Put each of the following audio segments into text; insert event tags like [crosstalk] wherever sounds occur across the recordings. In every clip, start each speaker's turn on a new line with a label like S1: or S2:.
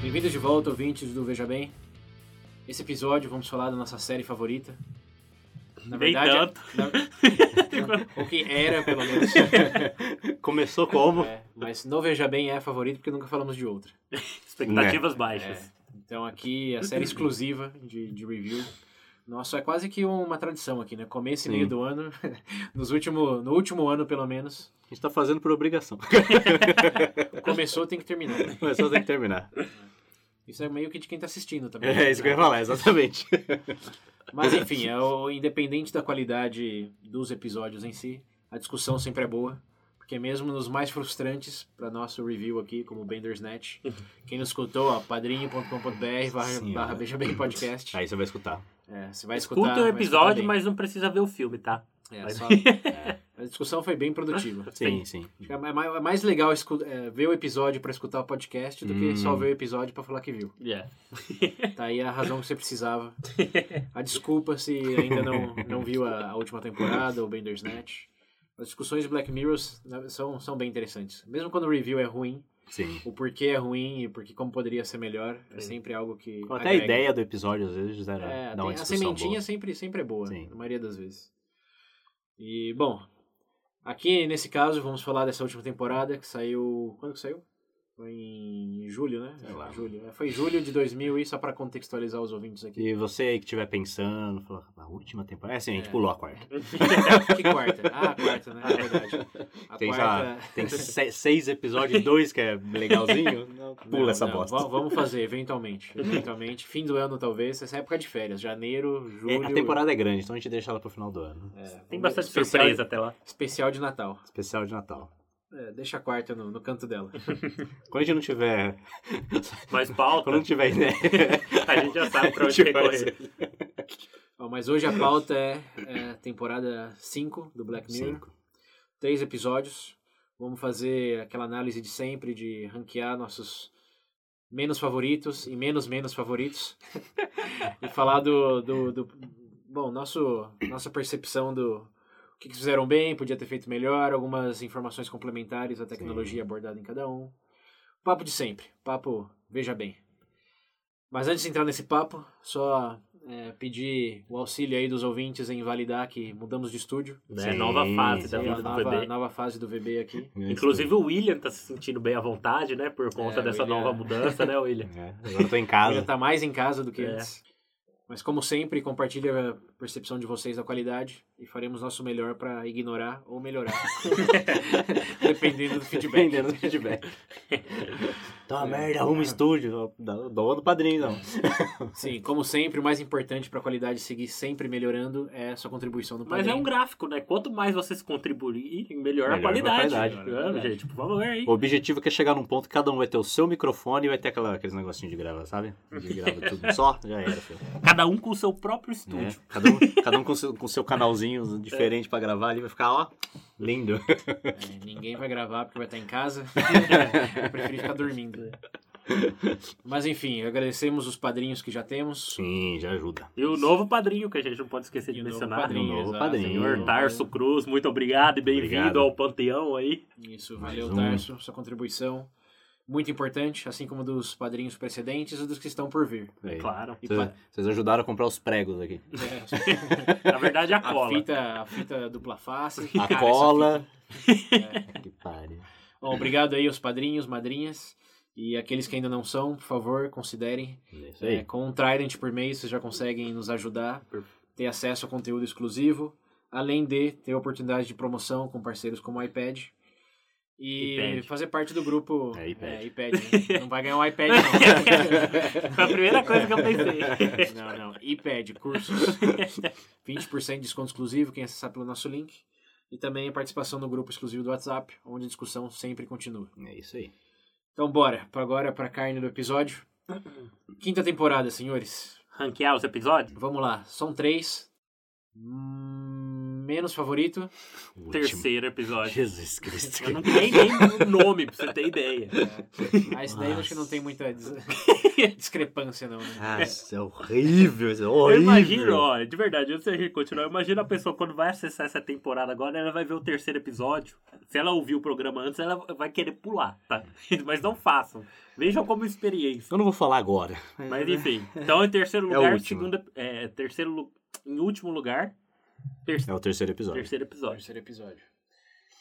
S1: Bem-vindos de volta, ouvintes do Veja Bem. Esse episódio vamos falar da nossa série favorita. Na
S2: Nem
S1: verdade, é
S2: tanto.
S1: na- o que era, pelo menos.
S3: Começou como?
S1: É, mas não Veja Bem é a favorita porque nunca falamos de outra.
S2: Expectativas
S1: É,
S2: baixas.
S1: então aqui a série exclusiva de, de review. Nossa, é quase que uma tradição aqui, né? Começo e meio
S3: Sim.
S1: do ano, [laughs] nos último, no último ano pelo menos.
S3: A gente tá fazendo por obrigação. [laughs]
S1: Começou, tem que terminar. né?
S3: Mas só tem que terminar.
S1: Isso é meio que de quem tá assistindo também.
S3: É isso que eu ia falar, exatamente.
S1: Mas enfim, é o, independente da qualidade dos episódios em si, a discussão sempre é boa. Porque mesmo nos mais frustrantes, para nosso review aqui, como o Bender's
S3: [laughs]
S1: Net, quem não escutou, ó, padrinho.com.br barra,
S3: Senhora.
S1: barra Beija Bem Podcast.
S3: Aí você vai escutar.
S1: É, você vai escutar.
S2: Escuta o
S1: vai escutar
S2: episódio,
S1: bem.
S2: mas não precisa ver o filme, tá?
S1: É,
S2: mas-
S3: [laughs]
S1: só- A discussão foi bem produtiva.
S3: Sim, sim.
S1: Acho que É mai- é mais, legal escu- é, ver o episódio para escutar o podcast do que
S3: Hum.
S1: só ver o episódio para falar que viu.
S2: [laughs] Yeah.
S1: Tá aí a razão que você
S3: [laughs]
S1: precisava. A desculpa se ainda não, não viu a, a última temporada ou Bender's Net. As discussões de Black Mirrors né, são, são bem interessantes. Mesmo quando o review é ruim,
S3: Sim.
S1: o porquê é ruim e porque como poderia ser melhor, é
S2: Sim.
S1: sempre algo que.
S3: Até a
S1: agrega.
S3: ideia do episódio, às vezes, era
S1: É,
S3: dar
S1: tem-
S3: uma
S1: a
S3: discussão
S1: sementinha sempre, sempre é boa,
S3: Sim.
S1: na maioria das vezes. E, bom, aqui nesse caso vamos falar dessa última temporada que saiu. Quando que saiu? Foi em julho, né?
S3: Sei lá.
S1: Julho. É, Foi em julho de 2000, e só pra contextualizar os ouvintes aqui.
S3: [laughs] boa. E você aí que estiver pensando, fala, na última temporada... É assim, a gente
S1: É.
S3: pulou a quarta.
S1: que quarta? Ah, quarta, né? É verdade. A
S3: Tem, já,
S1: quarta. [laughs]
S3: tem se- seis episódios, dois que é legalzinho. Não, pula
S1: Não,
S3: essa
S1: não,
S3: bosta.
S1: va- Vamos fazer,
S3: [laughs]
S1: eventualmente. Eventualmente. Fim do ano, talvez. Essa é época de férias. Janeiro,
S3: É,
S1: julho.
S3: a temporada é grande, então a gente deixa ela pro final do ano.
S1: é, vamos-
S2: Tem bastante
S1: especial-
S2: surpresa até lá.
S1: Especial de Natal.
S3: Especial de Natal.
S1: É, deixa a quarta no, no canto dela.
S3: Quando a gente não tiver...
S2: Mas pauta,
S3: Quando não tiver ideia...
S2: a gente já sabe pra
S3: a
S2: onde é
S3: gente vai
S2: recorrer.
S3: ser
S1: Ó, mas hoje a pauta é, é temporada 5 do Black Mirror.
S3: [laughs] cinco.
S1: Três episódios. Vamos fazer aquela análise de sempre, de ranquear nossos menos favoritos e menos menos favoritos. e falar do, do, do- bom, nosso, nossa percepção do o que, que fizeram bem, podia ter feito melhor, algumas informações complementares à tecnologia abordada em cada um. Papo de sempre. Papo, veja bem. Mas antes de entrar nesse papo, só é, pedir o auxílio aí dos ouvintes em validar que mudamos de estúdio.
S2: Né?
S3: Sim,
S2: Nova fase
S3: sim,
S2: da
S1: Sim, a
S2: vida do
S1: nova,
S2: bebê.
S1: nova fase do VB aqui.
S2: Inclusive o William tá se sentindo bem à vontade, né? Por conta
S1: É,
S2: dessa
S1: William.
S2: nova mudança, né, William?
S3: É, agora eu tô em
S1: Já
S3: casa.
S1: tá mais em casa do que
S2: É.
S1: antes. Mas como sempre, compartilha a percepção de vocês da qualidade e faremos nosso melhor para ignorar ou
S2: [laughs]
S1: melhorar. Dependendo do feedback.
S3: Dependendo do [laughs] feedback. Então a merda, arruma um estúdio. Doa do padrinho, então. não.
S1: Sim, como sempre, o mais importante para a qualidade seguir sempre melhorando é a sua contribuição no
S2: [laughs] Mas é um
S1: Padrim.
S2: gráfico, né? Quanto mais vocês contribuírem, melhor,
S3: Melhor
S2: a qualidade.
S3: a qualidade.
S2: Claro, gente, por favor, aí.
S3: O objetivo é que é chegar num ponto que cada um vai ter o seu microfone e vai ter aquela, aqueles negocinhos de grava, sabe? De grava tudo só, já era, filho.
S2: Cada um com o seu próprio
S3: Né?
S2: estúdio.
S3: Cada um, cada um com seu, com seu canalzinho diferente pra gravar ali, vai ficar, ó, lindo.
S1: É, ninguém vai gravar porque vai estar em
S2: [laughs]
S1: casa. Eu prefiro ficar dormindo. Mas enfim, agradecemos os padrinhos que já temos.
S3: Sim, já ajuda.
S2: E o novo padrinho, que a gente não pode esquecer
S1: E
S2: de
S1: o novo
S2: mencionar.
S3: padrinho. né, O novo
S1: exato,
S3: padrinho.
S2: Senhor
S1: novo-
S2: Tarso Cruz, muito obrigado e
S3: Obrigado.
S2: bem-vindo ao Panteão aí.
S1: Isso,
S3: Mais
S1: valeu,
S3: um.
S1: Tarso, sua contribuição. Muito importante, assim como dos padrinhos precedentes e dos que estão por
S3: [laughs]
S1: vir.
S3: Aí.
S2: Claro.
S1: E
S3: Vocês,
S1: pa-
S3: vocês ajudaram a comprar os pregos aqui.
S1: é,
S2: Na verdade,
S3: [laughs]
S2: a
S1: a,
S2: cola.
S1: fita, a fita dupla face.
S3: A
S1: Cara, essa
S3: cola.
S1: fita, é.
S3: Que pare.
S1: Bom, obrigado aí aos padrinhos, madrinhas. E aqueles que ainda não são, por favor, considerem.
S3: É isso aí.
S1: É, com um Trident por mês, vocês já conseguem nos ajudar, ter acesso a conteúdo exclusivo, além de ter oportunidade de promoção com parceiros como o iPad. E
S2: iPad.
S1: fazer parte do grupo
S3: É, iPad.
S1: é, iPad, né?
S3: [laughs]
S1: Não vai ganhar um iPad, não. [laughs]
S2: Foi a primeira coisa que eu pensei.
S1: Não, não. iPad, cursos.
S2: [laughs]
S1: 20% de desconto exclusivo, quem acessar pelo nosso link. E também a participação no grupo exclusivo do WhatsApp, onde a discussão sempre continua.
S3: É isso aí.
S1: Então bora, pra agora pra carne do episódio. Quinta temporada, senhores.
S2: Ranquear os episódios?
S1: Vamos lá, são três. Hum, Menos favorito.
S3: O último.
S2: Terceiro episódio.
S3: Jesus Cristo.
S2: Eu não nem dei o nome pra você ter ideia.
S1: Ah, esse daí eu acho que não tem muita
S2: [laughs]
S1: dis- discrepância, não. Né?
S3: Ah, isso é horrível, isso é horrível.
S2: Eu imagino, ó, de verdade, antes da gente continuar, eu imagino a pessoa quando vai acessar essa temporada agora, ela vai ver o terceiro episódio. Se ela ouviu o programa antes, ela vai querer pular, tá? [laughs] Mas não façam. Vejam como experiência.
S3: Eu não vou falar agora.
S2: Mas enfim. Então, em terceiro lugar,
S3: último.
S2: segunda. É, terceiro lu- Em último lugar, ter-
S3: É o terceiro episódio.
S2: terceiro episódio.
S1: Terceiro episódio.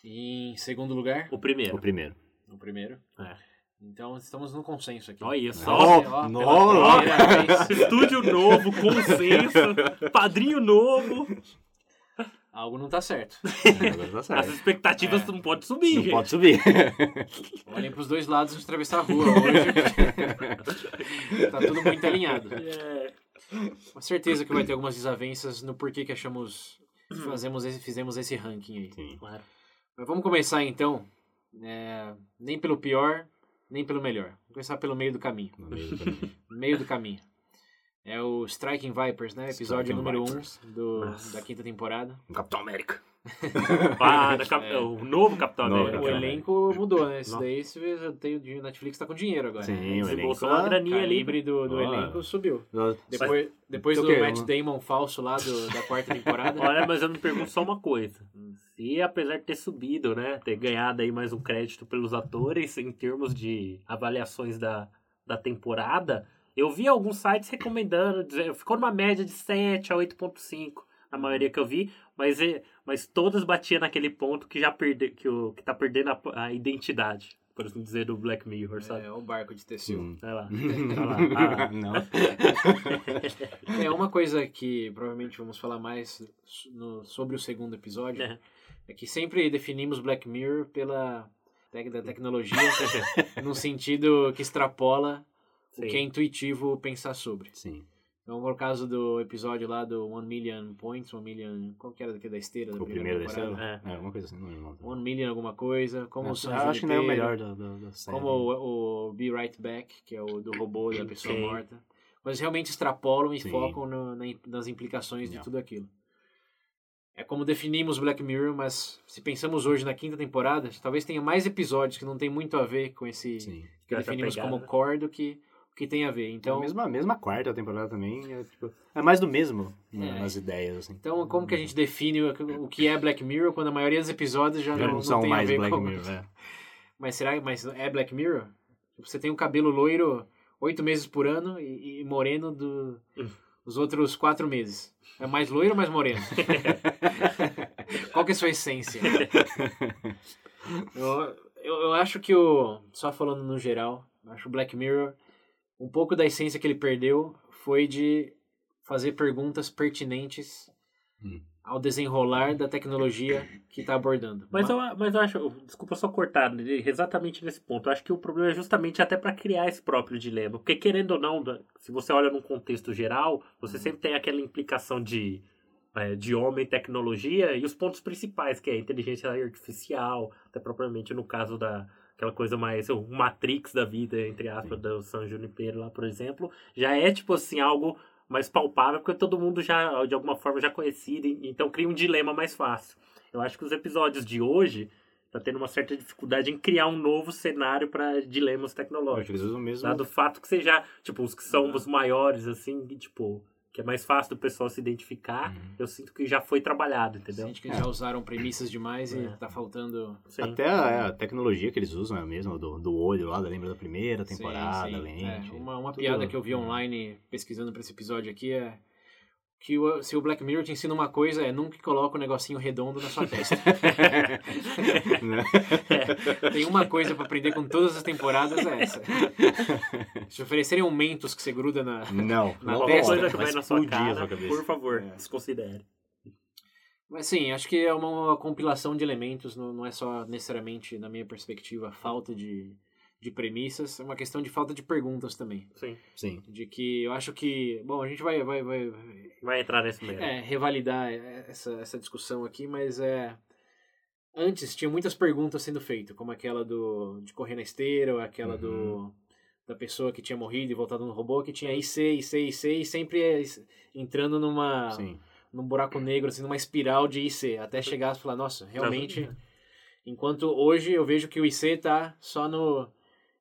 S1: E em segundo lugar,
S2: O primeiro.
S3: É O primeiro.
S1: o primeiro.
S2: É.
S1: Então estamos num consenso aqui.
S2: Olha só.
S3: Ó,
S1: Ó, pela
S3: ó.
S1: primeira vez,
S2: Estúdio novo, consenso, padrinho novo.
S1: Algo não tá certo.
S3: É, agora tá
S2: As
S1: [laughs]
S3: certo.
S2: expectativas não podem subir,
S3: Não
S2: gente.
S3: pode subir.
S1: Olhem pros dois lados antes de atravessar a rua hoje. tá tudo muito alinhado.
S2: É,
S1: Com certeza que vai ter algumas desavenças no porquê que achamos. Fazemos esse, fizemos esse ranking aí.
S3: Sim.
S2: claro.
S1: Mas vamos começar então. é, nem pelo pior, nem pelo melhor. Vou começar pelo meio do caminho.
S3: No meio do caminho.
S1: Meio do caminho. É o Striking Vipers, né? Episódio
S3: Striking
S1: número
S3: Vipers.
S1: 1 do
S2: Nossa.
S1: da quinta temporada.
S3: Um Capitão América.
S2: Ah, da Cap-
S1: É.
S2: o novo Capitão
S3: Novo
S2: América.
S1: O
S3: Capitão
S2: Né?
S1: elenco mudou, né? Esse
S2: Nossa.
S1: daí se vê, já tem o de- Netflix tá com dinheiro agora.
S3: Sim, o elenco.
S2: Desembolsou uma
S1: O
S2: graninha ali.
S1: calibre do, do
S3: Ah.
S1: elenco subiu.
S3: Depois...
S1: Depois, depois
S3: Então
S1: do
S3: o quê?
S1: Matt Damon falso lá do- da quarta temporada.
S2: [laughs] Olha, mas eu me pergunto só uma coisa. Se apesar de ter subido, né? Ter ganhado aí mais um crédito pelos atores em termos de avaliações da, da temporada, eu vi alguns sites recomendando, dizer, ficou numa média de 7 a 8.5, a maioria que eu vi, mas, é- mas todas batiam naquele ponto que já perde, que, o, que tá perdendo a, a identidade, por assim dizer, do Black Mirror, sabe?
S1: É um barco de tecido.
S2: Vai lá, vai
S1: um
S2: lá.
S3: [laughs]
S2: Ah,
S3: Não.
S1: É uma coisa que provavelmente vamos falar mais so- no- sobre o segundo episódio.
S2: É.
S1: É. que sempre definimos Black Mirror pela tag da
S3: [laughs]
S1: tecnologia, num sentido que extrapola
S2: sim.
S1: o que é intuitivo pensar sobre. [laughs]
S3: Sim.
S1: Então, no caso do episódio lá do One Million Points, One Million. Qual que era daqui da esteira? da
S3: O
S1: primeira
S3: primeiro da
S1: temporada?
S3: estrela?
S2: É.
S3: É, alguma coisa assim. Não lembro.
S1: One Million alguma coisa. Como o San
S3: Eu acho que não é o
S1: Junipero,
S3: melhor da, da, da série.
S1: Como o, o Be Right Back, que é o do robô da pessoa
S2: Sim.
S1: morta. Mas realmente extrapolam e
S3: Sim.
S1: focam no- na im- nas implicações de
S3: Yeah.
S1: tudo aquilo. É como definimos Black Mirror, mas se pensamos hoje na quinta temporada, talvez tenha mais episódios que não tem muito a ver com esse
S3: Sim. é
S1: que
S2: Essa
S1: definimos
S2: pegada.
S1: como core do que o que tem a ver.
S3: Então,
S1: Então,
S3: a mesma, a mesma quarta temporada também é, tipo, é mais do mesmo né,
S1: É.
S3: nas ideias, assim.
S1: então como que a gente define o, o que é Black Mirror quando a maioria dos episódios já
S3: Já
S1: não,
S3: não,
S1: não
S3: são
S1: tem
S3: mais
S1: a ver
S3: Black
S1: com...
S3: Mirror, né?
S1: Mas será que mas é Black Mirror? Tipo, Você tem o cabelo loiro oito meses por ano e, e moreno do, os outros quatro meses. É mais loiro ou mais moreno? Qual que é a sua essência? eu, eu, eu acho que o. Só falando no geral, eu acho o Black Mirror. Um pouco da essência que ele perdeu foi de fazer perguntas pertinentes
S3: Hum.
S1: ao desenrolar da tecnologia que está abordando.
S2: Mas eu, mas eu acho, desculpa só cortar, né, exatamente nesse ponto. Eu acho que o problema é justamente até para criar esse próprio dilema. Porque, querendo ou não, da- se você olha num contexto geral, você sempre tem aquela implicação de, é, de homem, tecnologia e os pontos principais, que é a inteligência artificial, até propriamente no caso da aquela coisa mais o Matrix da vida, entre aspas, do San Junipero lá, por exemplo, já é tipo assim, algo mais palpável, porque todo mundo já, de alguma forma, já conhecido, e- então cria um dilema mais fácil. Eu acho que os episódios de hoje tá tendo uma certa dificuldade em criar um novo cenário para dilemas
S3: Eu acho que
S2: tecnológicos.
S3: eles usam o mesmo. Uhum.
S2: Dado o fato que você já, tipo, os que são os maiores, assim, que, tipo, que é mais fácil do pessoal se identificar,
S3: Uhum.
S2: eu sinto que já foi trabalhado, entendeu?
S1: Sente que já usaram premissas demais
S2: É.
S1: e tá faltando.
S2: Sim.
S3: Até a, é, a tecnologia que eles usam é a mesma, do, do olho lá, da- lembra da primeira
S1: Sim,
S3: temporada,
S1: sim.
S3: lente.
S1: É,
S3: [laughs]
S1: uma uma
S3: tudo.
S1: piada que eu vi online pesquisando pra esse episódio aqui é que o- se o Black Mirror te ensina uma coisa é nunca coloca um negocinho redondo na sua testa.
S3: [laughs] Né?
S1: Tem uma coisa pra aprender com todas as temporadas é
S3: [laughs]
S1: essa. Se oferecerem um mentos que você gruda na
S3: Não,
S1: Na
S3: não
S2: Qualquer
S1: testa,
S2: coisa
S3: gosto,
S2: que
S3: né? vai
S2: vai na sua
S3: explodir a
S2: cara,
S3: sua cabeça.
S2: por favor,
S1: É.
S2: desconsidere.
S1: Mas sim, acho que é uma, uma compilação de elementos, não, não é só necessariamente, na minha perspectiva, falta de, de premissas, é uma questão de falta de perguntas também.
S2: Sim.
S3: Sim.
S1: De que eu acho que. Bom, a gente vai, vai, vai, vai
S2: Vai entrar nesse meio. Tá
S1: É, revalidar essa, essa discussão aqui, mas é. antes tinha muitas perguntas sendo feitas, como aquela do de correr na esteira, ou aquela
S3: Uhum.
S1: do da pessoa que tinha morrido e voltado no robô, que tinha IC, IC, IC, e sempre é is- entrando numa
S3: Sim.
S1: num buraco negro, assim, numa espiral de IC, até chegar e falar, nossa, realmente, enquanto hoje eu vejo que o IC tá só no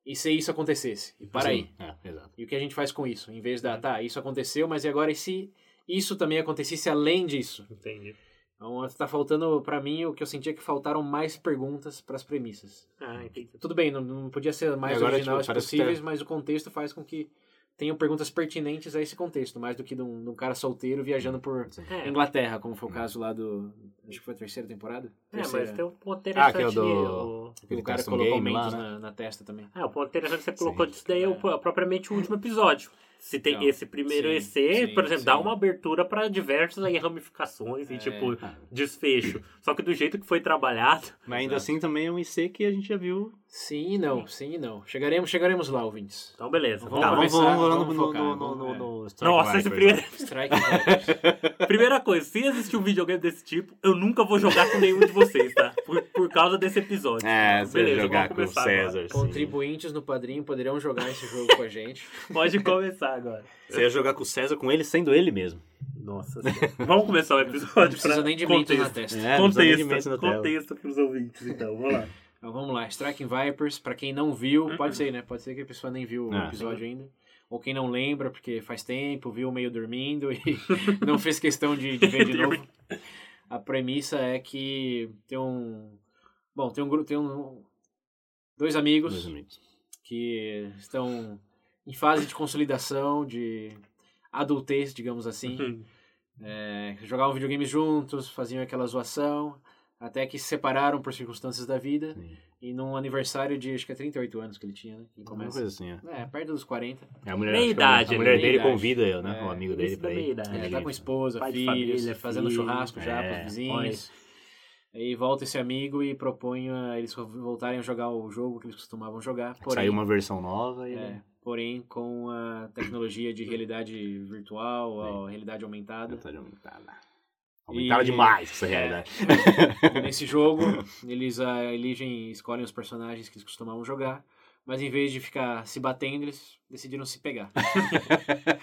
S1: e se isso acontecesse, e para aí.
S3: Sim, Uhum. É, exato.
S1: E o que a gente faz com isso? Em vez da, tá, isso aconteceu, mas e agora e se isso também acontecesse além disso?
S2: Entendi.
S1: Então, tá faltando, pra mim, o que eu sentia que faltaram mais perguntas pras premissas.
S2: Ah, entendi.
S1: Tudo bem, não, não podia ser mais
S3: E agora,
S1: originais
S3: tipo, parece que
S1: possíveis, mas o contexto faz com que tenham perguntas pertinentes a esse contexto, mais do que de um, de um cara solteiro viajando por
S3: Sim.
S2: É,
S1: Inglaterra, como foi o caso lá do. Acho que foi a terceira temporada?
S2: é, mas tem um ponto
S3: Ah, que é o
S2: interessante.
S3: do-
S2: o-
S3: Aquele
S1: O cara
S3: custom
S1: colocou
S3: game lá,
S1: Mendes
S3: né?
S1: na, na testa também.
S2: Ah, o ponto interessante que você
S3: Sim.
S2: colocou disso daí é, o- propriamente o último episódio. Se tem
S1: Não.
S2: esse primeiro
S1: Sim,
S2: EC,
S1: sim,
S2: por exemplo, dá
S1: sim.
S2: uma abertura para diversas aí ramificações e
S1: É.
S2: tipo
S3: Ah,
S2: desfecho. Só que do jeito que foi trabalhado, [laughs]
S3: Mas ainda assim também é um IC que a gente já viu.
S1: Sim e não, sim e não. Chegaremos, chegaremos lá, ouvintes.
S2: então beleza.
S1: Vamos
S3: tá,
S2: lá.
S3: vamos,
S1: começar,
S3: vamos, lá no-
S1: vamos
S3: no-
S1: focar,
S3: no-
S1: vamos-
S3: no-
S1: é.
S3: no Strike
S2: Nossa, esse
S3: Vipers,
S2: primeiro- [laughs]
S1: Strike Vipers.
S2: primeira coisa, se existir um videogame desse tipo, eu nunca vou jogar com nenhum de vocês, tá? Por, por causa desse episódio.
S3: É, se
S2: beleza, vamos
S3: jogar com o
S2: começar agora.
S3: César. Sim.
S1: Contribuintes no padrinho poderão jogar esse jogo com a gente.
S2: Pode começar agora.
S3: Você ia jogar com o César com ele sendo ele mesmo.
S2: Nossa Senhora. Vamos começar o
S1: Não
S2: episódio
S1: precisa
S2: pra
S1: nem de Mentos na
S2: contexto.
S1: testa.
S3: É, não precisa nem de mesa na
S2: Contexto,
S3: tela.
S2: contexto pros ouvintes, então. Vamos lá.
S1: Então vamos lá, Striking Vipers, pra quem não viu, pode ser, né? Pode ser que a pessoa nem viu o
S3: Ah.
S1: episódio ainda. Ou quem não lembra, porque faz tempo, viu meio dormindo e [laughs] não fez questão de, de ver de novo. A premissa é que tem um. Bom, tem um grupo. Tem um. Dois
S3: Meus
S1: amigos
S3: amigos.
S1: que estão em fase de consolidação, de adultez, digamos assim.
S2: Uhum. Hum.
S1: É, jogavam videogame juntos, faziam aquela zoação, até que se separaram por circunstâncias da vida.
S3: Sim.
S1: E num aniversário de acho que é 38 anos que ele tinha, né? Que ele
S3: Uma
S1: começa.
S3: coisa assim, é.
S1: É, perto dos 40.
S3: É a mulher,
S2: Meia
S3: acho que a
S2: idade,
S3: mulher- A
S2: né?
S3: mulher
S1: Meia
S3: dele
S1: idade.
S3: convida eu, né?
S1: É,
S3: O amigo
S2: isso
S3: dele
S2: da
S3: pra
S2: meia
S3: ir.
S2: idade.
S1: Ele
S3: É, Ele-
S1: já tá com esposa,
S2: Pai de
S1: filhos,
S2: família,
S1: fazendo
S2: filho.
S1: churrasco já
S3: É,
S1: pros vizinhos. Aí volta esse amigo e propõe a eles voltarem a jogar o jogo que eles costumavam jogar. Porém,
S3: Saiu uma versão nova e.
S1: é, porém com a tecnologia de realidade virtual, a realidade aumentada.
S3: Tá aumentada. Aumentaram
S1: E-
S3: demais essa realidade.
S2: É.
S1: Nesse jogo, eles ah, eligem, escolhem os personagens que eles costumavam jogar, mas em vez de ficar se batendo, eles decidiram se pegar.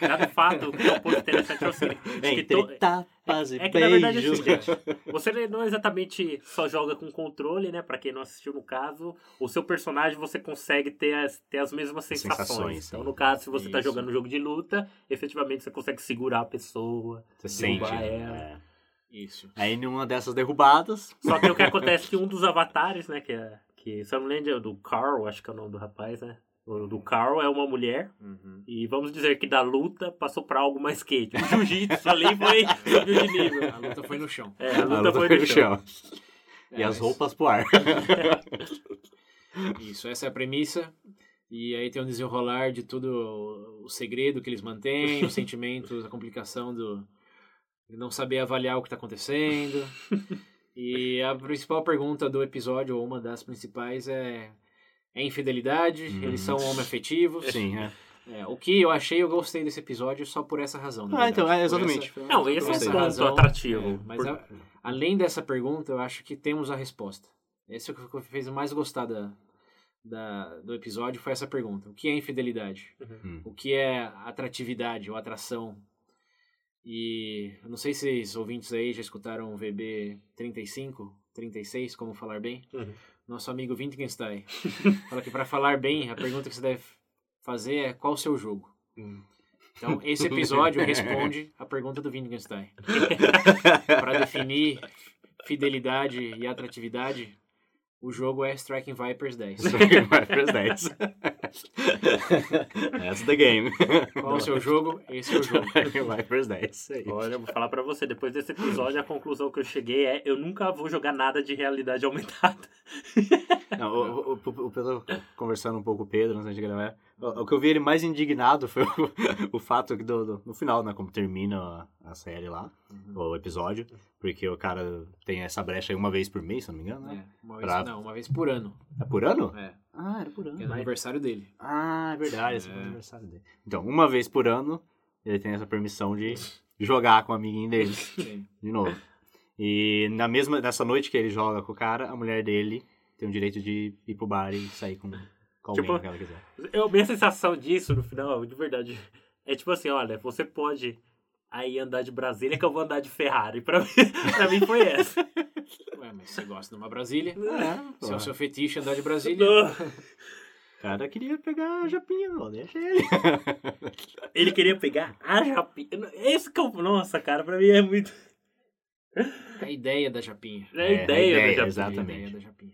S2: Cada fato que é um ponto interessante é o [laughs] seguinte.
S3: [laughs]
S2: acho que to-
S3: Entre tapas e
S2: É que na verdade é assim,
S3: beijos.
S2: gente. Você não é exatamente só joga com controle, né? Pra quem não assistiu no caso, o seu personagem você consegue ter as, ter as mesmas sensações.
S3: Sensações,
S2: então,
S3: sim.
S2: no caso, se você tá
S1: Isso.
S2: jogando um jogo de luta, efetivamente você consegue segurar a pessoa.
S3: Você sente.
S2: Derrubar
S3: né? É.
S1: Isso.
S3: Aí numa dessas derrubadas.
S2: Só que o que acontece é que um dos avatares, né? Que, é, que se eu não me lembro, é o do Carl, acho que é o nome do rapaz, né? O do Carl é uma mulher,
S1: Uhum.
S2: e vamos dizer que da luta passou pra algo mais quente. O jiu-jitsu ali foi [laughs] subiu de nível.
S1: A luta foi no chão. É
S2: É, a
S3: a
S2: luta, foi no chão.
S3: [laughs]
S2: É.
S3: E as
S1: mas-
S3: roupas
S2: [laughs]
S3: pro ar.
S1: Isso, essa é a premissa. E aí tem um desenrolar de tudo o segredo que eles mantêm,
S3: [laughs]
S1: os sentimentos, a complicação do de não saber avaliar o que está
S3: [laughs]
S1: acontecendo. E a principal pergunta do episódio, ou uma das principais, é: é infidelidade?
S3: Hum.
S1: Eles são homoafetivos?
S3: Sim, é.
S1: É, o que eu achei, eu gostei desse episódio só por essa razão. na
S3: Ah, então,
S1: verdade.
S3: é,
S1: Por
S3: exatamente.
S1: essa-
S2: Não, esse é
S1: essa
S2: um ponto
S1: razão,
S2: atrativo.
S1: é, mas
S2: por-
S1: a- além dessa pergunta, eu acho que temos a resposta. Esse é o que fez eu mais gostar da, da- do episódio foi essa pergunta. O que é infidelidade?
S2: Uhum.
S3: Hum.
S1: O que é atratividade ou atração? E eu não sei se vocês ouvintes aí já escutaram o VB 35, 36, como falar bem.
S2: Uhum.
S1: Nosso amigo Wittgenstein fala que para falar bem, a pergunta que você deve fazer é qual o seu jogo?
S3: Hum.
S1: Então, esse episódio responde a pergunta do Wittgenstein. Para definir fidelidade e atratividade, o jogo é Striking Vipers 10.
S2: [laughs]
S3: Vipers [laughs] 10. That's é the game. [laughs]
S1: Qual o seu jogo? Esse é o jogo.
S3: Vipers 10. aí.
S2: Olha, eu vou falar pra você, depois desse episódio, a conclusão que eu cheguei é eu nunca vou jogar nada de realidade [laughs] aumentada.
S3: Não, o, o, o- o Pedro, conversando um pouco com o Pedro antes de gravar, o, o que eu vi ele mais indignado foi o, [laughs] o fato que do, do- no final, né, como termina a, a série lá, o episódio, porque o cara tem essa brecha aí uma vez por mês, se eu não me engano, né?
S1: É, uma vez,
S3: Pra-
S1: não, uma vez por ano.
S3: É por ano?
S1: É,
S3: Ah, era por ano.
S1: que é no aniversário
S3: [laughs]
S1: dele.
S3: Ah, é verdade, esse foi o
S1: É.
S3: aniversário dele. Então, uma vez por ano, ele tem essa permissão de jogar com o amiguinho dele
S1: Sim.
S3: de novo. E na mesma, nessa noite que ele joga com o cara, a mulher dele tem o direito de ir pro bar e sair com, com alguém
S2: Tipo-
S3: que ela quiser.
S2: Eu, minha sensação disso no final, de verdade, é tipo assim, olha, você pode aí andar de Brasília que eu vou andar de Ferrari. Pra mim, [laughs] pra mim foi essa.
S1: Ué, mas você gosta de uma Brasília?
S2: Né?
S3: É,
S1: Se é o
S3: pô,
S1: seu fetiche andar de Brasília.
S2: Não.
S3: o cara queria pegar a japinha, não, né? deixa ele.
S2: Ele queria pegar a Japinha. Esse que eu... Nossa, cara, pra mim é muito...
S1: É a ideia da Japinha.
S2: É a
S3: É, a
S2: ideia,
S3: ideia,
S2: da Japinha.
S3: exato.
S1: É a
S3: Exatamente.
S1: ideia da Japinha.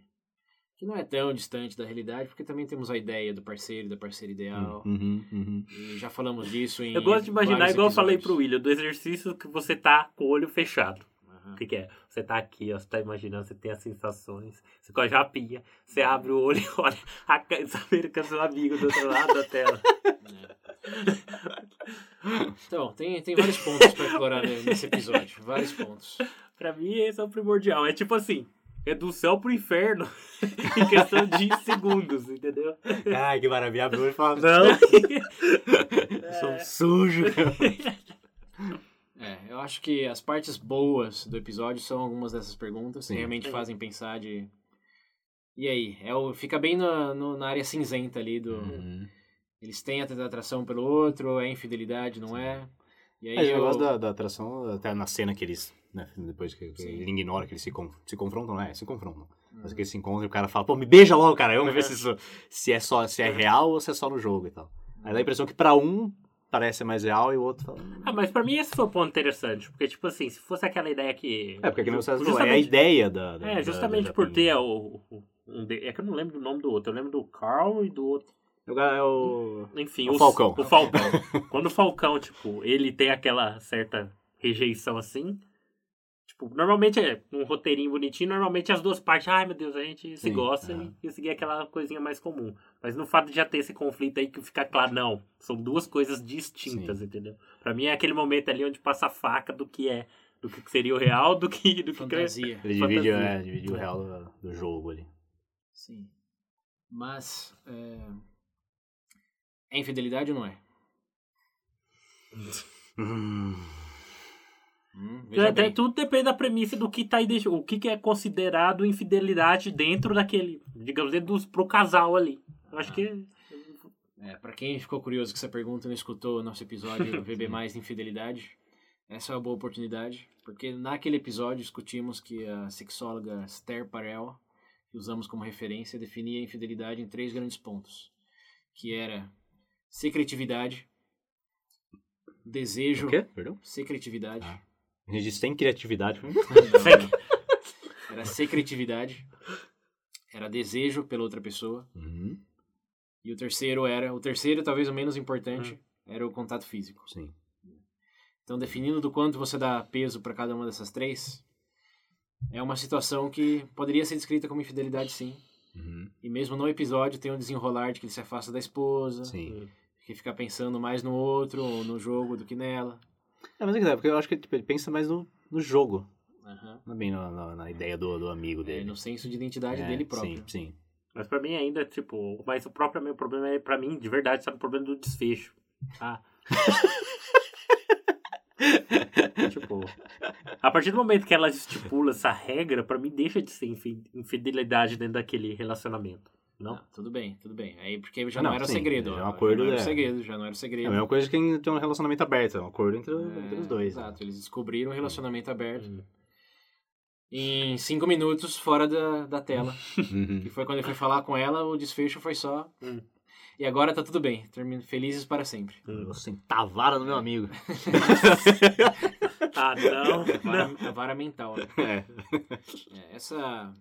S1: Que não é tão distante da realidade, porque também temos a ideia do parceiro, da parceira ideal.
S3: Uhum, uhum.
S1: E já falamos disso em.
S2: Eu gosto de imaginar,
S1: vários
S2: igual eu falei pro
S1: episódios.
S2: William, do exercício que você tá com o olho fechado.
S1: Aham.
S2: O que, que é? Você tá aqui, ó, você tá imaginando, você tem as sensações, você com a japinha, você abre o olho e [laughs] olha a ca- saber que é seu amigo do outro lado da tela.
S1: Então, tem, tem vários pontos pra explorar ne- nesse episódio. Vários pontos.
S2: Pra mim, esse é o primordial. É tipo assim, é do céu pro inferno [laughs] em questão de segundos, entendeu?
S3: [laughs] Ai, que maravilha, abriu e [laughs] falou,
S2: Não.
S3: eu sou um sujo.
S1: É, eu acho que as partes boas do episódio são algumas dessas perguntas. que
S3: Sim.
S1: Realmente fazem pensar de. E aí? É o... Fica bem na, no- na área cinzenta ali do.
S3: [laughs] Uhum.
S1: Eles têm a atração pelo outro, é infidelidade, não
S3: Sim.
S1: é? E aí
S3: Mas o
S1: eu-
S3: negócio da, da atração, até na cena que eles, né, depois que, que
S1: Sim.
S3: ele ignora, que eles se, con- se confrontam, né, se confrontam.
S2: Uhum.
S3: Mas que eles se encontram e o cara fala, pô, me beija logo, cara, vamos ver se, isso, se, é só, se é
S2: Uhum.
S3: real ou se é só no jogo e tal. Aí dá a impressão que pra um parece ser mais real e o outro fala...
S2: [laughs]
S3: "Hum".
S2: Ah, mas pra mim esse foi o ponto interessante, porque tipo assim, se fosse aquela ideia que...
S3: É, porque que nem você falou, é a
S2: Justamente-
S3: ideia da... da-
S2: É,
S3: da-
S2: justamente
S3: da
S2: por ter
S3: Japinha.
S2: o... o- um de- É que eu não lembro o nome do outro, eu lembro do Carl e do outro.
S3: O cara é
S2: Hum.
S3: o...
S2: Enfim,
S3: O Falcão.
S2: O
S3: [laughs]
S2: Falcão. Quando o Falcão, tipo, ele tem aquela certa rejeição assim. Tipo, normalmente é um roteirinho bonitinho, normalmente as duas partes, ai meu Deus, a gente se
S3: Sim, é.
S2: gosta
S3: aham.
S2: e, e seguir aquela coisinha mais comum. Mas no fato de já ter esse conflito aí que fica claro, não, são duas coisas distintas, entendeu? Pra mim é aquele momento ali onde passa a faca do que é, do que seria o real, do que do que
S1: Fantasia.
S3: Ele divide,
S2: Fantasia.
S3: é, divide o real do, do jogo ali.
S1: Sim. Mas. É... é infidelidade ou não é?
S3: Hum.
S1: Hum, veja
S2: É, até
S1: bem.
S2: tudo depende da premissa do que tá aí dentro, o que, que é considerado infidelidade dentro daquele, digamos, dentro dos, pro casal ali. Eu acho que
S1: É, pra quem ficou curioso com essa pergunta e não escutou o nosso episódio
S3: [laughs]
S1: do VB Mais de Infidelidade, essa é uma boa oportunidade, porque naquele episódio discutimos que a sexóloga Esther Perel, que usamos como referência, definia a infidelidade em três grandes pontos, que era secretividade, desejo,
S3: O quê? Perdão?
S1: secretividade, [laughs]
S3: Ah. A gente tem criatividade.
S1: era secretividade, era desejo pela outra pessoa,
S3: Uhum,
S1: e o terceiro era, o terceiro talvez o menos importante,
S3: Hum.
S1: era o contato físico.
S3: sim.
S1: Então, definindo do quanto você dá peso para cada uma dessas três, é uma situação que poderia ser descrita como infidelidade, sim.
S3: Uhum,
S1: E mesmo no episódio tem um desenrolar de que ele se afasta da esposa,
S3: sim.
S1: que fica pensando mais no outro, ou no jogo, do que nela.
S3: É, mas é que dá, porque eu acho que tipo, ele pensa mais no, no jogo.
S1: Aham.
S3: Não bem na, na- na ideia do, do amigo
S1: É,
S3: dele.
S1: no senso de identidade
S3: É,
S1: dele próprio.
S3: Sim, sim.
S2: Mas pra mim ainda, tipo, mas o próprio meu problema é, pra mim, de verdade, sabe, o problema do desfecho. Tá? tipo, a partir do momento que ela estipula essa regra, pra mim deixa de ser infi- infidelidade dentro daquele relacionamento. Não?
S1: Ah, tudo bem, tudo bem. Aí porque já
S3: Ah,
S1: não,
S3: não,
S1: era
S3: sim,
S1: segredo.
S3: é um
S1: ó.
S3: acordo,
S1: já não era
S3: é.
S1: segredo, já não era
S3: É
S1: segredo. É,
S3: a mesma coisa que quem tem um relacionamento aberto, é um acordo entre, entre os dois. [laughs] né?
S1: Exato, eles descobriram um relacionamento aberto
S2: Hum.
S1: em cinco minutos fora da, da tela.
S3: Uhum.
S1: Que foi quando ele foi falar com ela, o desfecho foi só.
S2: Hum.
S1: E agora tá tudo bem. Termino felizes para sempre.
S3: Eu sentava a vara no meu amigo.
S2: Ah, não.
S1: A [laughs] vara, a vara mental. né?
S3: [laughs] É.
S1: É, essa.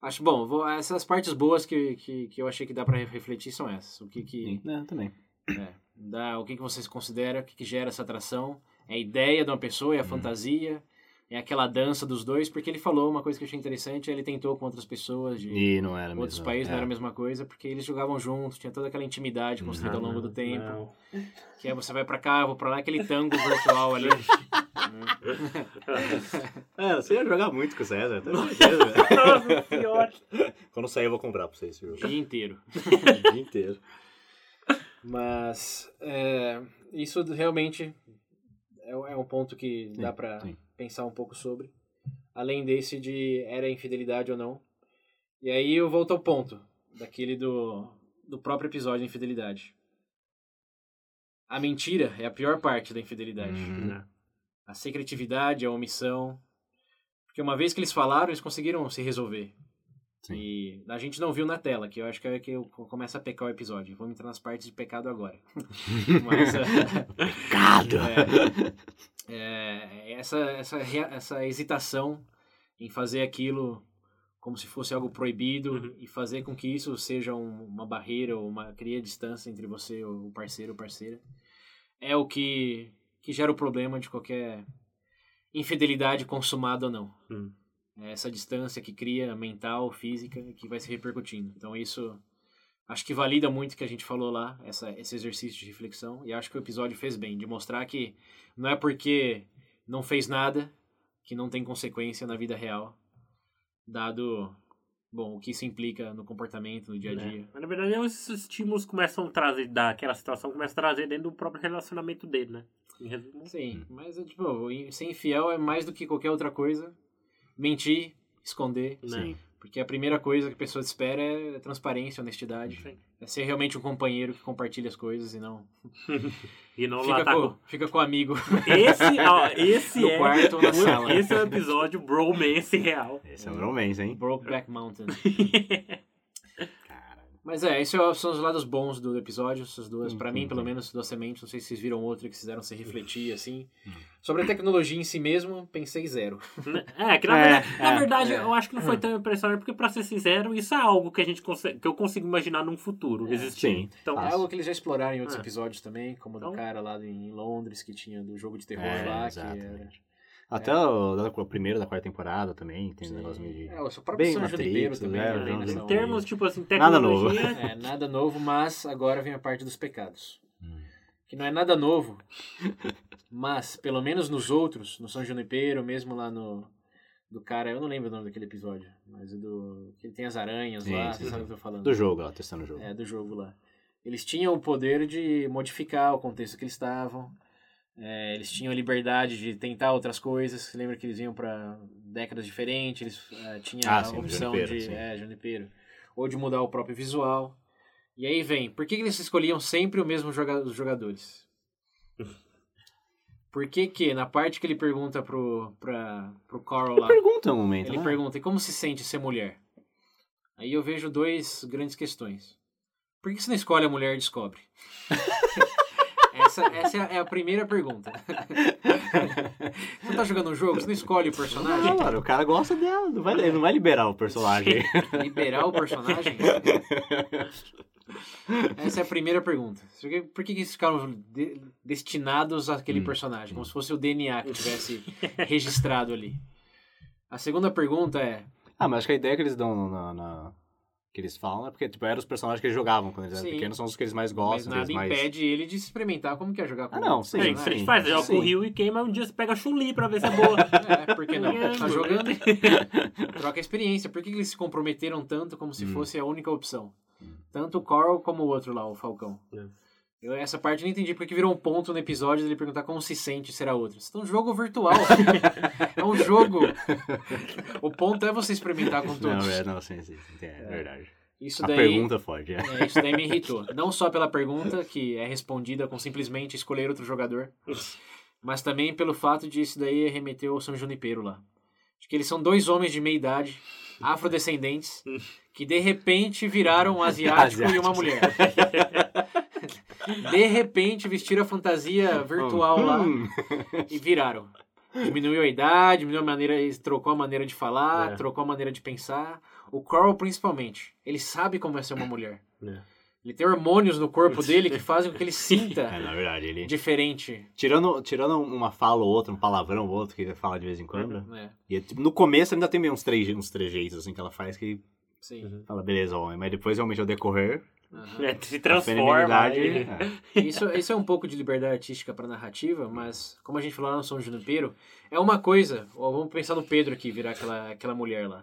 S1: Acho bom, vou- essas partes boas que, que, que eu achei que dá pra refletir são essas. O que que,
S3: Sim, né, também.
S1: é, dá, o que, que vocês consideram, o que, que gera essa atração? É a ideia de uma pessoa, é
S2: Hum.
S1: a fantasia, é aquela dança dos dois, porque ele falou uma coisa que eu achei interessante, ele tentou com outras pessoas de
S3: E não era mesmo.
S1: outros países,
S3: é.
S1: não era a mesma coisa, porque eles jogavam juntos, tinha toda aquela intimidade construída ao longo do tempo.
S2: Não.
S1: Que é você vai pra cá, eu vou pra lá, aquele tango virtual
S3: [laughs]
S1: ali.
S3: É, você ia jogar muito com o César, [laughs] eu tenho certeza. velho.
S2: Nossa senhora.
S3: Quando sair eu vou comprar pra vocês esse
S1: o
S3: jogo.
S1: dia inteiro.
S3: [laughs] o dia inteiro.
S1: Mas é, isso realmente é, um- é um ponto que
S3: Sim,
S1: dá pra
S3: sim.
S1: pensar um pouco sobre. além desse de era infidelidade ou não. E aí eu volto ao ponto daquele do, do próprio episódio da infidelidade. A mentira é a pior parte da infidelidade.
S3: Uhum.
S2: né?
S1: A secretividade, a omissão. Porque uma vez que eles falaram, eles conseguiram se resolver.
S3: Sim.
S1: E a gente não viu na tela, que eu acho que é que eu começo a pecar o episódio. Vamos entrar nas partes de pecado agora. Mas, [laughs] eh,
S3: Cado!
S1: É, essa, essa, rea- essa hesitação em fazer aquilo como se fosse algo proibido
S2: Uhum.
S1: e fazer com que isso seja um- uma barreira ou uma cria distância entre você e o parceiro ou parceira é o que, que gera o problema de qualquer infidelidade consumada ou não.
S2: Hum.
S1: É essa distância que cria mental, física, que vai se repercutindo. Então isso acho que valida muito o que a gente falou lá, essa, esse exercício de reflexão, e acho que o episódio fez bem, de mostrar que não é porque não fez nada que não tem consequência na vida real, dado, bom, o que isso implica no comportamento, no dia a
S2: Né?
S1: dia.
S2: Mas, na verdade, é esses estímulos começam a trazer, daquela situação começa a trazer dentro do próprio relacionamento dele, né? Em resumo,
S1: Sim, mas é tipo, ser infiel é mais do que qualquer outra coisa. Mentir, esconder,
S2: né?
S1: porque a primeira coisa que a pessoa espera é transparência, honestidade.
S2: Sim.
S1: É ser realmente um companheiro que compartilha as coisas e não
S2: E não lá
S1: fica
S2: tá
S1: com, fica com o
S2: [laughs]
S1: amigo. [laughs]
S2: Esse, ó, esse
S1: No
S2: é.
S1: quarto ou na
S2: o-
S1: sala.
S2: Esse é o episódio Bromance real.
S3: Esse é um romance, hein?
S1: Brokeback
S2: [laughs]
S1: Mountain.
S3: Caralho.
S1: Mas é, esses são os lados bons do episódio, essas duas,
S3: Hum,
S1: pra mim,
S3: hum,
S1: pelo
S3: hum.
S1: menos, duas sementes. Não sei se vocês viram outra que fizeram se refletir, assim.
S3: Hum.
S1: Sobre a tecnologia em si mesmo, pensei zero.
S2: É, que na
S3: É,
S2: verdade, na
S3: é,
S2: verdade
S1: é.
S2: eu acho que não foi tão impressionante, porque pra ser sincero, isso é algo que a gente consegue, que eu consigo imaginar num futuro
S1: É.
S2: existindo.
S3: Sim.
S2: Então,
S1: É
S3: Fácil.
S1: algo que eles já exploraram em outros
S2: É.
S1: episódios também, como do
S2: Então-
S1: cara lá em Londres, que tinha do jogo de terror
S3: É,
S1: lá, que era...
S3: exatamente. Até o, da- o primeiro da quarta temporada também, tem um negócio meio de...
S1: É, o seu próprio
S3: Bem
S1: São
S3: Matrix,
S1: Junipero também.
S3: né,
S1: né,
S3: João
S1: nessa
S2: é em
S3: Não,
S2: termos, tipo assim,
S3: Nada novo.
S2: tecnologia.
S1: É, nada novo, mas agora vem a parte dos pecados.
S3: Hum.
S1: Que não é nada novo, mas pelo menos nos outros, no São Junipero, mesmo lá no. Do cara, eu não lembro o nome daquele episódio, mas é do. que ele tem as aranhas
S3: Sim,
S1: lá,
S3: sim,
S1: você sabe
S3: sim.
S1: o que eu tô falando.
S3: Do jogo, ó, testando o jogo.
S1: É, do jogo lá. Eles tinham o poder de modificar o contexto que eles estavam. é, eles tinham a liberdade de tentar outras coisas. Você lembra que eles iam para décadas diferentes? Eles é, tinham
S3: Ah,
S1: a
S3: sim, do
S1: opção
S3: Junipero,
S1: de.
S3: sim.
S1: É, Junipero. Ou de mudar o próprio visual. E aí vem, por que, que eles escolhiam sempre o mesmo joga os
S3: [laughs]
S1: jogadores? Por que que, na parte que ele pergunta pro, pra, pro Carl
S3: Ele
S1: lá...
S3: pergunta um momento,
S1: Ele
S3: né?
S1: pergunta, e como se sente ser mulher? Aí eu vejo dois grandes questões. Por que você não escolhe a mulher e descobre? [laughs] essa, essa é a- é a primeira pergunta. você tá jogando um jogo, você não escolhe o
S3: [laughs] Não,
S1: personagem?
S3: mano, o cara gosta dela, não vai, ele não vai liberar o personagem.
S1: Liberar o personagem? Essa é a primeira pergunta. Por que, por que que eles ficaram de- destinados àquele
S3: Hum,
S1: personagem? Como se fosse o DNA que tivesse registrado ali. A segunda pergunta é...
S3: [laughs] ah, mas acho que a ideia que eles dão na... na- Que eles falam é porque, tipo, eram os personagens que eles jogavam quando eles eram
S1: Sim.
S3: pequenos, são os que eles mais
S1: Mas
S3: gostam, que
S1: nada
S3: eles mais...
S1: impede ele de experimentar como que é jogar com
S3: Ah, não, [laughs] sim,
S2: Sim,
S1: personagem.
S2: se a gente
S3: sim.
S2: faz, joga
S3: Sim.
S2: o Rio e queima, um dia você pega a Chun-Li pra ver se é
S3: [laughs]
S2: boa.
S1: É, por que não? Tá jogando, troca a experiência. Por que que eles se comprometeram tanto como se
S3: Hum.
S1: fosse a única opção? Tanto o Coral como o outro lá, o Falcão.
S2: É.
S1: Eu, essa parte eu não entendi porque virou um ponto no episódio dele perguntar como se sente ser a outra. Isso é um jogo
S3: [laughs]
S1: virtual. é um jogo. O ponto é você experimentar
S3: [laughs]
S1: com todos.
S3: Não, é, não, sim, sim, sim, é, verdade.
S1: Isso
S3: A
S1: daí.
S3: pergunta fode, é.
S1: É, isso daí me irritou. Não só pela pergunta, que é respondida com simplesmente escolher outro jogador, mas também pelo fato de isso daí remeter ao São Junipero lá. De que eles são dois homens de meia idade, afrodescendentes, que de repente viraram um asiático e uma
S3: Asiáticos.
S1: mulher. De repente vestiram a fantasia [laughs] virtual lá
S3: Hum.
S1: e viraram. Diminuiu a idade, diminuiu a maneira, trocou a maneira de falar,
S2: É.
S1: trocou a maneira de pensar. O Carl, principalmente, ele sabe como é ser uma mulher.
S2: É.
S1: Ele tem hormônios no
S2: [laughs]
S1: corpo dele que fazem com que ele
S3: [laughs] É,
S1: sinta
S3: na verdade, ele...
S1: diferente.
S3: Tirando, tirando uma fala ou outra, um palavrão ou outro que ele fala de vez em quando.
S1: Né?
S3: E, tipo, no começo ainda tem meio uns, treje, uns trejeitos assim que ela faz que
S1: Sim.
S2: Uhum.
S3: fala, beleza, homem. Mas depois realmente ao decorrer,
S1: Aham.
S2: É, se
S3: a
S2: transforma.
S3: feminilidade.
S2: aí-
S3: é.
S1: Isso, isso é um pouco de liberdade artística para narrativa, mas como a gente falou lá no São Junipero, é uma coisa. Ó, vamos pensar no Pedro aqui, virar aquela, aquela mulher
S2: [laughs]
S1: lá.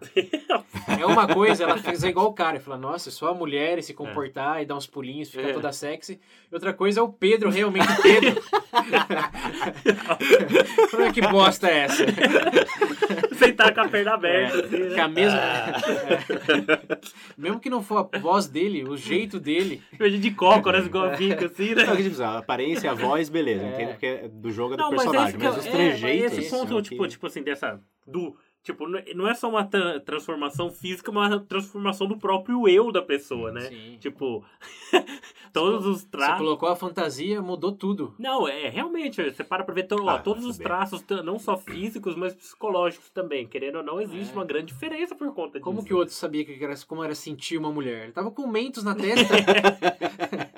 S1: É uma coisa, ela fazer igual o cara e falar, nossa, só a mulher e se comportar e dar uns pulinhos, ficar
S2: É.
S1: toda sexy. E outra coisa é o Pedro realmente
S2: [laughs]
S1: é
S2: [laughs]
S1: Pedro. Olha que bosta é essa?
S2: Sentaram com a perna aberta. assim, né?
S1: Que É, a mesma. É. Mesmo que não for a voz dele, o jeito dele.
S2: Imagina de cócoras igual a bica, assim, né?
S3: Não, que, tipo, a aparência, a voz, beleza. Entendo porque é do jogo é do
S2: Não, mas é
S3: personagem.
S2: isso que
S3: Mas,
S2: eu-
S3: os
S2: é,
S3: trejeitos.
S2: mas esse ponto,
S3: são
S2: tipo,
S3: que-
S2: tipo assim, dessa. Do. Tipo, n- não é só uma tra- transformação física, mas uma transformação do próprio eu da pessoa, né?
S1: Sim.
S2: Tipo, [laughs] todos os
S1: Você
S2: traços.
S1: colocou a fantasia, mudou tudo.
S2: Não, é realmente, você para pra ver to- ó,
S3: Ah,
S2: todos os
S3: tudo bem.
S2: traços, t- não só físicos, mas psicológicos também. Querendo ou não, existe
S1: É.
S2: uma grande diferença por conta disso.
S1: Como que o outro sabia que era, como era sentir uma mulher? Ele tava com mentos na testa. [laughs]
S3: tipo,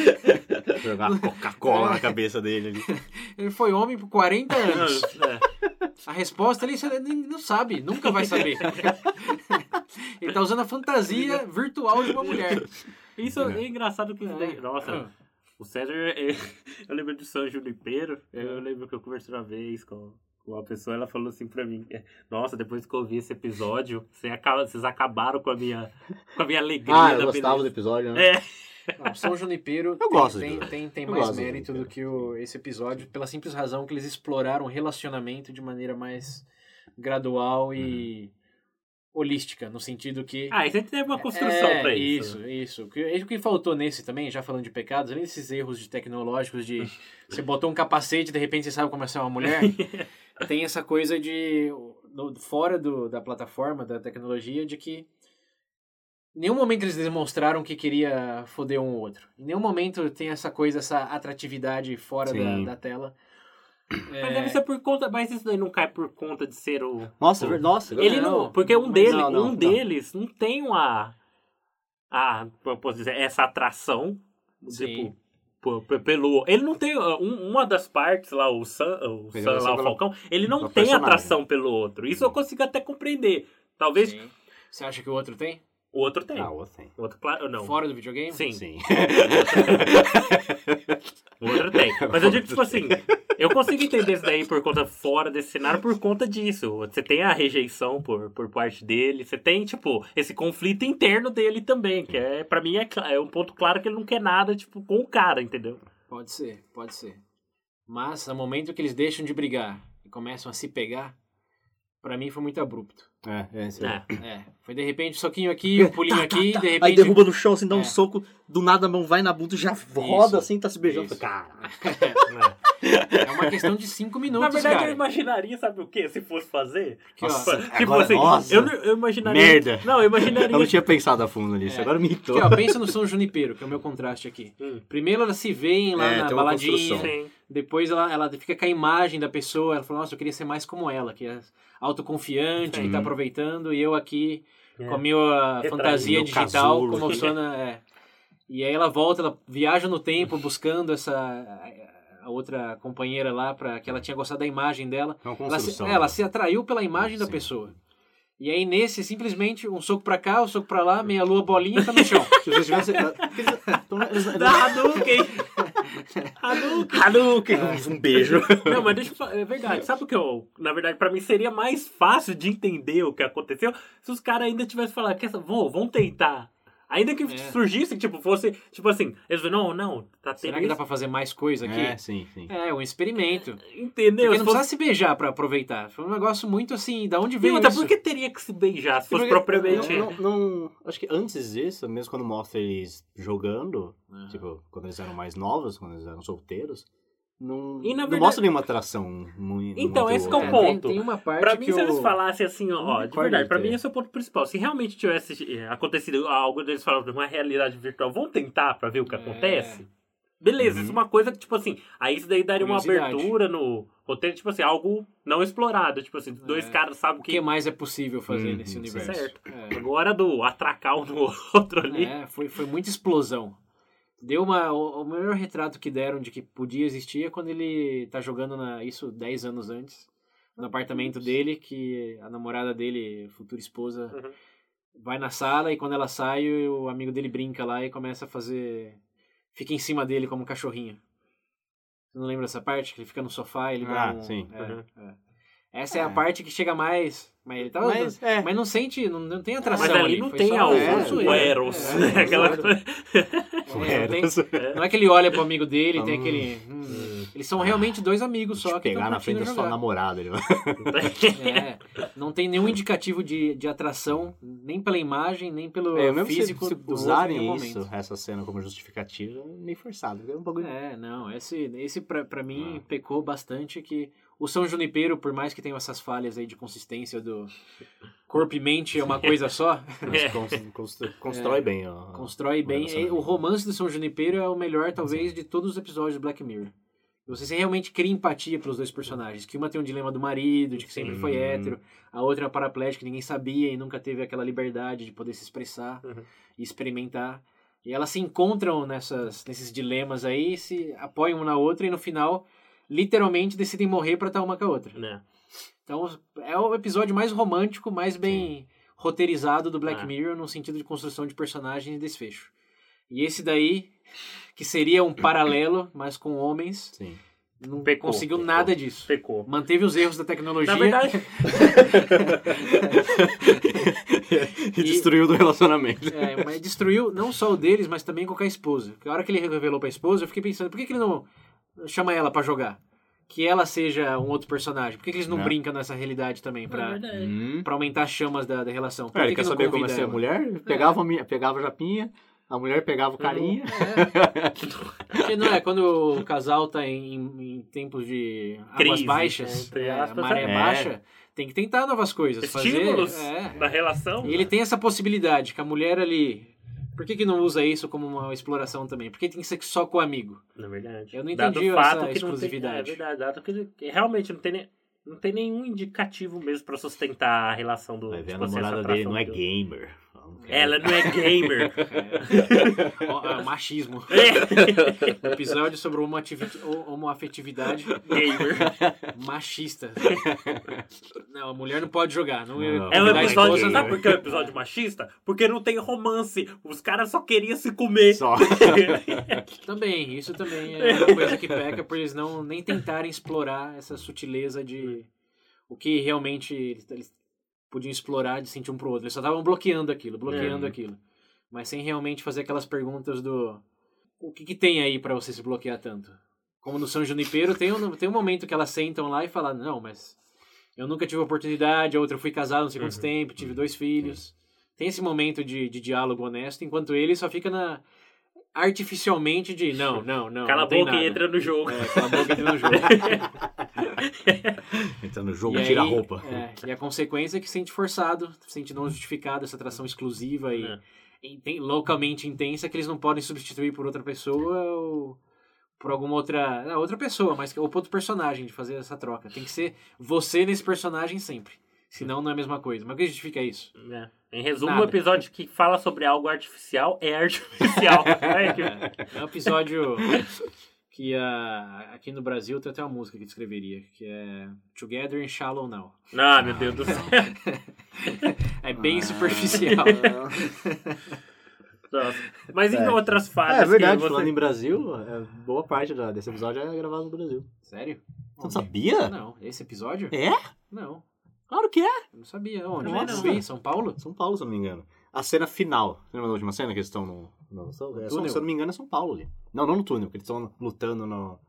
S3: [laughs] Jogar Coca-Cola na cabeça dele ali.
S1: Ele foi homem por 40 anos.
S2: É.
S1: A resposta ele você nem- não sabe, nunca vai saber. [laughs] Ele tá usando a fantasia virtual de uma mulher.
S2: Isso é engraçado que. isso daí-
S1: É.
S2: Nossa, O César, é- [laughs] eu lembro do São Junipero, eu
S1: Ah.
S2: lembro que eu conversei uma vez com com uma pessoa, ela falou assim pra mim, é, nossa, depois que eu ouvi esse episódio, você acaba- vocês acabaram com a minha, com a minha alegria.
S3: Ah,
S2: da
S3: eu gostava do
S2: beleza."
S3: episódio, né?
S2: É,
S1: Não, São Junipero
S3: Eu
S1: tem,
S3: gosto de
S1: tem,
S3: Junipero.
S1: tem, tem
S3: Eu
S1: mais
S3: gosto de
S1: mérito do
S3: Junipero.
S1: que o- esse episódio, pela simples razão que eles exploraram o relacionamento de maneira mais gradual
S3: Uhum.
S1: e holística, no sentido que.
S2: Ah, e você teve uma construção
S1: é,
S2: pra isso. né?
S1: Isso, isso. O que- O que faltou nesse também, já falando de pecados, além desses erros de tecnológicos
S2: [laughs]
S1: de você botou um capacete e de repente você sabe como é ser uma mulher, tem essa coisa de. no- fora do- da plataforma, da tecnologia, de que em nenhum momento eles demonstraram que queria foder um ou outro. Em nenhum momento tem essa coisa, essa atratividade fora da,
S3: Sim.
S1: da tela. É,
S2: Mas deve ser por conta, mas isso daí não cai por conta de ser o...
S3: Nossa,
S2: o-
S3: ver- nossa.
S2: Ele
S3: eu-
S2: não,
S1: não,
S2: porque um
S1: mas
S2: dele,
S3: não, não,
S2: um
S3: não.
S2: deles não tem uma a, como eu posso dizer, essa atração
S1: Sim.
S2: tipo, p- p- pelo ele não tem uh, um- uma das partes lá o Sam, o,
S3: Ele
S2: Sam
S3: vai ser
S2: lá, o
S3: pelo-
S2: Falcão, ele não
S3: pelo
S2: tem
S3: personagem.
S2: atração pelo outro. Isso eu consigo até compreender. Talvez
S1: Sim. Você acha que o outro tem?
S2: o outro tem.
S3: Ah, outro tem.
S2: O outro claro, não.
S1: Fora do videogame?
S2: Sim,
S3: [laughs] Sim.
S2: o outro tem. Mas eu digo tipo assim, eu consigo entender isso daí por conta fora desse cenário por conta disso. Você tem a rejeição por, por parte dele, você tem tipo esse conflito interno dele também, que é para mim é, cla- é um ponto claro que ele não quer nada tipo com o cara, entendeu?
S1: Pode ser, pode ser. Mas no momento que eles deixam de brigar e começam a se pegar, pra mim foi muito
S3: [clears throat]
S1: abrupto.
S3: É, é isso aí. [laughs]
S2: É.
S1: É, foi de repente um soquinho aqui, um pulinho
S3: Tá, tá,
S1: aqui,
S3: tá.
S1: de repente.
S3: Aí derruba no chão, assim, dá
S1: É.
S3: um soco, do nada a mão vai na bunda, já roda assim, tá se beijando.
S1: Isso.
S3: Cara,
S1: É uma questão de cinco minutos,
S2: Na verdade,
S1: cara.
S2: eu imaginaria, sabe o que? Se fosse fazer.
S1: Aqui, ó.
S3: Nossa,
S2: tipo
S3: agora-
S2: assim,
S3: nossa.
S2: eu, eu imaginaria.
S3: Merda.
S2: Não, eu imaginaria.
S3: eu não tinha pensado a fundo nisso,
S1: É.
S3: agora me irritou.
S1: Aqui, ó, pensa no São Junipero, que é o meu contraste aqui.
S2: Hum.
S1: Primeiro elas se veem lá
S3: É,
S1: na
S3: tem uma
S1: baladinha,
S3: construção.
S2: Sim.
S1: depois ela, ela fica com a imagem da pessoa, ela fala, nossa, eu queria ser mais como ela, que é autoconfiante, que tá
S3: Sim.
S1: aproveitando, e eu aqui
S2: É.
S1: com a minha
S2: Retraído,
S1: fantasia
S3: meu
S1: digital,
S3: casulo.
S1: como funciona. É. E aí ela volta, ela viaja no tempo buscando essa a- a outra companheira lá para que ela tinha gostado da imagem dela.
S3: É uma
S1: Ela se,
S3: construção.
S1: é, ela se atraiu pela imagem da
S3: Sim.
S1: pessoa. E aí nesse simplesmente um soco pra cá, um soco pra lá, meia lua bolinha tá no
S2: [laughs]
S1: chão.
S3: Se você [laughs] tivesse... Eles- eles-
S2: Da
S3: [laughs]
S2: Hadouken! Hadouken!
S3: Hadouken! Um beijo.
S2: [laughs] Não, mas deixa eu falar. É verdade. Sabe o que eu. Na verdade, pra mim seria mais fácil de entender o que aconteceu se os caras ainda tivessem falado, quer saber, vão, vão tentar. Ainda que
S1: É.
S2: surgisse, tipo, fosse. Tipo assim, eles não, não, tá tendo.
S1: Será que dá
S2: isso.
S1: pra fazer mais coisa aqui?
S3: É, sim, sim.
S1: É, um experimento.
S2: Entendeu?
S1: Porque não
S2: Se fosse-
S1: precisava se beijar pra aproveitar. Foi um negócio muito assim, da onde
S2: E
S1: veio
S2: outra,
S1: isso?
S2: por que teria que se beijar se fosse
S3: Porque-
S2: propriamente.
S3: Não, não- não- acho que antes disso, mesmo quando mostra eles jogando,
S1: Aham.
S3: tipo, quando eles eram mais novos, quando eles eram solteiros, não,
S2: E, na
S3: não
S2: verdade-
S3: mostra nenhuma atração muito.
S2: Então,
S3: muito
S2: esse que é o
S3: outra.
S2: ponto.
S1: tem, tem uma parte
S2: Pra mim,
S1: que
S2: se eles
S1: o-
S2: falassem assim, ó, ó,
S3: Não me
S2: de
S3: recordo
S2: verdade,
S3: de
S2: pra
S3: ter.
S2: mim esse é o ponto principal. Se realmente tivesse eh, acontecido algo deles falando de uma realidade virtual, vão tentar pra ver o que
S1: É.
S2: acontece? Beleza,
S3: Uhum.
S2: isso é uma coisa que, tipo assim, aí isso daí daria uma
S1: Curiosidade.
S2: abertura no roteiro, tipo assim, algo não explorado. Tipo assim, dois
S1: É.
S2: caras sabem o
S1: O que
S2: que.
S1: mais é possível fazer
S3: Uhum,
S1: nesse
S3: sim.
S1: universo?
S2: Certo.
S1: É.
S2: Agora do atracar um no outro [laughs] ali.
S1: É, foi, foi muita explosão. Deu uma. O, o melhor retrato que deram de que podia existir é quando ele tá jogando na, isso 10 anos antes, no apartamento dele, que a namorada dele, futura esposa,
S2: Uhum.
S1: vai na sala e quando ela sai, o amigo dele brinca lá e começa a fazer. Fica em cima dele como um cachorrinho. Você não lembra dessa parte? Que ele fica no sofá, ele dá
S3: Ah,
S1: um-
S3: sim.
S1: é,
S2: Uhum.
S1: é. Essa é a
S3: É.
S1: parte que chega mais. Mas ele tá. Mas,
S3: Mas, é.
S1: não sente, não, não tem atração.
S2: Mas ali não
S1: foi
S2: tem
S1: só-
S2: algo,
S1: só
S3: é,
S1: zoeira.
S2: o Eros. né,
S1: É,
S2: Aquela
S1: zoeira.
S2: coisa. [laughs]
S1: É, não, tem-
S3: Era.
S1: não é que ele olha pro amigo dele e tem
S3: Hum.
S1: aquele. hum, Eles são realmente dois amigos só
S3: Só
S1: que estão
S3: pegar na frente
S1: curtindo
S3: da sua
S1: jogar.
S3: namorada. Ele... vai-
S1: É, não tem nenhum indicativo de, de atração, nem pela imagem, nem pelo
S3: É, mesmo se,
S1: físico.
S3: se
S1: do tipo outro em nenhum
S3: usarem isso,
S1: momento.
S3: essa cena como justificativa, é meio forçado. É um bagulho
S1: É, não, esse, esse pra, pra mim
S3: Ah.
S1: pecou bastante que o São Junipero, por mais que tenha essas falhas aí de consistência do corpo e mente é uma coisa só,
S3: Mas cons- constru- constrói
S1: É.
S3: bem. ó.
S1: constrói bem.
S3: Nossa.
S1: E o romance do São Junipero é o melhor, talvez, de todos os episódios do Black Mirror. Você realmente cria empatia pelos dois personagens, que uma tem um dilema do marido, de que sempre foi
S3: Sim.
S1: hétero, a outra é uma paraplégica, que ninguém sabia e nunca teve aquela liberdade de poder se expressar
S2: Uhum.
S1: e experimentar. E elas se encontram nessas, nesses dilemas aí, se apoiam uma na outra e no final, literalmente, decidem morrer pra estar uma com a outra.
S2: Né?
S1: Então, é o episódio mais romântico, mais bem roteirizado do Black
S2: É.
S1: Mirror no sentido de construção de personagens e desfecho. E esse daí, que seria um
S3: [clears throat]
S1: paralelo, mas com homens,
S3: Sim.
S1: não
S2: Pecou,
S1: conseguiu
S2: pecou.
S1: nada disso.
S2: Pecou.
S1: Manteve os erros da tecnologia.
S2: Na verdade,
S3: e destruiu do relacionamento.
S1: É,
S3: [laughs]
S1: mas destruiu não só o deles, mas também com a esposa. Porque a hora que ele revelou pra esposa, eu fiquei pensando, por que, que ele não chama ela pra jogar? Que ela seja um outro personagem. Por que, que eles não,
S3: Né?
S1: brincam nessa realidade também [laughs] pra,
S2: É verdade.
S3: Hum.
S1: pra aumentar as chamas da, da relação? Por
S3: É,
S1: que
S3: ele
S1: que
S3: quer
S1: não
S3: saber como é
S1: convida
S3: ser a
S1: ela?
S3: mulher? Pegava, a minha, pegava a japinha, a mulher
S1: Uhum.
S3: pegava o carinha.
S1: Porque não é, quando o casal tá em, em- em tempos de águas
S2: Crise,
S1: baixas,
S2: entre
S1: é,
S2: aspas, né?
S1: maré
S3: é.
S1: baixa, tem que tentar novas coisas.
S2: Estímulos
S1: Fazer, é.
S2: da relação.
S1: E ele tem essa possibilidade, que a mulher ali... Por que, que não usa isso como uma exploração também? Por que tem que ser só com o amigo?
S2: Na é verdade.
S1: Eu não
S2: Dado
S1: entendi
S2: o fato
S1: essa
S2: que não tem-
S1: exclusividade.
S2: é verdade, dado que, que realmente não tem, nem- não tem nenhum indicativo mesmo pra sustentar a relação do.
S3: Vai ver a
S2: tipo assim,
S3: namorada
S2: essa
S3: dele,
S2: atração
S3: não é
S2: do-
S3: gamer.
S2: Ela
S3: Ela não quer-
S2: não é gamer.
S1: É. [laughs] Ó, ah, machismo.
S2: É.
S1: Episódio sobre homoativi- ho- homoafetividade
S2: gamer.
S1: machista. Não, a mulher não pode jogar. Não,
S3: Não.
S2: É um
S1: convidar a
S2: episódio.
S1: esposa, não.
S2: Sabe por que é um episódio machista? Porque não tem romance. Os caras só queriam se comer.
S3: [laughs] Só.
S1: Também, isso também é uma coisa que peca por eles não nem tentarem explorar essa sutileza de o que realmente eles, eles podiam explorar de sentir um pro outro. Eles só estavam bloqueando aquilo, bloqueando
S3: É.
S1: aquilo. Mas sem realmente fazer aquelas perguntas do o que, que tem aí pra você se bloquear tanto? Como no São Junipero, tem um, tem um momento que elas sentam lá e falam, não, mas eu nunca tive oportunidade, a outra eu fui casado não sei quantos
S2: Uhum.
S1: tempo, tive dois filhos. Tem esse momento de, de diálogo honesto, enquanto ele só fica na artificialmente de
S2: [laughs]
S1: não, não, não.
S2: Cala
S1: não
S2: a
S1: tem
S2: boca e
S1: nada."
S2: entra no jogo.
S1: É, cala a boca e entra no
S2: [laughs]
S1: jogo.
S3: É. Entra no jogo,
S1: E
S3: tira
S1: aí,
S3: a roupa.
S1: é, e a consequência é que sente forçado, sente não justificado essa atração exclusiva e,
S2: É.
S1: inten- loucamente intensa que eles não podem substituir por outra pessoa ou por alguma outra. ah, outra pessoa, mas que- ou por outro personagem de fazer essa troca. Tem que ser você nesse personagem sempre. Senão não é a mesma coisa. Mas o que justifica isso?
S2: É. Em resumo,
S1: Nada.
S2: um episódio que fala sobre algo artificial é
S3: [laughs]
S2: artificial. É que-
S1: É um episódio [laughs] que ah, aqui no Brasil tem até uma música que descreveria, que é Together in Shallow Now.
S2: Ah, meu Deus do céu.
S1: É bem
S3: Ah. [laughs]
S1: superficial.
S2: Nossa. Mas em
S3: É.
S2: outras fases
S3: É, é verdade,
S2: que
S3: falando
S2: você...
S3: em Brasil, é, boa parte da- desse episódio é gravado no Brasil.
S1: Sério?
S3: Você não sabia?
S1: Não, esse episódio?
S3: É?
S1: Não,
S3: Claro que é.
S1: eu não sabia. Onde?
S3: Também
S1: Não
S3: não.
S1: vi, São Paulo?
S3: São Paulo, se eu não me engano. A cena final. Você lembra da última cena que eles estão no. no São- é, São-
S1: túnel?
S3: se eu não me engano, é São Paulo ali. Não, não no túnel, porque eles estão lutando no.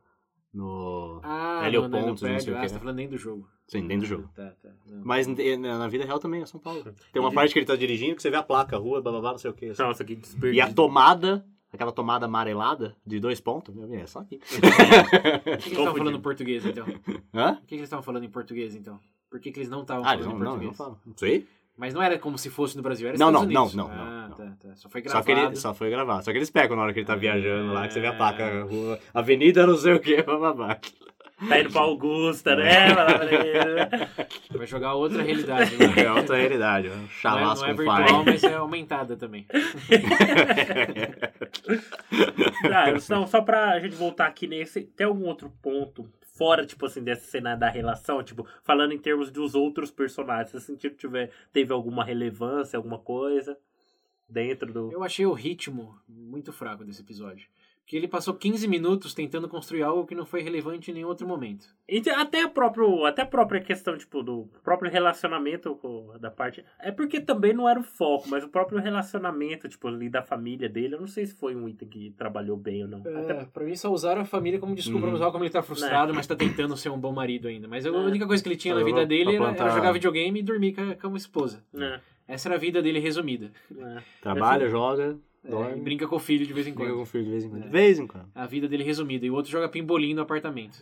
S3: no
S1: Ah,
S3: Hélio
S1: no- no- no
S3: Pontes, É, não
S1: prédio.
S3: sei o
S1: Ah,
S3: quê.
S1: você tá falando dentro do jogo.
S3: sim, dentro do jogo.
S1: Tá, tá. Não.
S3: Mas eh, na na vida real também é São Paulo. Tem uma parte que ele tá dirigindo que você vê a placa, rua, blá blá blá, não sei o que.
S2: Nossa, que desperdício.
S3: E a tomada, aquela tomada amarelada de dois pontos, meu, é só aqui.
S1: Por que, que eles estavam falando em
S2: Confundido.
S1: português, então? Por
S3: Hã?
S1: que, que eles estavam falando em português, então? Por que, que eles não estavam
S3: Ah, eles
S1: falando
S3: não,
S1: em
S3: não,
S1: português?
S3: não falam. Não sei.
S1: Mas não era como se fosse no Brasil, era
S3: Não,
S1: Estados
S3: não,
S1: Unidos.
S3: não, não,
S1: Ah,
S3: não,
S1: tá, tá. Só foi
S3: Só
S1: gravado. É.
S3: que ele só foi gravar. Só que eles pegam na hora que ele tá viajando lá, que você vê a placa, rua, avenida, não sei o que, bababá.
S2: Tá indo pra Augusta, né?
S1: Vai jogar outra
S3: [laughs]
S1: realidade. né?
S3: É outra realidade, um
S1: Não é,
S3: chalasco
S1: não é
S3: com
S1: virtual,
S3: [laughs] fire.
S1: mas é aumentada também.
S2: Ah, não, só pra gente voltar aqui nesse. Tem algum outro ponto? Fora, tipo assim, dessa cena da relação, tipo, falando em termos dos outros personagens. Se esse sentido tiver, teve alguma relevância, alguma coisa dentro do.
S1: Eu achei o ritmo muito fraco desse episódio. que ele passou 15 minutos tentando construir algo que não foi relevante em nenhum outro momento.
S2: E te- até, a próprio, até a própria questão, tipo, do próprio relacionamento com- da parte. É porque também não era o foco, mas o próprio relacionamento, tipo, ali da família dele, eu não sei se foi um item que trabalhou bem ou não. Até-
S1: É, pra mim só usaram a família como desculpa
S3: Uhum.
S1: pra mostrar como ele tá frustrado, mas tá tentando ser um bom marido ainda. Mas a
S2: É.
S1: única coisa que ele tinha na
S3: Pra-
S1: vida
S3: pra
S1: dele era, era
S3: plantar-
S1: jogar videogame e dormir com a, com a esposa.
S2: né,
S1: Essa era a vida dele resumida.
S2: né.
S3: Trabalha,
S2: Eu
S3: joga,
S1: É, e
S3: dorme,
S1: brinca com o filho de vez em
S3: brinca com
S1: quando.
S3: o filho de vez em quando.
S1: É.
S3: De vez em quando.
S1: A vida dele resumida. E o outro joga pimbolim no
S3: [laughs]
S1: apartamento.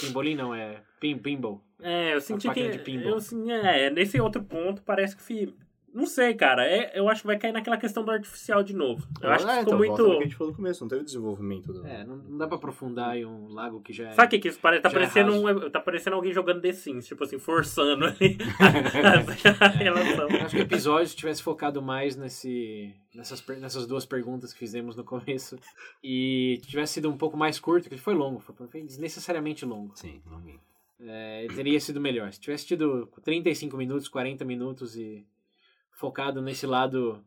S1: pimbolim não, é pin, pinball.
S2: É, eu senti
S1: A
S2: que.
S1: máquina de pinball.
S2: Eu, assim, é, nesse outro ponto parece que. fi- Não sei, cara. É, eu acho que vai cair naquela questão do artificial de novo. Eu acho que
S3: Ah,
S1: então,
S2: ficou
S1: um
S3: volta no que a
S2: muito.
S3: gente falou no começo, não teve desenvolvimento. Do...
S1: É, não, não dá pra aprofundar em um lago que já é...
S2: Sabe o que, que isso parece? Tá
S1: Já é
S2: parecendo,
S1: raso.
S2: um- tá parecendo alguém jogando The Sims, tipo assim, forçando
S1: [laughs]
S2: ali a relação.
S1: Eu Acho que o episódio se tivesse focado mais nesse, nessas, per- nessas duas perguntas que fizemos no começo e tivesse sido um pouco mais curto, que ele foi longo, foi, foi desnecessariamente longo.
S3: Sim, ninguém.
S1: É, teria sido melhor. Se tivesse tido 35 minutos, 40 minutos e focado nesse lado,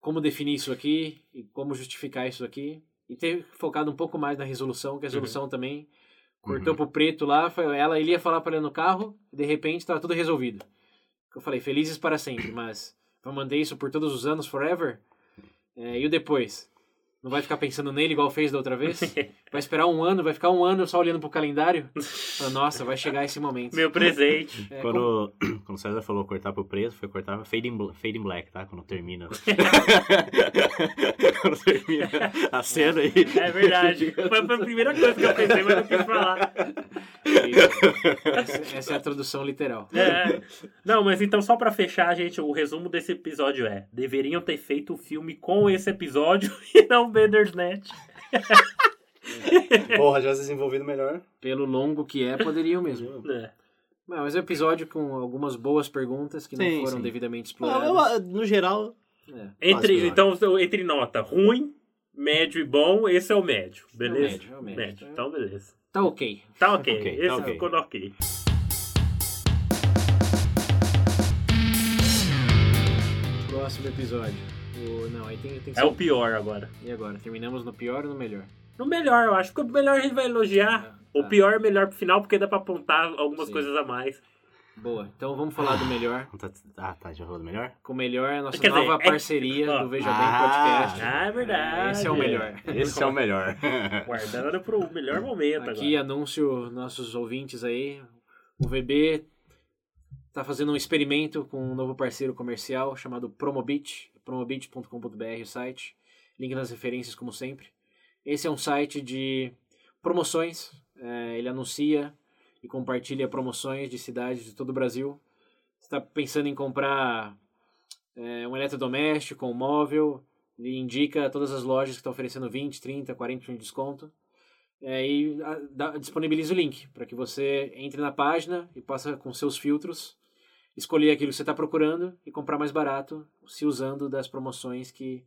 S1: como definir isso aqui e como justificar isso aqui, e ter focado um pouco mais na resolução, que a resolução também cortou
S3: Uhum.
S1: pro preto lá, foi- ela ele ia falar para ela no carro, e de repente tava tudo resolvido. Eu falei, felizes para sempre, mas vou manter isso por todos os anos, forever? É, e o depois? Não vai ficar pensando nele igual fez da outra
S2: [laughs]
S1: vez? Vai esperar um ano, vai ficar um ano só olhando pro calendário? Fala, Nossa, vai chegar esse momento. [laughs]
S2: Meu presente.
S1: É, como-
S3: Quando, [clears throat] quando o César falou cortar pro preto, foi cortar pra fade in, bla- fade in black, tá? Quando termina. [laughs] quando termina a cena aí.
S2: É
S3: [laughs]
S2: verdade. Foi a primeira coisa que eu pensei, mas não quis
S1: [laughs]
S2: falar.
S1: Essa, essa é a tradução literal.
S2: É. Não, mas então só pra fechar, gente, o resumo desse episódio é: deveriam ter feito o filme com esse episódio [laughs] e não Bender's Net.
S3: Porra, já desenvolvido melhor.
S1: Pelo longo que é, poderiam mesmo.
S2: É.
S1: Não, Mas é um episódio com algumas boas perguntas que não
S3: Sim,
S1: foram
S3: sim.
S1: devidamente exploradas.
S3: Ah, eu- no geral,
S1: É,
S2: Entre,
S3: Quase
S2: então, entre nota ruim, médio e bom, esse é o médio,
S1: é o
S2: beleza?
S1: médio, é o médio.
S2: Médio, então beleza.
S1: Tá ok.
S2: Tá ok,
S3: Ok, tá
S2: esse
S3: ok.
S2: ficou no ok.
S1: Próximo episódio. O- não, aí tem, tem que
S2: É
S1: ser-
S2: o pior agora.
S1: E agora? Terminamos no pior ou no melhor?
S2: No melhor, eu acho que o melhor a gente vai
S1: Ah,
S2: elogiar. O
S1: tá.
S2: pior é melhor pro final, porque dá pra apontar algumas
S1: Sim.
S2: coisas a mais.
S1: Boa. Então vamos falar do melhor.
S3: Ah, tá, já falou do melhor?
S1: Com o melhor é a nossa
S2: Quer dizer,
S1: nova
S2: é-
S1: parceria
S2: ó.
S1: do Veja
S3: Ah.
S1: Bem Podcast.
S2: Ah, é verdade.
S1: Esse é o melhor.
S3: Esse é o melhor.
S2: Guardando pro
S1: [laughs]
S2: melhor momento
S1: Aqui
S2: agora.
S1: anúncio nossos ouvintes aí. O VB tá fazendo um experimento com um novo parceiro comercial chamado Promobit, promobit.com.br o site. Link nas referências, como sempre. Esse é um site de promoções. eh, ele anuncia e compartilha promoções de cidades de todo o Brasil. Você está pensando em comprar eh, um eletrodoméstico, um móvel, ele indica todas as lojas que estão oferecendo 20, 30, 40% de desconto. É, e a- dá- disponibiliza o link para que você entre na página e possa, com seus filtros, escolher aquilo que você está procurando e comprar mais barato, se usando das promoções que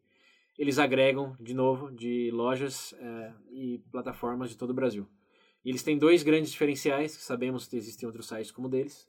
S1: eles agregam, de novo, de lojas é, e plataformas de todo o Brasil. E eles têm dois grandes diferenciais, que sabemos que existem outros sites como o deles,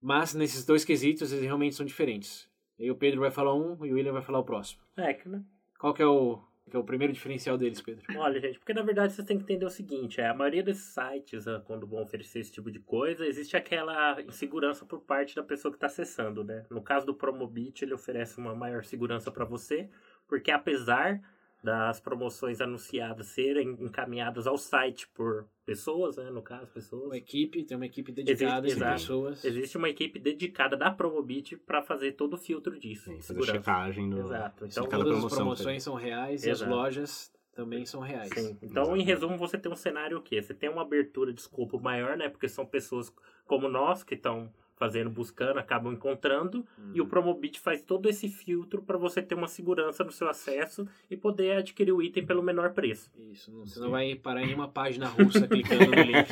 S1: mas nesses dois quesitos eles realmente são diferentes. E aí o Pedro vai falar um e o William vai falar o próximo.
S2: É, que, né?
S1: Qual que é o, que é o primeiro diferencial deles, Pedro?
S2: Olha, gente, porque na verdade vocês têm que entender o seguinte: é, a maioria desses sites, ah, quando vão oferecer esse tipo de coisa, existe aquela insegurança por parte da pessoa que está acessando, né? No caso do Promobit, ele oferece uma maior segurança para você, porque apesar das promoções anunciadas serem encaminhadas ao site por pessoas, né? No caso, pessoas.
S1: Uma equipe, tem uma equipe dedicada
S2: Existe-
S1: de
S2: exato.
S1: pessoas.
S2: Existe uma equipe dedicada da Promobit para fazer todo o filtro disso.
S3: [laughs] Sim, fazer
S2: segurança.
S3: checagem do. [laughs]
S2: Exato.
S3: de
S2: Então,
S3: cada
S1: Todas as
S3: promoção,
S1: promoções são reais e as
S2: Exato.
S1: lojas também são reais.
S2: Sim. Então, em resumo, você tem um cenário o quê? Você tem uma abertura de escopo maior, né? Porque são pessoas como nós que estão fazendo, buscando, acabam encontrando.
S1: Hum.
S2: E
S1: Uhum.
S2: o Promobit faz todo esse filtro para você ter uma segurança no seu acesso e poder adquirir o item pelo menor preço. [laughs]
S1: Isso, não, você não vai parar em uma página russa clicando no link.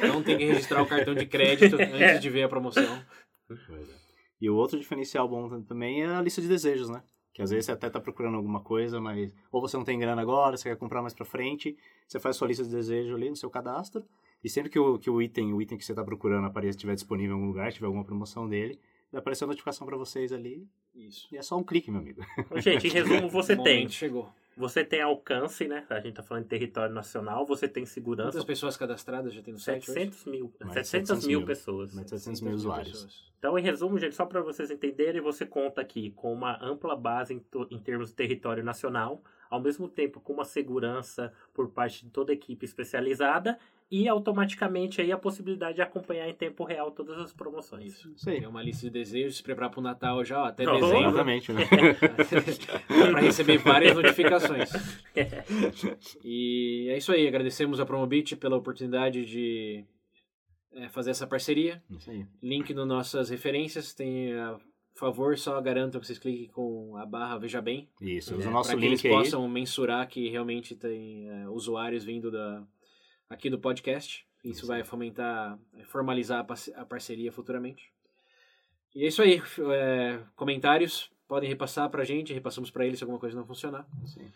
S1: Não tem que registrar o cartão de
S2: [laughs]
S1: crédito
S2: É.
S1: antes de ver a promoção.
S3: Pois é. E o outro diferencial bom tam- também é a lista de desejos, né? Que
S1: Uhum.
S3: às vezes você até tá procurando alguma coisa, mas ou você não tem grana agora, você quer comprar mais pra frente, você faz sua lista de desejos ali no seu cadastro, e sempre que o, que o item, o item que você tá procurando apareça, estiver disponível em algum lugar, tiver alguma promoção dele, vai aparecer a notificação pra vocês ali,
S1: Isso.
S3: e é só um clique, meu amigo.
S2: Então, gente, em resumo, você
S1: O
S2: tem
S1: momento chegou.
S2: Você tem alcance, né? A gente tá falando de território nacional, você tem segurança.
S1: Quantas pessoas cadastradas já tem no site hoje?
S2: 700 mil,
S3: Mais
S2: 700 mil
S3: 700 mil.
S2: pessoas.
S3: Mais de 700 mil usuários.
S1: pessoas.
S2: Então, em resumo, gente, só para vocês entenderem, você conta aqui com uma ampla base em, to- em termos de território nacional, ao mesmo tempo com uma segurança por parte de toda a equipe especializada e automaticamente aí a possibilidade de acompanhar em tempo real todas as promoções.
S1: Isso.
S3: Isso aí.
S1: Tem uma lista de desejos, se preparar pro Natal já, ó, até
S2: Oh.
S1: dezembro.
S3: Exatamente,
S1: [laughs]
S3: né?
S1: para receber várias notificações. E é isso aí, agradecemos a Promobit pela oportunidade de eh, fazer essa parceria.
S3: Isso aí.
S1: Link nas nossas referências, tem a favor, só garanto que vocês cliquem com a barra Veja Bem,
S3: Isso, usa
S2: É,
S3: o
S1: para
S3: nosso
S1: que eles
S3: link aí.
S1: possam mensurar que realmente tem eh, usuários vindo da, aqui do podcast. Isso
S3: Isso.
S1: vai fomentar, é, formalizar a parce- a parceria futuramente. E é isso aí, f- eh, comentários podem repassar pra gente, repassamos pra eles se alguma coisa não funcionar.
S3: Isso aí.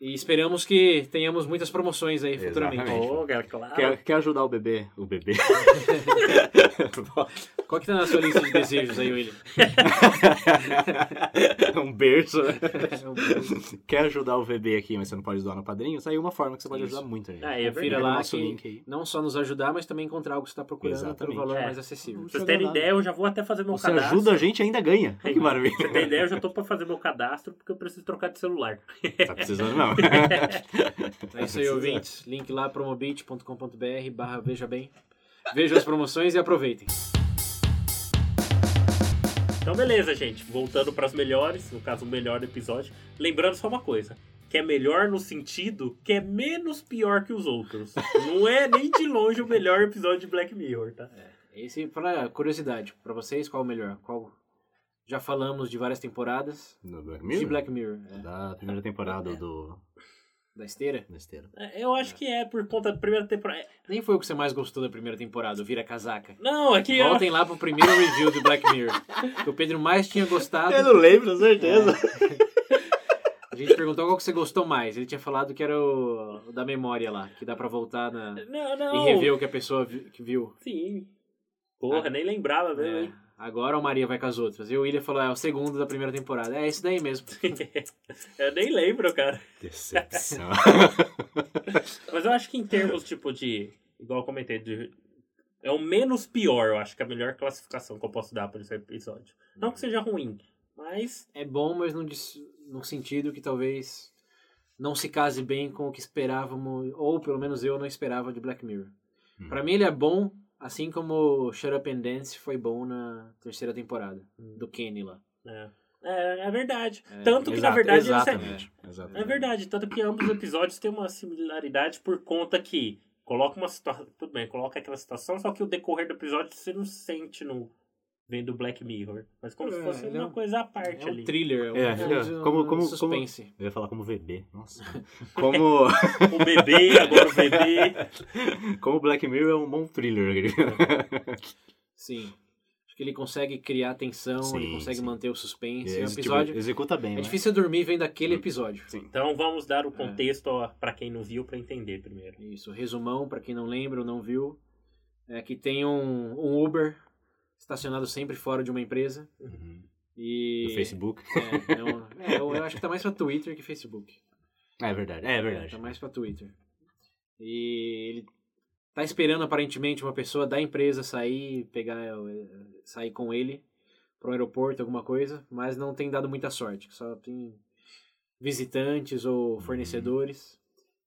S1: E esperamos que tenhamos muitas promoções aí futuramente.
S3: Exatamente.
S2: Oh, é
S1: Ah,
S2: claro.
S3: Quer, quer ajudar o bebê?
S1: [laughs]
S3: O bebê. [laughs]
S1: Qual que tá na sua lista de desejos aí, William? [laughs]
S3: um berço. [laughs] quer ajudar o bebê aqui, mas você não pode doar no padrinho? Saiu uma forma que você pode
S1: Isso.
S3: ajudar muito gente.
S2: Ah, é
S1: Confira
S2: verdade.
S1: lá
S3: nosso
S1: que-
S3: link aí.
S1: Não só nos ajudar, mas também encontrar algo que você está procurando pelo
S3: Exatamente.
S1: valor
S2: É.
S1: mais acessível.
S2: Pra vocês terem ideia, eu já vou até fazer meu
S1: tá
S3: Você
S2: cadastro.
S3: ajuda a gente e ainda ganha. Olha que maravilha.
S2: Pra Você tem ideia, eu já tô pra fazer meu cadastro porque eu preciso trocar de celular.
S3: Tá precisando, não.
S1: [laughs] É isso aí, ouvintes. Link lá, promobit.com.br barra veja bem. Vejam as promoções e aproveitem.
S2: Então, beleza, gente. Voltando pras melhores, no caso, o melhor do episódio. Lembrando só uma coisa: que é melhor no sentido que é menos pior que os outros. Não é nem de longe o melhor episódio de Black Mirror, tá?
S1: Esse, para curiosidade, para vocês, qual o melhor? Qual... Já falamos de várias temporadas
S3: No Black
S1: de
S3: Mirror?
S1: Black Mirror. é,
S3: Da primeira temporada do
S1: da esteira.
S3: da esteira.
S2: Eu acho que é por conta da primeira temporada.
S1: Nem foi o que você mais gostou da primeira temporada, o Vira Casaca.
S2: Não, é que.
S1: Voltem lá pro primeiro review do Black Mirror. Que o Pedro mais tinha gostado.
S3: lembro, com certeza.
S1: A gente perguntou qual que você gostou mais. Ele tinha falado que era o, o da memória lá, que dá pra voltar na,
S2: Não,
S1: e
S2: não.
S1: rever o que a pessoa vi- que viu.
S2: Sim. Porra, nem lembrava mesmo,
S1: É,
S2: hein?
S1: agora o Maria vai com as outras. E o William falou, é o segundo da primeira temporada. É esse daí
S2: [laughs]
S1: mesmo.
S2: Eu nem lembro, cara.
S3: Decepção.
S2: Mas eu acho que em termos, tipo, de. Igual eu comentei, de. É o menos pior, eu acho que é a melhor classificação que eu posso dar para esse episódio. Não que seja ruim, mas.
S1: É bom, mas num, dis- num sentido que talvez não se case bem com o que esperávamos, ou pelo menos eu não esperava de Black Mirror. [laughs]
S3: Hum.
S1: Pra mim ele é bom, assim como Shut Up and Dance foi bom na terceira temporada, do Kenny lá.
S2: É, é, é verdade.
S1: É,
S2: tanto que, na
S3: Exato,
S2: verdade, eles-
S3: exatamente.
S2: é
S3: exatamente.
S2: verdade. Tanto que ambos os episódios têm uma similaridade por conta que coloca uma situação. Tudo bem, coloca aquela situação, só que o decorrer do episódio você não sente no. Vendo Black Mirror. Mas como se
S1: É,
S2: fosse
S1: ele é
S2: uma
S1: um-
S2: coisa à parte
S1: É um
S2: ali.
S1: thriller, é um,
S3: É,
S1: é, um
S3: como- como-
S1: suspense.
S3: Eu ia falar como bebê.
S1: [laughs]
S3: Nossa. Como,
S2: O bebê, agora o bebê.
S1: [laughs]
S3: como Black Mirror é um bom thriller. eu acredito.
S1: Sim. Acho que ele consegue criar tensão, ele
S3: Sim,
S1: consegue
S3: sim.
S1: manter o suspense. É,
S3: Ele,
S1: um
S3: tipo,
S1: episódio.
S3: executa bem.
S1: é
S3: né?
S1: difícil dormir vendo aquele episódio.
S2: Então vamos dar
S1: É.
S2: o contexto para quem não viu para entender primeiro.
S1: Isso, resumão, pra quem não lembra ou não viu, é que tem um, um Uber estacionado sempre fora de uma empresa.
S3: Uhum.
S1: E.
S3: Do Facebook.
S1: É, é um- é, eu, eu acho que tá mais pra Twitter que Facebook.
S3: É verdade. É verdade.
S1: Tá mais pra Twitter. E ele tá esperando aparentemente uma pessoa da empresa sair, pegar, eh, sair com ele para um aeroporto, alguma coisa, mas não tem dado muita sorte. Só tem visitantes
S2: Uhum.
S1: ou fornecedores.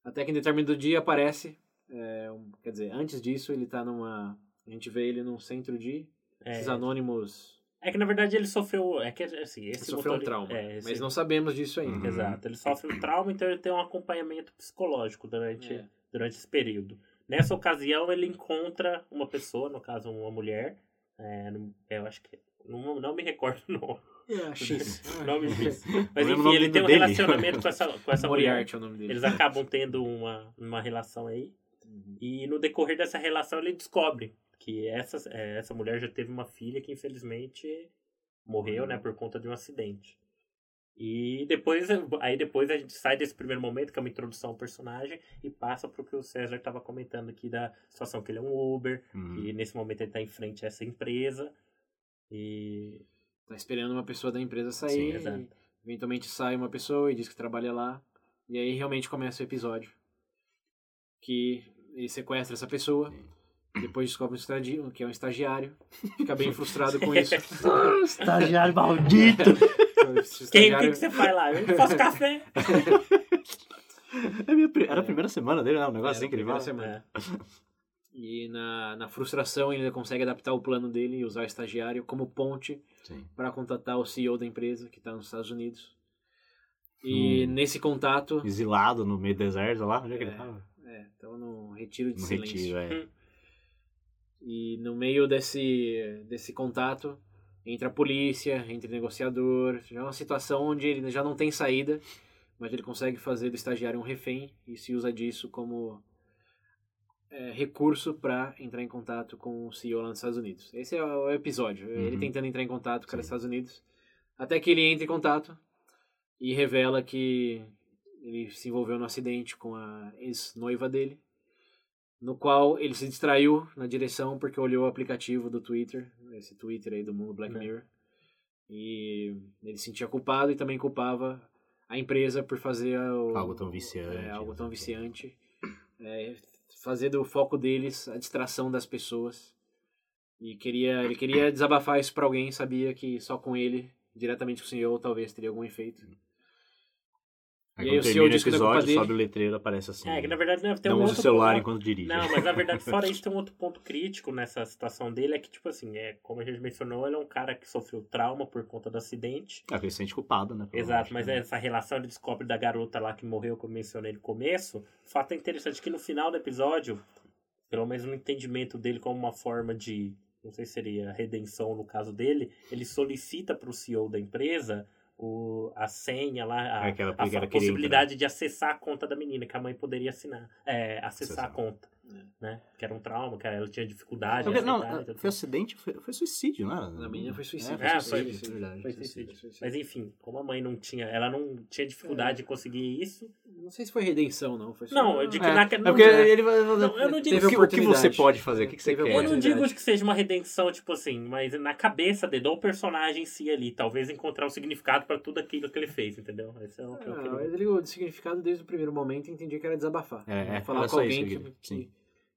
S1: Até que em determinado dia aparece, eh, um- quer dizer, antes disso ele tá numa, a gente vê ele num centro de
S2: É,
S1: esses anônimos.
S2: é que na verdade ele sofreu, é que assim,
S1: Ele
S2: esse
S1: sofreu um
S2: motor-
S1: trauma,
S2: é, esse-
S1: mas não sabemos disso ainda.
S3: Uhum.
S2: Exato, ele sofre um trauma, então ele tem um acompanhamento psicológico durante
S1: É.
S2: durante esse período. Nessa ocasião ele encontra uma pessoa, no caso uma mulher, é, não- eu acho que não, não me recordo o nome,
S1: Ah, X.
S2: o [laughs] nome disso. Mas
S3: lembro o
S2: enfim,
S3: nome
S2: ele tem um
S3: dele.
S2: relacionamento com essa com essa mulher.
S1: Moriarty é o nome dele.
S2: Eles acabam tendo uma uma relação aí.
S1: Uhum.
S2: E no decorrer dessa relação ele descobre que essa, eh, essa mulher já teve uma filha que infelizmente morreu,
S3: Uhum.
S2: né, por conta de um acidente. E depois, aí depois a gente sai desse primeiro momento, que é uma introdução ao personagem, e passa pro que o César estava comentando aqui da situação que ele é um Uber,
S3: Uhum.
S1: [laughs]
S2: e nesse momento ele está em frente a essa empresa. E
S1: Tá esperando uma pessoa da empresa
S3: Sim,
S1: sair.
S2: exato.
S1: eventualmente sai uma pessoa e diz que trabalha lá. E aí realmente começa o episódio. Que ele sequestra essa pessoa. Depois descobre um estadi- que é um
S3: [laughs]
S1: estagiário. Fica bem frustrado com
S3: É.
S1: isso.
S3: Estagiário maldito!
S1: Esse
S2: Quem, o que,
S1: estagiário-
S2: que você faz lá? Eu
S3: [laughs]
S2: faço café.
S3: É a minha pri- Era a primeira semana dele, né? Um
S1: Era
S3: negócio assim que ele
S1: a primeira
S3: fala.
S1: semana. E na, na frustração ele ainda consegue adaptar o plano dele e usar o estagiário como ponte
S3: Sim.
S1: para contatar o CEO da empresa que está nos Estados Unidos. E
S3: Hum.
S1: nesse contato,
S3: Exilado no meio do deserto lá. Onde é que
S1: É.
S3: ele tava?
S1: é, então no retiro de
S3: No
S1: silêncio.
S3: retiro, é.
S1: E no meio desse desse contato entra a polícia, entra o negociador, já é uma situação onde ele já não tem saída, mas ele consegue fazer do estagiário um refém e se usa disso como é, recurso para entrar em contato com o CEO lá nos Estados Unidos. Esse é o episódio, é ele
S3: Uhum.
S1: tentando entrar em contato com o cara dos
S3: Sim.
S1: Estados Unidos, até que ele entra em contato e revela que ele se envolveu num acidente com a ex-noiva dele, no qual ele se distraiu na direção porque olhou o aplicativo do Twitter, esse Twitter aí do mundo Black
S2: É.
S1: Mirror, e ele se sentia culpado e também culpava a empresa por fazer o-
S3: Algo tão viciante,
S1: é, algo
S3: né?
S1: tão viciante, é, fazer do foco deles a distração das pessoas. E queria, ele queria desabafar isso pra alguém, sabia que só com ele, diretamente com o CEO, talvez teria algum efeito.
S3: Aí
S1: E aí
S3: quando
S1: o senhor
S3: termina o
S1: diz que não é culpa
S3: episódio,
S1: dele.
S3: sobe o letreiro, aparece assim.
S2: É, que na verdade né, tem
S3: não
S2: um
S3: usa o
S2: outro
S3: celular
S2: ponto-
S3: enquanto dirige.
S2: Não, mas na verdade, fora isso, tem um outro ponto crítico nessa situação dele, é que, tipo assim, é, como a gente mencionou, ele é um cara que sofreu trauma por conta do acidente.
S3: Ah, porque ele se sente culpado, né? pelo
S2: Exato,
S3: ato,
S2: mas é
S3: né?
S2: essa relação ele descobre da garota lá que morreu, que eu mencionei no começo. O fato é interessante que no final do episódio, pelo menos no entendimento dele como uma forma de, não sei se seria redenção no caso dele, ele solicita para o CEO da empresa o, a senha lá, a,
S3: É, que ela-
S2: a
S3: que ela queria
S2: possibilidade de acessar a conta da menina, que a mãe poderia assinar, é, acessar
S3: Acessar. É.
S2: a conta. Né? Que era um trauma, que ela tinha dificuldade.
S3: Porque- não,
S2: aceitar e tudo
S3: foi
S2: mais.
S3: acidente, foi, foi suicídio, né?
S1: Na menina Ah, foi suicídio.
S3: É,
S2: É,
S3: foi
S2: foi
S3: suicídio, verdade.
S1: Foi
S2: suicídio.
S1: suicídio.
S2: Mas enfim, como a mãe não tinha, ela não tinha
S3: É.
S2: dificuldade de conseguir isso,
S1: Não sei se foi redenção, não. Foi só-
S2: Não, eu digo-
S3: É,
S2: na-
S3: é
S2: não
S3: porque
S2: dá.
S3: ele vai.
S2: Não, eu não digo
S3: Teve
S1: que-
S3: o que você
S1: oportunidade.
S3: pode fazer, o que, que você
S1: Teve
S3: quer.
S2: Eu não
S1: oportunidade.
S2: digo que seja uma redenção, tipo assim, mas na cabeça dele, ou o personagem em si ali, talvez encontrar um significado pra tudo aquilo que ele fez, entendeu? Esse é o que eu
S1: Ah,
S2: queria.
S1: mas ele ligou de significado desde o primeiro momento e entendi que era desabafar. Né?
S3: É, é,
S1: falar
S3: era
S1: com
S3: só isso
S1: alguém
S3: que
S1: que,
S3: eu queria. Sim.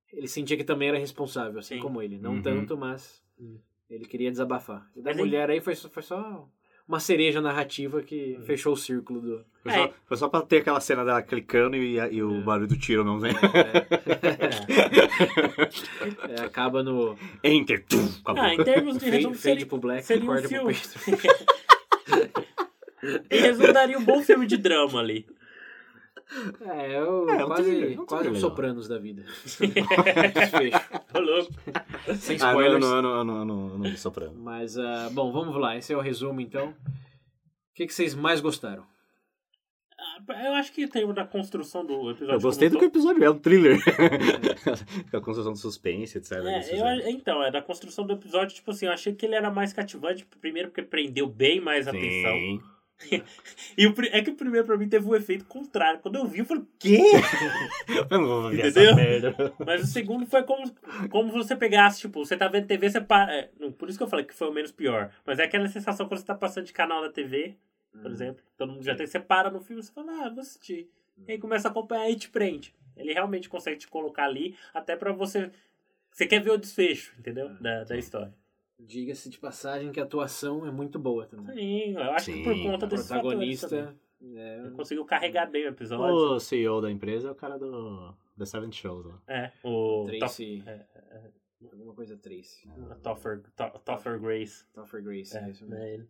S1: que ele sentia que também era responsável, assim
S2: Sim.
S1: como ele. Não
S3: Uhum.
S1: tanto, mas
S2: Hum.
S1: ele queria desabafar. E da
S2: Mas ele-
S1: mulher aí foi, só- foi só uma cereja narrativa que
S2: Hum.
S1: fechou o círculo
S3: [laughs]
S1: do.
S3: Foi, só, foi só pra ter aquela cena dela clicando e, e o barulho do tiro [laughs] não vem. [laughs]
S1: É, acaba no
S3: Enter! Tum, acabou.
S2: Ah, em termos de
S1: fade,
S2: resumo,
S1: fade
S2: seria,
S1: pro black,
S2: seria um
S1: corda pro
S2: filme.
S1: peito. [laughs]
S2: [laughs] em resumo, daria um bom filme de drama ali. [laughs]
S1: É, eu
S3: É, não
S1: quase,
S3: tem- não tem
S1: quase um
S3: legal.
S1: sopranos da
S3: [laughs]
S1: vida. Desfecho.
S2: Ô, louco.
S1: Sem
S3: Ah, não, eu
S1: spoilers.
S3: não, eu não, eu não, eu não, eu não vi soprano.
S1: Mas, ah, bom, vamos lá. Esse é o resumo, então. O que, que vocês mais gostaram?
S2: Ah, Eu acho que em termos da construção do episódio.
S3: Eu gostei do
S2: como
S3: que o
S2: um
S3: episódio é, um [laughs] thriller. Com a construção de suspense, etc.
S2: todo-
S3: isso,
S2: É, eu
S3: né?
S2: a- então, é da construção do episódio, tipo assim, eu achei que ele era mais cativante, primeiro porque prendeu bem mais a atenção.
S3: Sim.
S2: E o pri- é que o primeiro pra mim teve um efeito contrário. Quando eu vi, eu falei,
S3: [laughs]
S2: quê?
S3: Eu não vou ver essa
S2: Entendeu?
S3: merda.
S2: Mas o segundo foi como, como você pegasse, tipo, você tá vendo TV, você para. é, não, por isso que eu falei que foi o menos pior. Mas é aquela sensação quando você tá passando de canal na TV,
S3: Hum.
S2: por exemplo, todo mundo já tem, você para no filme, você fala, ah, vou assistir. E
S3: Hum.
S2: aí começa a acompanhar e te prende. Ele realmente consegue te colocar ali, até pra você. Você quer ver o desfecho, entendeu?
S3: É,
S2: Da, da história.
S1: Diga-se de passagem que a atuação é muito boa também.
S2: Sim, eu acho que por
S3: Sim,
S2: conta
S1: O
S2: desse protagonista.
S1: protagonista é,
S2: Conseguiu carregar bem o episódio.
S3: O CEO da empresa é o cara do The Seven Shows. Ó.
S2: É, o.
S1: Tracy.
S2: Top- é,
S1: Alguma coisa Tracy.
S2: Toffer, To- Topher Grace.
S1: Topher Grace.
S2: É,
S1: é isso mesmo.
S2: né, ele-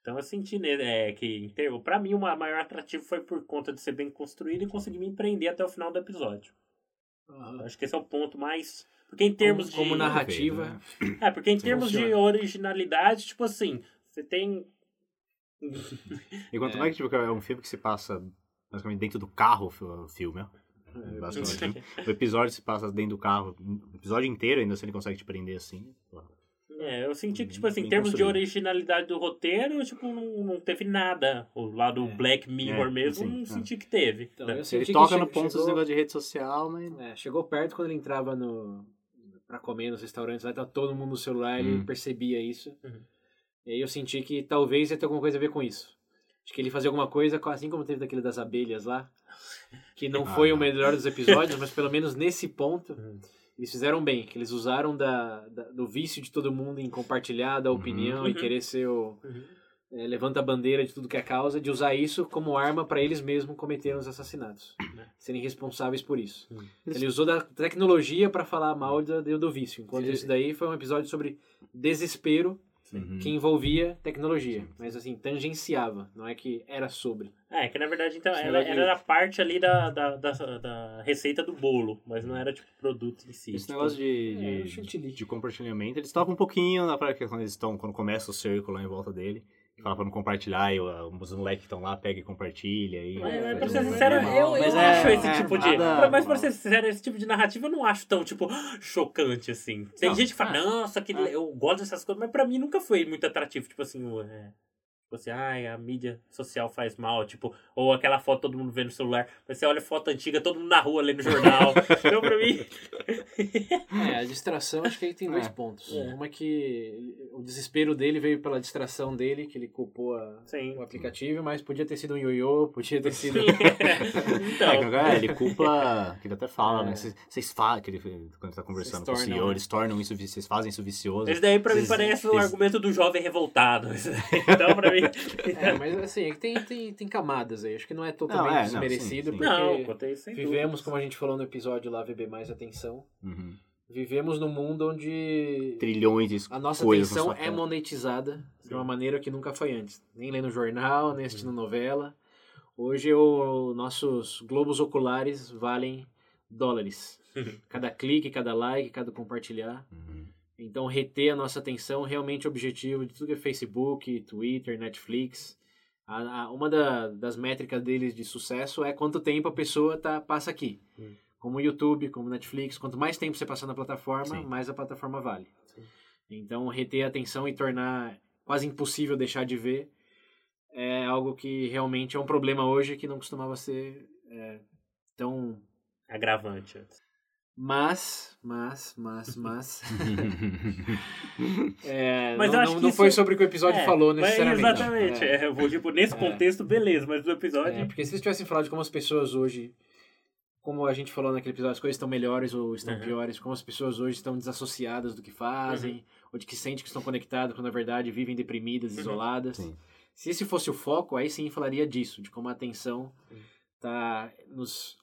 S2: Então eu senti né, é, que em termo- pra mim o ma- maior atrativo foi por conta de ser bem construído e conseguir me empreender até o final do episódio.
S1: Aham.
S2: Eu acho que esse é o ponto mais. Porque em termos
S1: como, como
S2: de.
S1: narrativa,
S3: né?
S2: É, porque em
S1: Isso
S2: termos de
S1: funciona.
S2: originalidade, tipo assim, você tem.
S3: E quanto
S1: É.
S3: mais que tipo, é um filme que se passa basicamente dentro do carro, fi- o filme, ó.
S1: É,
S3: Basicamente. o episódio se passa dentro do carro, o episódio inteiro ainda assim ele consegue te prender assim.
S2: É, eu senti que,
S3: Bem-
S2: tipo assim, em
S3: bem
S2: termos de
S3: construído.
S2: originalidade do roteiro, tipo, não, não teve nada. O lado
S1: É.
S2: Black Mirror
S3: É,
S2: mesmo,
S3: sim,
S2: não
S3: é.
S2: senti que teve.
S1: Então,
S2: né?
S1: eu senti
S3: Ele
S1: que
S3: toca
S1: che-
S3: no ponto dos
S1: chegou,
S3: negócios de rede social, mas.
S1: é, chegou perto quando ele entrava no para comer nos restaurantes, lá tá todo mundo no celular, ele
S3: Hum.
S1: percebia isso.
S2: Uhum.
S1: E aí eu senti que talvez ia ter alguma coisa a ver com isso. Acho que ele fazia alguma coisa, assim como teve daquele das abelhas lá, que não foi o melhor dos episódios, mas pelo menos nesse ponto, eles fizeram bem, que eles usaram da, da- do vício de todo mundo em compartilhar da opinião e
S2: Uhum.
S1: querer ser o...
S3: é.
S1: eh, levanta a bandeira de tudo que é causa, de usar isso como arma para eles mesmos cometerem os assassinatos. né? Serem responsáveis por isso.
S2: Uhum.
S1: Ele usou da tecnologia para falar mal do, do vício, enquanto isso daí foi um episódio sobre desespero
S3: Uhum.
S1: que envolvia tecnologia, mas assim, tangenciava, não é que era sobre.
S2: É, que na verdade então
S1: Esse
S2: ela,
S1: negócio de-
S2: ela era parte ali da, da, da, da receita do bolo, mas não era tipo produto em si.
S3: Esse
S2: Tipo,
S3: negócio de,
S1: é,
S3: de-
S1: chantilly.
S3: de compartilhamento, eles estavam um pouquinho na prática quando eles estão, quando começa o círculo lá em volta dele. que Fala pra não compartilhar, e ah, os moleques que estão lá, pega e compartilha. E,
S2: Mas, É, mas,
S3: faz
S2: pra
S3: um
S2: ser
S3: negócio
S2: sincero,
S3: normal.
S2: eu, eu
S3: Mas é-
S2: acho esse
S3: é,
S2: tipo de.
S3: nada-
S2: mas pra ser sincero, esse tipo de narrativa eu não acho tão, tipo, [gasps] chocante assim. Tem
S3: Não,
S2: gente que fala,
S3: é.
S2: nossa, que
S3: É.
S2: eu gosto dessas coisas, mas pra mim nunca foi muito atrativo. Tipo assim, o, é, tipo assim, ai, a mídia social faz mal, tipo, ou aquela foto todo mundo vendo no celular, mas você olha foto antiga, todo mundo na rua lendo
S3: [laughs]
S2: jornal. então pra mim.
S1: É, a distração acho que aí tem dois
S3: É.
S1: pontos.
S2: É.
S1: Uma é que ele- o desespero dele veio pela distração dele, que ele culpou a-
S2: Sim.
S1: o aplicativo, mas podia ter sido um ioiô, podia ter sido.
S3: É, que
S2: [laughs] então.
S3: agora ele
S2: [laughs]
S3: culpa, que ele até fala,
S1: É.
S3: né? Vocês- Vocês falam, que ele, quando tá conversando com o
S1: tornam,
S3: CEO,
S1: né?
S3: eles tornam isso, vi- vocês fazem isso vicioso.
S2: Esse daí pra mim
S3: Vocês-
S2: parece o
S3: vocês-
S2: argumento do jovem revoltado. [laughs] esse daí. Então, pra mim.
S1: É, mas assim, é que tem, tem, tem camadas aí. Acho que não é totalmente
S3: Não, é, não,
S1: desmerecido,
S3: sim,
S2: [laughs]
S3: sim.
S2: Não,
S1: porque
S2: contei sem dúvida.
S1: vivemos, como a gente falou no episódio lá, VB Mais Atenção,
S3: Uhum.
S1: vivemos num mundo onde
S3: Trilhões de
S1: A nossa
S3: coisas
S1: atenção
S3: na sua
S1: é
S3: tela.
S1: monetizada de uma maneira que nunca foi antes. Nem lendo jornal, nem assistindo novela. Hoje o nossos globos oculares valem dólares. Cada clique, cada like, cada compartilhar.
S3: Uhum.
S1: Então reter a nossa atenção é realmente o objetivo de tudo que é Facebook, Twitter, Netflix. A- a- uma da- das métricas deles de sucesso é quanto tempo a pessoa tá, passa aqui.
S2: Hum.
S1: Como o YouTube, como o Netflix, quanto mais tempo você passar na plataforma,
S3: Sim.
S1: mais a plataforma vale.
S2: Sim.
S1: Então reter a atenção e tornar quase impossível deixar de ver é algo que realmente é um problema hoje que não costumava ser é, tão.
S2: Agravante.
S1: Mas, mas, mas,
S2: [laughs]
S1: mas.
S3: Uhum.
S1: É,
S2: Mas
S1: não,
S2: eu acho
S1: não-
S2: que
S1: não
S2: isso-
S1: foi sobre o que o episódio
S2: É,
S1: falou
S2: mas
S1: necessariamente.
S2: Exatamente.
S1: É.
S2: É. eu vou, tipo, nesse
S1: É.
S2: contexto, beleza, mas no episódio.
S1: É, porque se eles tivessem falado de como as pessoas hoje, como a gente falou naquele episódio, as coisas estão melhores ou estão
S2: Uhum.
S1: piores, como as pessoas hoje estão desassociadas do que fazem, ou de que sentem que estão conectadas, quando na verdade vivem deprimidas,
S2: Uhum.
S1: isoladas.
S3: Sim.
S1: Se esse fosse o foco, aí sim falaria disso, de como a atenção tá nos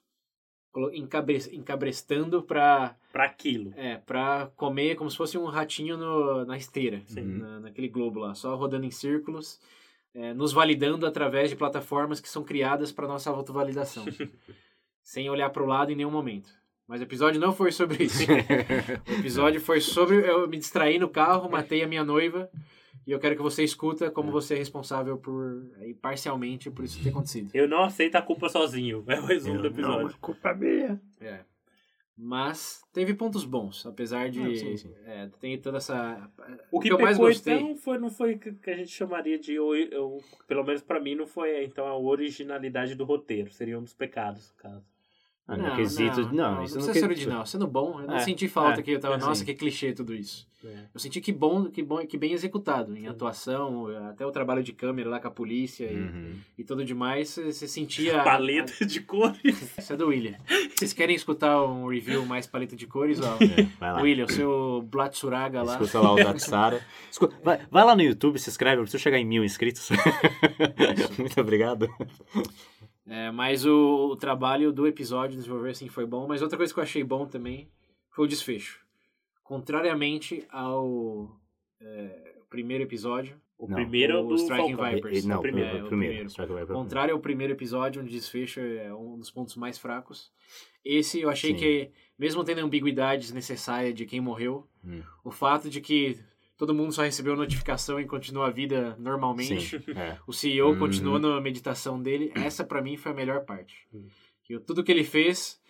S1: colo- encabre- encabrestando para
S2: Pra aquilo.
S1: é, pra comer como se fosse um ratinho no- na esteira
S2: Sim. né?
S3: [laughs]
S1: na- naquele globo lá, só rodando em círculos, é, nos validando através de plataformas que são criadas para nossa
S3: [laughs]
S1: autovalidação, sem olhar para o lado em nenhum momento. Mas o episódio não foi sobre
S3: [laughs]
S1: isso. O episódio foi sobre eu me distrair no carro, matei a minha noiva, e eu quero que você escuta como você é responsável por, aí, parcialmente, por isso ter acontecido.
S2: Eu não aceito a culpa sozinho. É o resumo do
S3: Eu não,
S2: episódio.
S3: é culpa minha.
S1: É. Mas teve pontos bons, apesar de.
S3: Não, sim, sim.
S1: é, tem toda essa.
S2: O que
S1: eu mais
S2: pecou,
S1: gostei-
S2: então, foi, não foi o que que a gente chamaria de. ou- eu- pelo menos pra mim, não foi então a originalidade do roteiro. Seria um dos pecados, no caso.
S3: Ah, no quesito.
S1: não,
S3: Não, isso
S1: não
S3: não
S1: precisa
S3: que-
S1: ser original. Sendo bom, eu não
S3: É,
S1: senti falta
S2: é,
S1: que eu tava,
S2: é,
S1: nossa,
S3: sim.
S1: que clichê tudo isso.
S2: É.
S1: Eu senti que bom, que bom, que bem executado em
S2: Sim.
S1: atuação, até o trabalho de câmera lá com a polícia e-
S3: Uhum.
S1: e, tudo demais, você você sentia a-
S3: [laughs]
S2: Paleta de
S1: [laughs]
S2: cores.
S1: a- Isso é do William. Vocês querem escutar um review mais paleta de cores, ó?
S3: [laughs] É, vai lá.
S1: William, o seu Blatsuraga lá.
S3: Escuta lá o Datsara. [laughs] Escuta, vai, vai lá no YouTube, se inscreve, eu preciso chegar em mil inscritos. [laughs] Muito obrigado.
S1: É, mas o, o trabalho do episódio desenvolver assim foi bom, mas outra coisa que eu achei bom também foi o desfecho. Contrariamente ao é, primeiro episódio,
S2: O
S3: Não.
S2: primeiro é o
S1: o
S2: do
S1: Striking
S2: Falcão.
S1: Vipers.
S3: E- e- não,
S2: o
S3: o
S2: primeiro.
S1: É,
S3: primeiro.
S1: o
S3: O
S1: primeiro.
S3: primeiro. Strike Away foi o primeiro.
S1: contrário ao primeiro episódio, onde o desfecho é um dos pontos mais fracos. Esse eu achei
S3: Sim.
S1: que, mesmo tendo a ambiguidade desnecessária de quem morreu,
S3: Hum.
S1: o fato de que todo mundo só recebeu notificação e continua a vida normalmente,
S3: Sim,
S1: [laughs]
S3: é.
S1: o CEO
S3: Uhum.
S1: continuou na meditação dele, essa pra mim foi a melhor parte.
S3: Hum.
S1: Que o- tudo que ele fez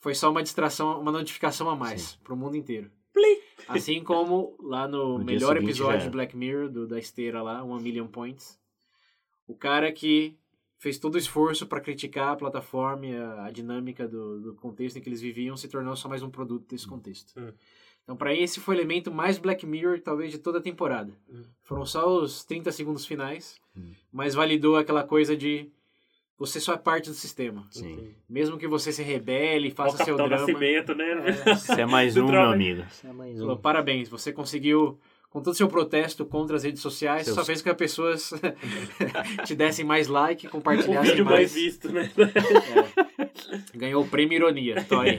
S1: foi só uma distração, uma notificação a mais pro mundo inteiro.
S2: Plim.
S1: Assim como lá no,
S3: No dia
S1: melhor
S3: seguinte, já
S1: episódio
S3: era.
S1: de Black Mirror, do, da esteira lá, One Million Points, o cara que fez todo o esforço pra criticar a plataforma, e a, a dinâmica do, do contexto em que eles viviam, se tornou só mais um produto desse contexto.
S2: Hum.
S1: Então, para mim, esse foi o elemento mais Black Mirror, talvez, de toda a temporada. Foram só os 30 segundos finais,
S3: Hum.
S1: mas validou aquela coisa de você só é parte do sistema.
S3: Sim.
S1: Mesmo que você se rebele,
S2: Ó, o
S1: faça seu
S2: Capitão
S1: drama.
S2: Nascimento, [laughs] né?
S3: [laughs] Você é mais
S2: Do
S3: um, meu
S2: drama.
S3: amigo. Você é mais
S1: Falou,
S3: um.
S1: parabéns, você conseguiu, com todo o seu protesto contra as redes sociais,
S3: Seus-
S1: só fez com que as pessoas [laughs] te dessem mais like,
S2: O
S1: compartilhassem
S2: vídeo mais
S1: mais. [laughs]
S2: visto, né?
S1: É. Ganhou o prêmio Ironia, tô aí.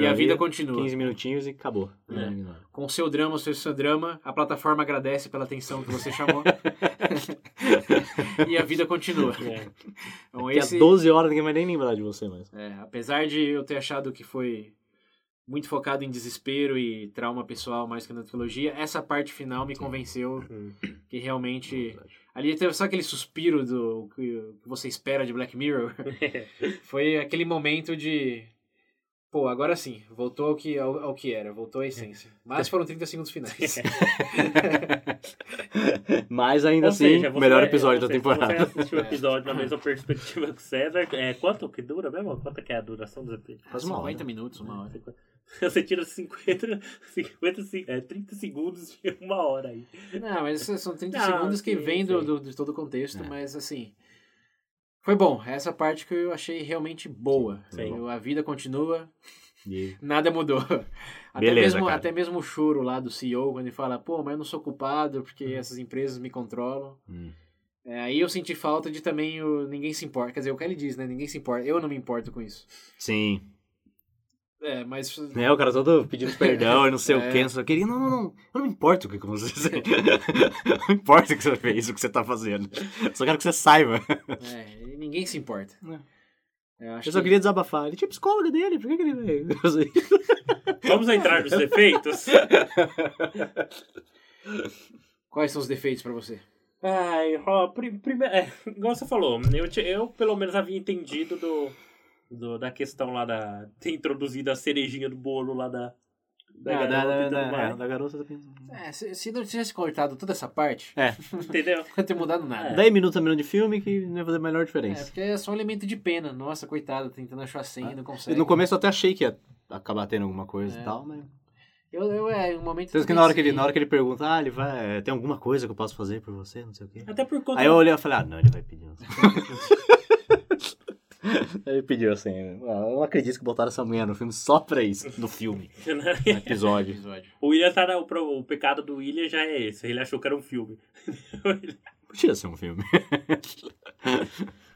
S1: E a vida continua.
S3: 15 minutinhos e acabou.
S2: É.
S1: Com seu drama, seu seu drama, a plataforma agradece pela atenção que você chamou. [laughs] e a vida continua.
S2: É.
S1: Então,
S3: Daqui
S1: esse,
S3: a 12 horas ninguém vai nem lembrar de você mais.
S1: é, apesar de eu ter achado que foi muito focado em desespero e trauma pessoal mais que na trilogia, essa parte final me convenceu que realmente Ali teve só aquele suspiro do que que você espera de Black Mirror. Foi aquele momento de. Pô, agora sim, voltou ao que, ao, ao que era, voltou à essência. Mas foram 30 segundos finais.
S3: Mas ainda
S2: Ou
S3: assim,
S2: seja, você-
S3: melhor episódio
S2: ou
S3: da
S2: seja, Você é
S3: temporada.
S2: assistiu o episódio na mesma perspectiva que o César. É, quanto que dura mesmo? Quanto que é a duração dos episódios?
S3: Faz uma hora. né?
S1: 50 minutos, uma hora.
S2: [laughs] Você tira 50, 50 se- é, 30 segundos de uma hora aí.
S1: Não, mas esses são 30
S2: Não,
S1: segundos que
S2: sim,
S1: vem do,
S2: sim.
S1: do- de todo o contexto,
S3: É.
S1: mas assim. Foi bom, essa parte que eu achei realmente boa.
S3: Sim.
S1: Eu- a vida continua,
S3: E-
S1: Nada mudou. [laughs] Até,
S3: Beleza,
S1: mesmo,
S3: cara.
S1: até mesmo o choro lá do CEO, quando ele fala, pô, mas eu não sou culpado porque
S3: Uhum.
S1: essas empresas me controlam.
S3: Hum.
S1: É, aí eu senti falta de também o ninguém se importa. Quer dizer, o que ele diz, né? Ninguém se importa. Eu não me importo com isso.
S3: Sim.
S1: É, mas.
S3: Né, o cara todo pedindo perdão e não [laughs] sei
S1: É.
S3: o que, não sei o que. Ele, Não, não, não. Eu não me importo o que você fez. [laughs] não importa o que você fez, o que você tá fazendo. Só quero que você saiba.
S1: [laughs] é,
S3: [laughs]
S1: ninguém se importa. Eu acho
S3: É. Eu só
S1: que-
S3: queria desabafar. Ele tinha psicóloga dele, por que, que ele veio? [laughs]
S2: Vamos entrar nos efeitos?
S1: Quais são os defeitos pra você?
S2: Ai, ó, pri- primeiro, é, igual você falou, eu, ti- eu pelo menos havia entendido do, do- da questão lá da. ter introduzido a cerejinha do bolo lá da. da
S3: Ah,
S2: garota e tudo mais,
S3: da garota da pinta.
S1: É, se, se não tivesse cortado toda essa parte, [laughs]
S2: Entendeu?
S1: não ia ter mudado nada.
S3: 10 minutos a minuto de filme que não ia fazer a melhor
S1: É,
S3: diferença.
S1: porque é só um elemento de pena. Nossa, coitada, tentando achar a senha, não consegue.
S3: É. no começo eu até achei que ia acabar tendo alguma coisa
S1: É.
S3: e tal, mas.
S1: Eu, eu, é, um momento.
S3: Tanto que na hora que, ele,
S1: pensei.
S3: na hora que ele pergunta, ah, ele vai. Tem alguma coisa que eu posso fazer por você, não sei o quê.
S2: Até por conta.
S3: Aí eu olhei e falei, ah, não, ele vai pedir. Aí [laughs] ele pediu assim, "Ah, eu não acredito que botaram essa mulher no filme só pra isso, no filme, [laughs] no episódio.
S1: Episódio.
S2: o William tá na, o, pro- o pecado do William já é esse. Ele achou que era um filme.
S3: Podia ser um filme.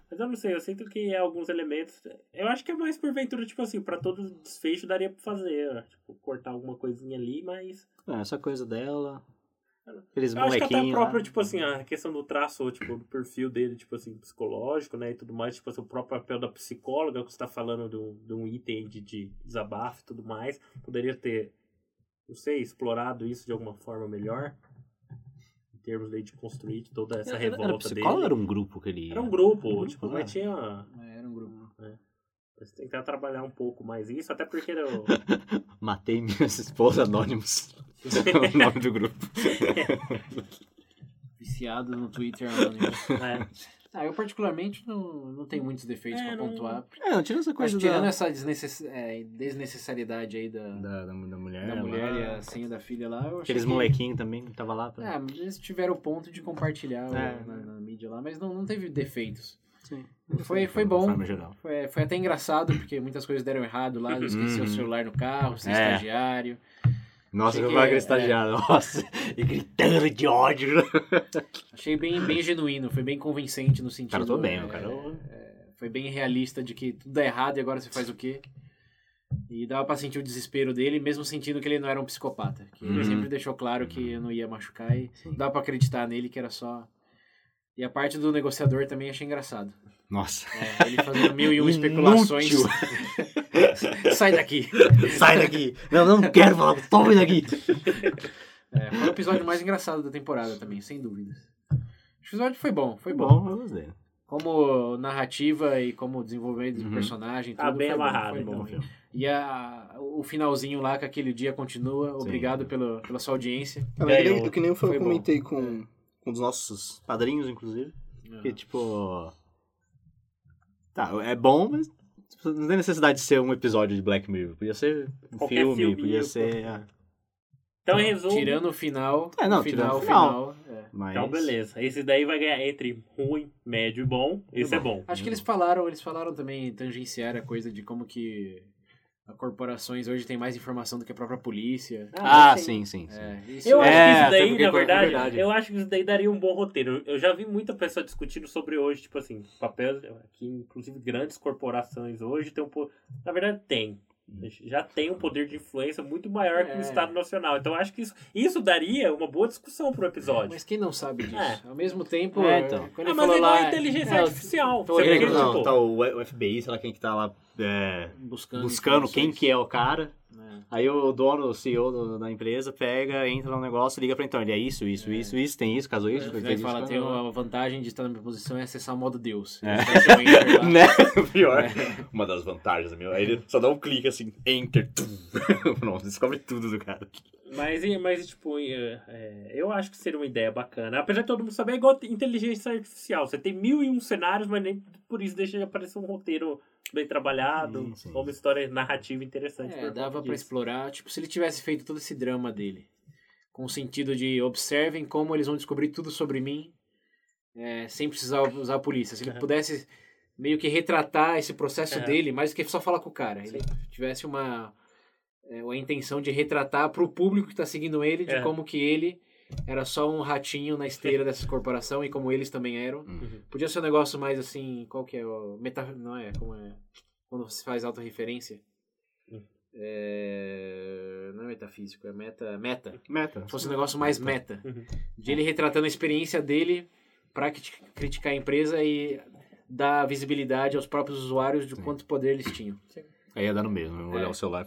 S2: Mas eu não sei, eu sinto que é alguns elementos. Eu acho que é mais porventura, tipo assim, pra todo desfecho daria pra fazer. ó, Tipo, cortar alguma coisinha ali, mas.
S3: Ah, essa coisa dela. Aqueles
S2: Eu acho que até a
S3: molequinhos. lá.
S2: própria, tipo assim, a questão do traço, tipo, do perfil dele, tipo assim, psicológico, né, e tudo mais, tipo assim, o próprio papel da psicóloga que você tá falando de um, de um item de, de desabafo e tudo mais, poderia ter, não sei, explorado isso de alguma forma melhor, em termos daí de construir toda essa
S3: Era- era, era
S2: revolta
S3: psicólogo
S2: dele.
S3: ou era um grupo que ele ia?
S2: Era um grupo,
S3: Grupo,
S2: tipo,
S3: né?
S2: mas tinha...
S1: É, Era um grupo.
S2: mas tentar trabalhar um pouco mais isso, até porque era o-
S3: Matei minha esposa [laughs] anônimos. É o nome do grupo.
S1: Viciado no Twitter. anônimo.
S2: né,
S1: [laughs] Ah, eu particularmente não, não tenho muitos defeitos
S2: É,
S1: pra
S2: não-
S1: pontuar.
S3: É, não tira essa
S1: Mas
S3: coisa
S1: tirando
S3: da,
S1: essa desnecess... é, desnecessariedade aí da,
S3: da, da, da mulher.
S1: da mulher
S3: É, lá.
S1: e a senha da filha lá, eu achei
S3: Aqueles
S1: que-
S3: molequinhos também que É, tava lá. Pra...
S1: Ah, mas eles tiveram o ponto de compartilhar o-
S3: É.
S1: na, na mídia lá, mas não, não teve defeitos.
S3: Sim.
S1: Foi, foi
S3: De
S1: bom.
S3: forma geral.
S1: Foi, foi até engraçado, porque muitas coisas deram errado
S3: [laughs]
S1: lá. Eu esqueci o
S3: Uhum.
S1: celular no carro, sem
S3: É.
S1: estagiário.
S3: Nossa,
S1: Achei
S3: eu
S1: que-
S3: vou aquele estagiário. Nossa, e gritando de ódio.
S1: Achei bem, bem genuíno, foi bem convincente no sentido.
S3: Cara, eu tô bem,
S1: é,
S3: o cara. eu-
S1: foi bem realista de que tudo dá errado e agora você faz o quê? E dava pra sentir o desespero dele, mesmo sentindo que ele não era um psicopata. Que ele
S3: Uhum.
S1: sempre deixou claro que não ia machucar e
S3: Sim.
S1: dava pra acreditar nele que era só. E a parte do negociador também achei engraçado.
S3: Nossa.
S1: É, ele fazendo mil e uma
S3: Inútil.
S1: especulações. [laughs] Sai daqui!
S3: [laughs] Sai daqui. Não, não quero falar. Tome daqui.
S1: É, foi o episódio mais engraçado da temporada também, sem dúvidas. O episódio foi bom, foi
S3: Foi
S1: bom.
S3: bom, eu gostei.
S1: Como narrativa e como desenvolvimento de
S3: Uhum.
S1: personagem, tudo
S2: Tá bem
S1: foi bom,
S2: amarrado,
S1: foi
S2: bom
S1: bom.
S3: Bom filme.
S1: E a, o finalzinho lá, que aquele dia continua.
S3: Sim.
S1: Obrigado pelo, pela sua audiência.
S3: É,
S4: Cara, eu, Tá que
S2: eu-
S4: nem- eu que nem eu fa-
S1: foi bom.
S4: comentei com um
S3: dos nossos padrinhos, inclusive. Que tipo. Tá, é bom, mas não tem necessidade de ser um episódio de Black Mirror. Podia ser um
S2: Qualquer
S3: filme,
S2: filminho,
S3: podia ser.
S2: qualquer-
S3: ah,
S2: Então, em resumo.
S1: Tirando o final.
S3: É, não,
S1: o final,
S3: tirando o final.
S1: final, é.
S3: Mas...
S2: Então, beleza. Esse daí vai ganhar entre ruim, médio e bom. Esse é bom.
S1: Acho que eles falaram, eles falaram também, tangenciaram a coisa de como que a corporações hoje têm mais informação do que a própria polícia.
S3: Ah, sim, sim, sim.
S1: É, isso
S2: Eu
S1: é,
S3: É,
S2: acho que isso
S3: até
S2: daí,
S3: porque
S2: na
S3: foi-
S2: verdade,
S1: verdade.
S2: eu acho que isso daí daria um bom roteiro. Eu já vi muita pessoa discutindo sobre hoje, tipo assim, papéis que inclusive grandes corporações hoje têm um po- Na verdade, tem. Já tem um poder de influência muito maior que
S1: É.
S2: o Estado Nacional. Então, eu acho que isso, isso daria uma boa discussão pro episódio.
S1: Mas quem não sabe disso?
S2: É.
S1: Ao mesmo tempo,
S3: É, então.
S1: quando
S2: Ah,
S1: ele
S2: mas
S1: falou
S2: ele não
S1: lá,
S2: é inteligência
S1: é,
S2: artificial.
S1: tô
S2: Você
S1: olhando,
S2: acredita,
S3: não,
S2: pô?
S3: tá o o FBI, sei lá quem que tá lá é,
S1: buscando,
S3: buscando quem que é o cara.
S1: informações.
S3: Aí o dono, o CEO do- da empresa, pega, entra no negócio, liga pra então, ele é isso, isso,
S1: É.
S3: isso, isso, tem isso, casou isso,
S1: É.
S3: fez
S1: Ele
S3: isso, [laughs]
S1: fala,
S3: casou.
S1: tem uma vantagem de estar na minha posição é acessar o modo Deus.
S3: É.
S1: Eles metem o enter lá. [laughs]
S3: [laughs] Né? Pior.
S1: É.
S3: Uma das vantagens, meu. Aí ele só dá um clique assim, enter. tum. [laughs] Pronto, descobre tudo do cara.
S2: Mas, e- mas tipo, e, é, eu acho que seria uma ideia bacana. Apesar de todo mundo saber, é igual inteligência artificial. Você tem mil e um cenários, mas nem por isso deixa de aparecer um roteiro bem trabalhado,
S3: Sim, sim.
S2: ou uma história narrativa interessante.
S1: É,
S2: por
S1: dava
S2: conta
S1: pra
S2: disso.
S1: explorar. Tipo, se ele tivesse feito todo esse drama dele, com o sentido de observem como eles vão descobrir tudo sobre mim, é, sem precisar usar a polícia. Se ele
S2: Aham.
S1: pudesse meio que retratar esse processo
S2: É.
S1: dele, mais do que só falar com o cara. Ele tivesse uma é, a intenção de retratar pro público que tá seguindo ele de
S2: É.
S1: como que ele era só um ratinho na esteira dessa corporação e como eles também eram.
S2: Uhum.
S1: Podia ser um negócio mais assim, qual que é? o Meta... Não é, como é? Quando você faz autorreferência.
S2: Hum.
S1: É... Não é metafísico, é meta... Meta.
S3: Meta.
S1: Fosse um negócio mais meta.
S2: Uhum.
S1: De ele retratando a experiência dele pra criti- criticar a empresa e dar visibilidade aos próprios usuários de quanto poder eles
S3: [laughs]
S1: tinham.
S3: Aí ia dar no mesmo, eu vou olhar
S1: É.
S3: o celular.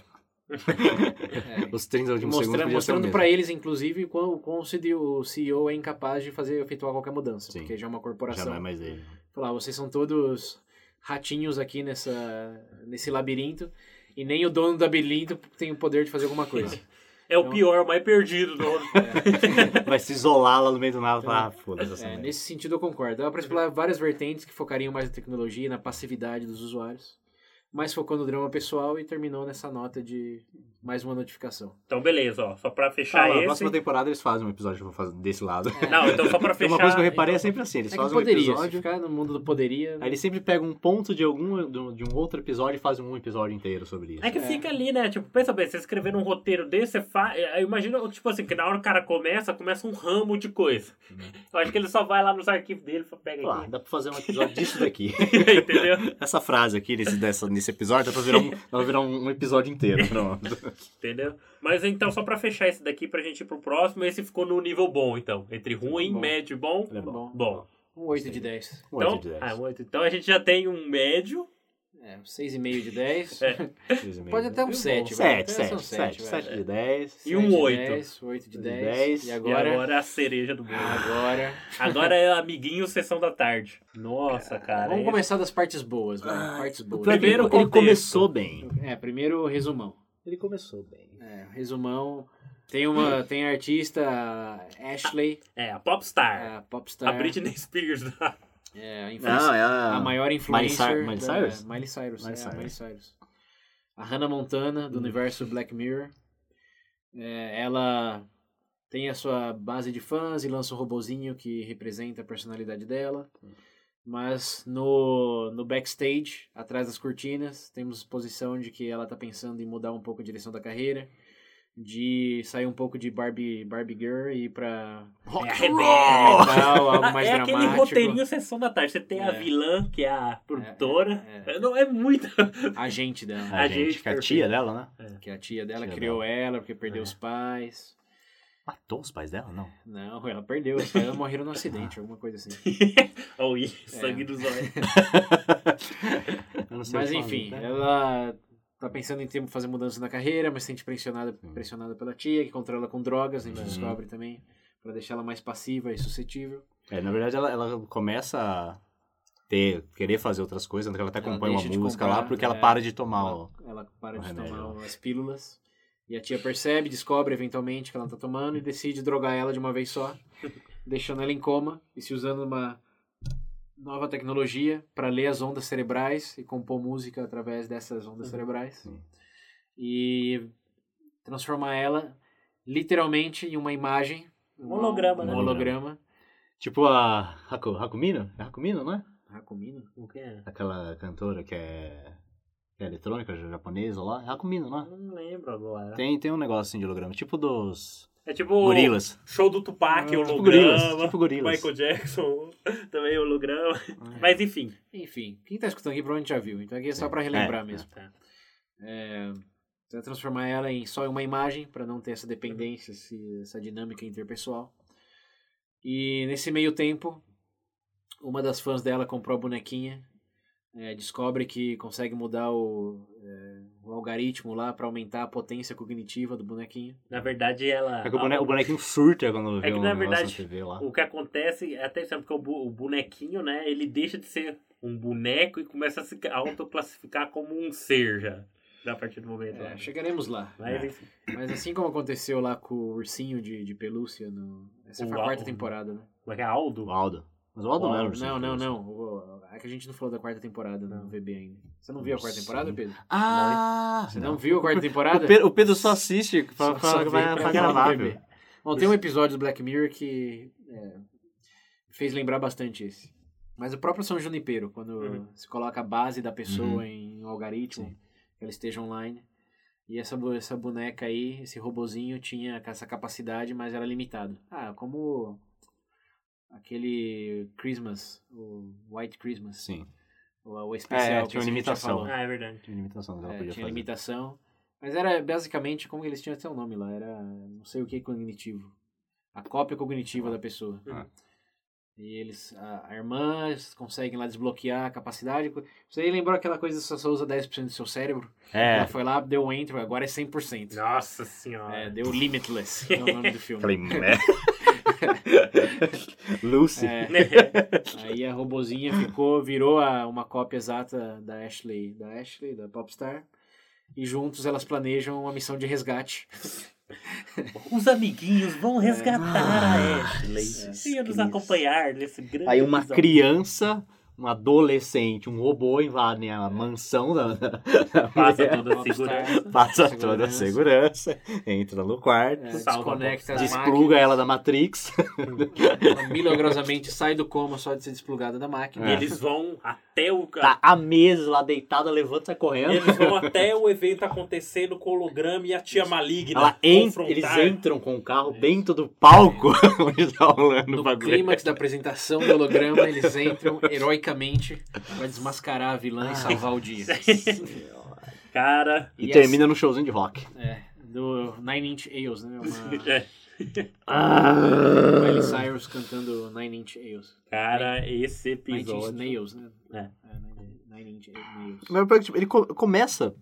S1: É.
S3: Os 30 últimos
S1: Mostra,
S3: segundos podia
S1: mostrando
S3: ser o
S1: pra
S3: mesmo.
S1: eles, inclusive, quão, quão o CEO o CEO é incapaz de fazer efetuar qualquer mudança.
S3: Sim.
S1: Porque já é uma
S3: Já
S1: corporação.
S3: não é mais dele.
S1: Falar, vocês são todos ratinhos aqui nessa, nesse labirinto e nem o dono do labirinto tem o poder de fazer alguma coisa.
S2: É o
S1: Então-
S2: pior, o mais perdido. Do...
S3: Vai se isolar lá no meio do nada e falar, ah, foda-se essa
S1: É,
S3: merda.
S1: nesse sentido eu concordo. Dá pra explorar várias vertentes que focariam mais na tecnologia e na passividade dos usuários, mas focou no drama pessoal e terminou nessa nota de mais uma notificação.
S2: Então, beleza, ó. Só pra fechar
S3: Ah, lá, na
S2: esse.
S3: próxima temporada eles fazem um episódio que eu vou fazer desse [laughs] lado.
S2: Não, então só pra
S3: Tem
S2: fechar.
S3: uma coisa que eu reparei é
S2: então-
S3: sempre assim, eles
S1: É que
S3: fazem um
S1: poderia, se
S3: episódio,
S1: ficar no mundo do poderia...
S3: aí eles sempre pegam um ponto de algum do- de um outro episódio e fazem um episódio inteiro sobre isso.
S2: É que
S1: É.
S2: fica ali, né? Tipo, pensa bem, você escrever um roteiro desse, você faz. Imagina, tipo assim, que na hora que o cara começa, começa um ramo de coisa.
S3: Uhum.
S2: Eu acho que ele só vai lá nos arquivos dele, fala, pega
S3: Lá,
S2: aqui.
S3: dá pra fazer um episódio disso [laughs] daqui.
S2: [laughs] Entendeu?
S3: Essa frase aqui nesse, dessa, nesse episódio dá pra virar um, dá pra virar um episódio inteiro. Pronto.
S2: Entendeu? Mas então, só pra fechar esse daqui, pra gente ir pro próximo, esse ficou no nível bom, então. Entre ruim,
S1: Bom.
S2: médio e bom.
S3: Ele é bom.
S2: Bom.
S1: Um 8 de 10.
S3: Um
S2: Então,
S3: oito de dez.
S2: ah, um oito. então a gente já tem um médio.
S1: É, um 6,5 de 10.
S2: É.
S3: Três e meio. né?
S1: Pode até um
S2: Bom,
S1: 7. vai.
S3: Sete,
S1: Até
S3: sete,
S1: são
S3: sete,
S1: vai.
S3: sete de dez.
S2: E um
S1: Sete de
S2: oito.
S1: 10, 8 de
S3: De
S1: 10.
S3: dez.
S1: E
S3: E
S2: E
S1: agora... é- Ah.
S2: agora a cereja do bolo.
S1: Agora...
S2: Agora é amiguinho sessão da tarde. Nossa, cara.
S1: Vamos
S2: esse-
S1: começar das partes boas, vai.
S3: Ah,
S1: partes
S3: O
S1: boas.
S3: pior é que ele-
S2: Primeiro
S3: ele
S2: contexto.
S3: começou bem.
S1: É, primeiro o resumão.
S3: Ele começou bem.
S1: É, o resumão. Tem uma. Tem a artista a Ashley,
S2: É, a Popstar.
S1: a popstar.
S2: A Britney Spears. [laughs]
S1: é, a, influencer-
S3: Não, é a...
S1: a maior influencer.
S3: Miley
S1: da-
S3: Cyrus?
S1: Miley Cyrus.
S3: Miley
S1: é,
S3: Cyrus.
S1: a Miley Cyrus. A Hannah Montana, do
S3: Hum.
S1: universo Black Mirror. É, ela tem a sua base de fãs e lança um robozinho que representa a personalidade dela.
S3: Hum.
S1: Mas no, no backstage, atrás das cortinas, temos exposição de que ela tá pensando em mudar um pouco a direção da carreira. De sair um pouco de Barbie, Barbie Girl e ir pra
S3: Rock
S2: and
S3: roll!
S1: metal, algo
S3: [laughs]
S1: mais
S2: é
S1: dramático.
S2: aquele roteirinho sessão da tarde. Você tem a
S1: É.
S2: vilã, que é a produtora.
S1: É,
S2: Não é [laughs] muito.
S1: A gente dela.
S3: A,
S2: A
S3: gente,
S2: gente,
S3: que é a tia dela, né?
S1: Que a tia dela
S3: Tia
S1: criou ela porque perdeu
S2: É.
S1: os pais.
S3: Matou os pais dela? Não.
S1: Não, ela perdeu. Os pais morreram num acidente, alguma coisa assim. É.
S2: Oh, e
S3: É.
S2: sangue dos olhos.
S3: Eu não sei o
S1: Mas
S3: que falar,
S1: enfim,
S3: né?
S1: ela tá pensando em ter, fazer mudança na carreira, mas se sente pressionada,
S3: Hum.
S1: pressionada pela tia, que controla com drogas, a gente
S3: Uhum.
S1: descobre também, pra deixar ela mais passiva e suscetível.
S3: É, na verdade, ela, ela começa a ter, querer fazer outras coisas, tanto que ela até
S1: Ela
S3: compõe uma
S1: deixa de
S3: música
S1: comprar,
S3: lá, porque ela
S1: é.
S3: para de tomar o...
S1: Ela, ela para
S3: O
S1: de
S3: remédio.
S1: tomar as pílulas. E a tia percebe, descobre eventualmente que ela tá tomando e decide drogar ela de uma vez
S3: [laughs]
S1: só, deixando ela em coma e se usando uma nova tecnologia para ler as ondas cerebrais e compor música através dessas ondas
S2: Uhum.
S1: cerebrais.
S3: Sim.
S1: E transformar ela literalmente em uma imagem. um-
S2: Holograma,
S1: um
S2: né?
S1: holograma.
S3: Tipo a Haku, Hakumino? É Hakumino, não é?
S1: Hakumino?
S2: O que é?
S3: Aquela cantora que é, que é eletrônica japonesa lá. É Hakumino, não é?
S2: Não lembro agora.
S3: Tem, tem um negócio assim de holograma. Tipo dos
S2: É tipo.
S3: gorilas.
S2: Show do Tupac,
S3: Tipo
S2: holograma.
S3: gorilas. Tipo gorilas. É.
S2: Michael Jackson [laughs] também holograma. Mas enfim.
S1: Enfim, quem tá escutando aqui provavelmente já viu. Então aqui é só
S3: Sim.
S1: pra relembrar
S3: É,
S1: mesmo.
S2: Tá.
S1: Você vai Então, transformar ela em só em uma imagem para não ter essa
S3: Uhum.
S1: dependência, esse- essa dinâmica interpessoal. E nesse meio tempo, uma das fãs dela comprou a bonequinha, eh, descobre que consegue mudar o, eh, o algoritmo lá para aumentar a potência cognitiva do bonequinho.
S2: Na verdade, ela.
S3: É que o, bone- o bonequinho surta
S1: É
S3: quando vê
S2: que,
S3: um
S2: na
S3: negócio
S2: verdade,
S3: na TV lá.
S2: O que acontece é até isso, porque o bu- o bonequinho, né? Ele deixa de ser um boneco e começa a se autoclassificar como um ser já. A partir do momento.
S1: É,
S2: lá.
S1: chegaremos lá.
S3: é.
S2: Mas enfim.
S1: Mas assim como aconteceu lá com o ursinho de, de pelúcia, no... essa foi a
S2: O
S1: quarta
S2: Al-
S1: temporada, né?
S2: Como é que é? Aldo?
S3: O Aldo. Mas o Aldo não era um
S1: Não,
S3: surfista,
S1: não,
S3: né?
S1: não. O- É que a gente não falou da quarta temporada no VB ainda. Você não viu a quarta
S3: Ursinho.
S1: temporada, Pedro?
S3: Ah!
S1: Você não viu a
S3: [laughs]
S1: quarta temporada?
S3: O Pedro, o Pedro só assiste pra,
S1: Só-
S3: pra-
S1: só
S3: pra-
S1: veio
S3: pra
S1: pra
S3: gravar, né?
S1: ver.
S3: velho.
S1: Bom, tem um episódio do Black Mirror que é, fez lembrar bastante esse. Mas o próprio São Junipero, quando
S2: Uhum.
S1: se coloca a base da pessoa
S3: Uhum.
S1: em um algoritmo,
S3: Sim.
S1: que ela esteja online. E essa, bo- essa boneca aí, esse robozinho, tinha essa capacidade, mas era limitado. Ah, como aquele Christmas, o White Christmas.
S3: Sim.
S1: O, o especial.
S3: É, tinha
S1: que a
S3: uma
S1: gente já
S3: limitação.
S1: falou.
S2: Ah, é verdade.
S3: Tinha limitação do que ela
S1: É,
S3: podia
S1: tinha
S3: fazer.
S1: limitação. Mas era basicamente como eles tinham até o nome lá, era não sei o que cognitivo. A cópia cognitiva da pessoa.
S3: Ah.
S1: E eles, a, a irmã, eles conseguem lá desbloquear a capacidade. Você aí lembrou aquela coisa que você só usa 10% do seu cérebro? Ela
S3: É,
S1: foi lá, deu um enter, agora é 100%.
S2: Nossa senhora. [laughs]
S1: É, deu Limitless, que é o nome do filme.
S3: [laughs] falei, né? Lucy.
S1: É, aí a robozinha ficou, virou a- uma cópia exata da Ashley, da Ashley, da Popstar. E juntos elas planejam uma missão de resgate.
S2: Os amiguinhos vão resgatar a Ashley.
S3: Jesus
S2: Venha é. nos
S3: Cristo.
S2: acompanhar nesse grande.
S3: Ah, Aí uma
S2: episódio.
S3: criança, um adolescente, um robô invadem a mansão da, da, da
S2: Passa
S3: mulher,
S2: toda a
S1: Popstar.
S2: segurança.
S3: passa toda a segurança, entra no quarto,
S1: É,
S2: Salva,
S1: desconecta as
S3: despluga ela da Matrix.
S1: máquinas, ela [laughs] milagrosamente sai do coma só de ser desplugada da máquina.
S2: E
S3: É. [laughs]
S2: eles vão até o.
S3: Tá a mesa lá deitada, levanta, sai correndo.
S2: Eles vão até o evento acontecendo com o holograma e a tia maligna.
S3: Ela en-
S2: confrontar.
S3: eles entram com o carro dentro do palco [laughs] onde tá rolando o
S1: No
S3: bagulho.
S1: clímax da apresentação do holograma, eles entram heroicamente pra desmascarar a vilã e salvar o
S3: [laughs]
S1: dia.
S2: Cara.
S3: E
S1: E
S3: termina num showzinho de rock.
S1: É, do Nine Inch Nails, né? Uma,
S2: [laughs] é,
S3: É. Ah.
S1: Miley Cyrus cantando Nine Inch Nails.
S2: Cara, esse
S1: Nine Inch
S2: episódio.
S1: Nails, né?
S2: É.
S1: Nine, Nine Inch Nails.
S3: Mas, pior que, tipo, ele co- começa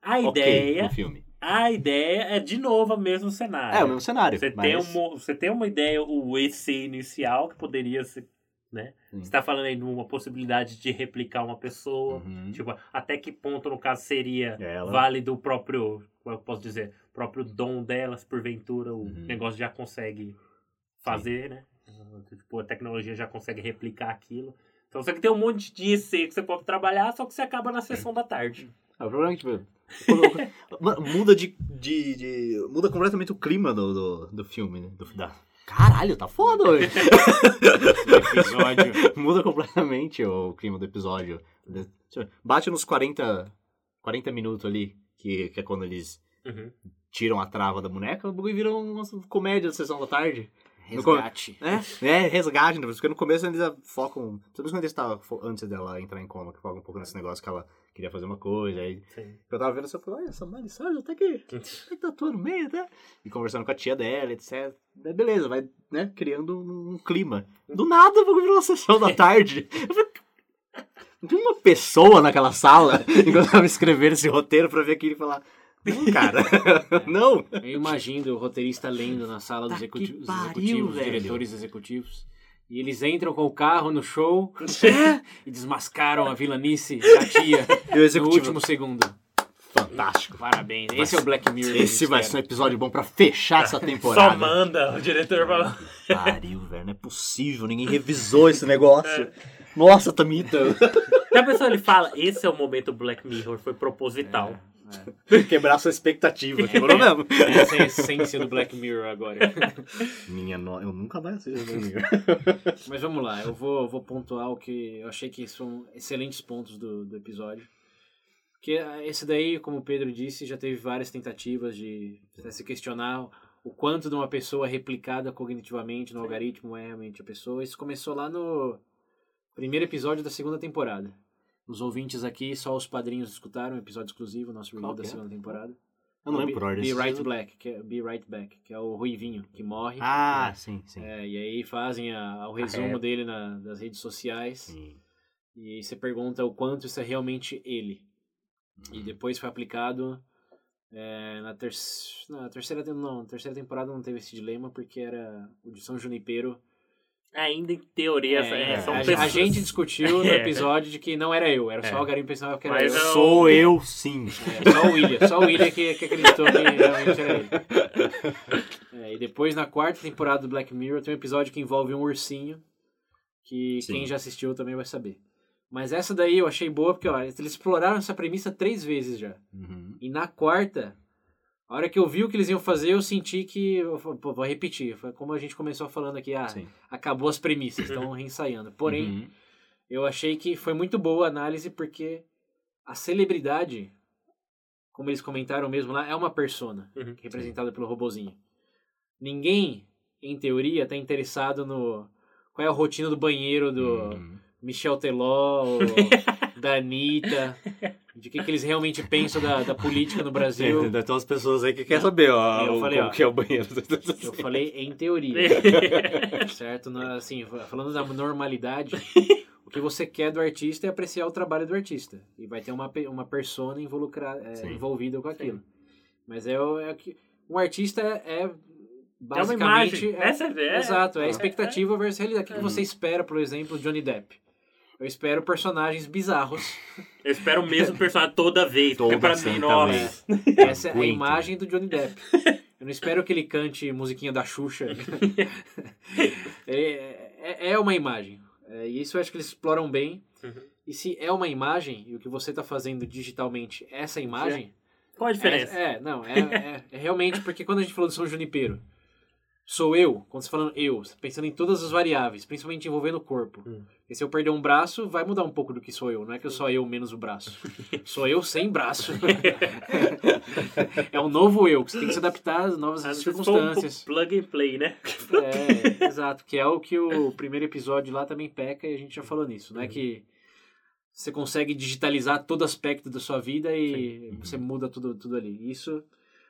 S2: A
S3: ok
S2: ideia.
S3: no filme.
S2: A ideia é de novo o mesmo
S3: É, o
S2: cenário.
S3: mesmo cenário.
S2: você, um
S3: mas...
S2: tem uma, você tem uma ideia, o EC inicial, que poderia ser. Né?
S3: Sim.
S2: Você está falando aí de uma possibilidade de replicar uma pessoa.
S3: Uhum. É,
S2: Tipo, até que ponto, no caso, seria
S3: Ela.
S2: válido o próprio, como eu posso dizer, o próprio dom delas, porventura, o
S3: Uhum.
S2: negócio já consegue fazer, né? Tipo, a tecnologia já consegue replicar aquilo. Então você que tem um monte de EC que você pode trabalhar, só que você acaba na sessão da tarde.
S3: Ah, o problema é que, tipo, [laughs] quando- mano, muda de, de, de- Muda completamente o clima do, do, do filme, né? Do, da... Caralho, tá
S2: [laughs]
S3: foda hoje.
S1: Episódio.
S3: muda completamente o clima do episódio. Tipo, Bate nos 40, 40 minutos ali, que, que é quando eles
S2: Uhum.
S3: tiram a trava da boneca, o bagulho vira uma comédia da sessão da tarde.
S1: Resgate.
S3: É, é resgate, né? Porque no começo eles focam. Principalmente quando eles tavam fo- antes dela entrar em coma, que focam um pouco nesse negócio que ela queria fazer uma coisa. Aí
S2: Sim.
S3: eu tava vendo assim, eu falei, olha, essa Miley Cyrus até que, até que tá atuando meio, né? E conversando com a tia dela, etc. Daí beleza, vai né, criando um, um clima. Do nada, vou virar uma sessão da tarde. Eu falei, "Não tinha uma pessoa naquela sala [laughs] enquanto eu tava escrevendo esse roteiro pra ver aquilo e falar. Não, cara. [laughs] não.
S1: Eu imagino o roteirista lendo na sala dos
S3: Tá que
S1: executivos,
S3: pariu,
S1: executivos,
S3: velho.
S1: diretores executivos. E eles entram com o carro no show [laughs] e desmascaram a vilanice da tia
S3: E o
S1: no
S3: executivo.
S1: último segundo.
S3: Fantástico.
S1: Parabéns. Esse é o Black Mirror. que a
S3: Tá Esse
S1: gente
S3: vai
S1: quer.
S3: ser um episódio bom pra fechar [laughs] essa
S2: Só
S3: temporada.
S2: manda, o diretor fala.
S3: Pariu, velho. Não é possível. Ninguém revisou esse negócio. Nossa, Tamita.
S2: Na pessoa ele fala, esse é o momento Black Mirror, foi proposital.
S3: [laughs] Quebrar sua expectativa, [laughs] quebrou mesmo.
S1: Essa é a essência do Black Mirror agora.
S3: Minha no... Eu nunca mais assisti Black Mirror.
S1: Mas vamos lá, eu vou, vou pontuar o que eu achei que são excelentes pontos do, do episódio. Porque esse daí, como o Pedro disse, já teve várias tentativas de se questionar o quanto de uma pessoa é replicada cognitivamente no algoritmo é realmente a pessoa. Isso começou lá no primeiro episódio da segunda temporada. Os ouvintes aqui, só os padrinhos escutaram, um episódio exclusivo, nosso review
S3: Qual
S1: da
S3: que é?
S1: segunda temporada.
S3: [laughs]
S1: É
S3: Eu não
S1: O
S3: lembro
S1: Be-
S3: por ordem.
S1: Be Right Black, que é, Be Right Back, que é o Ruivinho, que morre.
S3: Ah, sim, sim.
S1: É, e aí fazem a- o resumo
S2: rap.
S1: dele na, das redes sociais.
S3: sim.
S2: Hum.
S1: E aí você pergunta o quanto isso é realmente ele.
S2: Hum.
S1: E depois foi aplicado é, na, ter na terceira tem- não, na terceira temporada não teve esse dilema porque era o de São Junipero.
S2: Ainda em teoria, é,
S3: é,
S2: são
S1: É. a,
S2: pessoas.
S1: a gente discutiu no
S2: [laughs] É.
S1: episódio de que não era eu, era só o Garim pensava que era
S2: Mas
S1: eu.
S2: eu-
S3: Sou eu, sim.
S1: É, só o William, só o William que, que acreditou que realmente era ele. É, e depois na quarta temporada do Black Mirror tem um episódio que envolve um ursinho, que
S3: Sim.
S1: quem já assistiu também vai saber. Mas essa daí eu achei boa porque ó, eles exploraram essa premissa três vezes já.
S3: Uhum.
S1: E na quarta, a hora que eu vi o que eles iam fazer, eu senti que. eu falei, Pô, vou repetir. Foi como a gente começou falando aqui, ah,
S3: Sim.
S1: acabou as
S3: [clears throat]
S1: premissas, estão reensaiando. Porém,
S3: Uhum.
S1: eu achei que foi muito boa a análise porque a celebridade, como eles comentaram mesmo lá, é uma persona
S2: Uhum.
S1: representada pelo robozinho. Ninguém, em teoria, está interessado no qual é a rotina do banheiro do
S3: Uhum.
S1: Michel Teló, ou da Anitta, de que, que eles realmente pensam da, da política no Brasil.
S3: Tem, tem umas pessoas aí que querem saber, ó,
S1: Eu
S3: o-
S1: falei,
S3: como
S1: ó.
S3: que é o banheiro. [laughs]
S1: Eu falei em teoria,
S2: [laughs]
S1: certo? Na- Assim, falando da normalidade, o que você quer do artista é apreciar o trabalho do artista. E vai ter uma, pe- uma persona involucra- é,
S3: Sim.
S1: envolvida com aquilo. Mas é, o- é o que. Um artista é, é
S2: É uma
S1: basicamente.
S2: imagem. Essa é ver.
S1: Exato, é
S2: Ah.
S1: expectativa versus realidade. O que
S2: É.
S1: você espera, por exemplo, de Johnny Depp? Eu espero personagens bizarros.
S2: Eu espero o mesmo personagem toda vez.
S3: Toda
S2: porque
S3: assim
S2: pra mim,
S3: santa
S2: nossa.
S3: vez. [laughs]
S1: Essa é a
S3: Aguenta. né?
S1: imagem do Johnny Depp. Eu não espero que ele cante musiquinha da Xuxa. é, é- é uma imagem. É, e isso eu acho que eles exploram bem.
S2: Uhum.
S1: E se é uma imagem, e o que você está fazendo digitalmente é essa imagem.
S2: Qual a diferença?
S1: É, é, não, é, é- é realmente porque quando a gente falou do São Junipero, sou eu, quando você falando eu, você tá pensando em todas as variáveis, principalmente envolvendo o corpo.
S2: Hum.
S1: Porque se eu perder um braço, vai mudar um pouco do que sou eu. Não é que eu sou eu menos o braço. sou eu sem braço. [laughs] é um novo eu, que você tem que se adaptar às novas
S2: Ah, se for um
S1: circunstâncias.
S2: plug and play, né?
S1: É, exato, que é o que o primeiro episódio lá também peca e a gente já falou nisso, não é que você consegue digitalizar todo aspecto da sua vida e
S3: Sim.
S1: você muda tudo, tudo ali. Isso.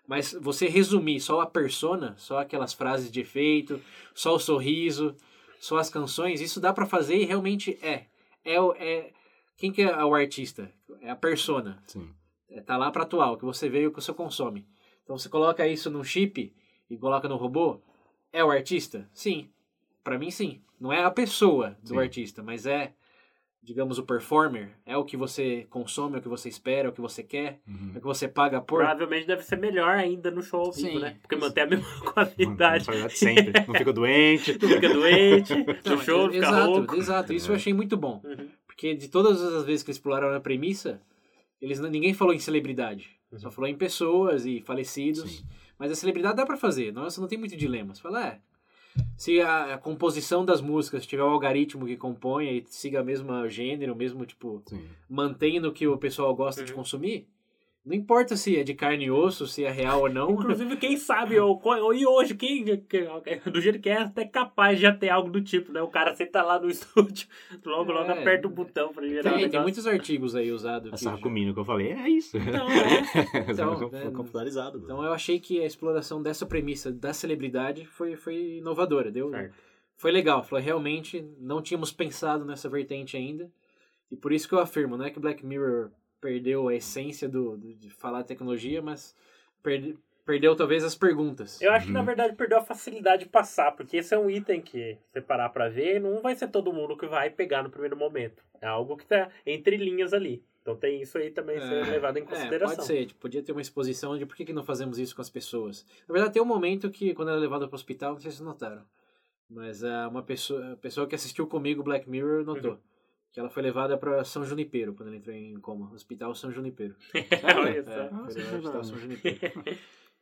S1: Mas você resumir só a persona, só aquelas frases de efeito, só o sorriso, só as canções, isso dá pra fazer e realmente é. É, o- é quem que é o artista? É a persona.
S3: Sim.
S1: É, tá lá para atuar, o que você vê e o que você consome. Então você coloca isso num chip e coloca no robô, é o artista? Sim. Para mim sim. Não é a pessoa do
S3: Sim.
S1: artista, mas é digamos o performer, é o que você consome, é o que você espera, é o que você quer,
S3: Uhum.
S1: é o que você paga por.
S2: Provavelmente deve ser melhor ainda no show ao vivo,
S1: Sim.
S2: né? Porque manter a mesma [laughs]
S3: Mano, tem
S2: qualidade.
S3: qualidade sempre. Não fica [laughs] doente.
S2: Tu fica doente,
S1: Não,
S2: no show, fica
S1: exato,
S2: rouco.
S1: exato. Isso eu achei muito bom.
S2: Uhum.
S1: Porque de todas as vezes que eles exploraram a premissa, eles não- ninguém falou em celebridade.
S2: Uhum.
S1: Só falou em pessoas e falecidos.
S3: Sim.
S1: Mas a celebridade dá pra fazer. Nossa, não tem muito dilema. Você fala, é. Se a, a composição das músicas tiver um algoritmo que componha e siga o mesmo gênero, o mesmo tipo,
S3: Sim.
S1: mantendo o que o pessoal gosta de
S2: Uhum.
S1: consumir, não importa se é de carne e osso, se é real ou não.
S2: Inclusive, quem sabe, ou, ou- e hoje, quem, que- do jeito que é, até capaz de já ter algo do tipo, né? O cara senta lá no [laughs] estúdio, logo, logo
S1: É.
S2: aperta o botão pra ele gerar
S1: [laughs] Tem,
S2: o
S1: tem
S2: um negócio.
S1: muitos artigos aí usados.
S3: A
S1: que já-
S3: sarcomina que eu falei, é isso. [laughs]
S1: [laughs]
S2: Não, é.
S1: Então,
S3: Foi
S1: né,
S3: computarizado.
S1: Então eu achei que a exploração dessa premissa da celebridade foi, foi inovadora, deu,
S2: Certo.
S1: foi legal. Falou, realmente não tínhamos pensado nessa vertente ainda. E por isso que eu afirmo, não é que Black Mirror perdeu a essência do, do- de falar tecnologia, mas perde- perdeu talvez as perguntas.
S2: Eu acho que, na
S3: Uhum.
S2: verdade, perdeu a facilidade de passar, porque esse é um item que, se você parar pra ver, não vai ser todo mundo que vai pegar no primeiro momento. É algo que tá entre linhas ali. Então tem isso aí também ser levado em
S1: É,
S2: consideração.
S1: pode
S2: [laughs]
S1: ser, tipo, podia ter uma exposição de por que, que não fazemos isso com as pessoas. Na verdade, tem um momento que, quando ela é levada para o hospital,
S2: Uhum.
S1: não sei se vocês notaram, mas ah, uma pessoa, a pessoa que assistiu comigo Black Mirror notou. que ela foi levada para São Junipero quando ela entrou em coma, Hospital São Junipero.
S3: [laughs]
S2: Olha só.
S1: É, foi levada ao Hospital
S3: verdade.
S1: São
S2: [laughs]
S1: Junipero.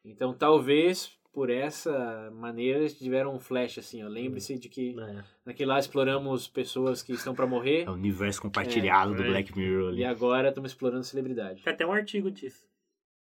S1: Então, talvez por essa maneira eles tiveram um flash assim, ó. Lembre-se de que
S2: É.
S1: naquele lá exploramos pessoas que estão para morrer
S3: É o universo compartilhado do
S2: É.
S3: Black Mirror
S1: e
S3: ali.
S1: agora estamos explorando celebridade.
S2: Tem até um artigo disso.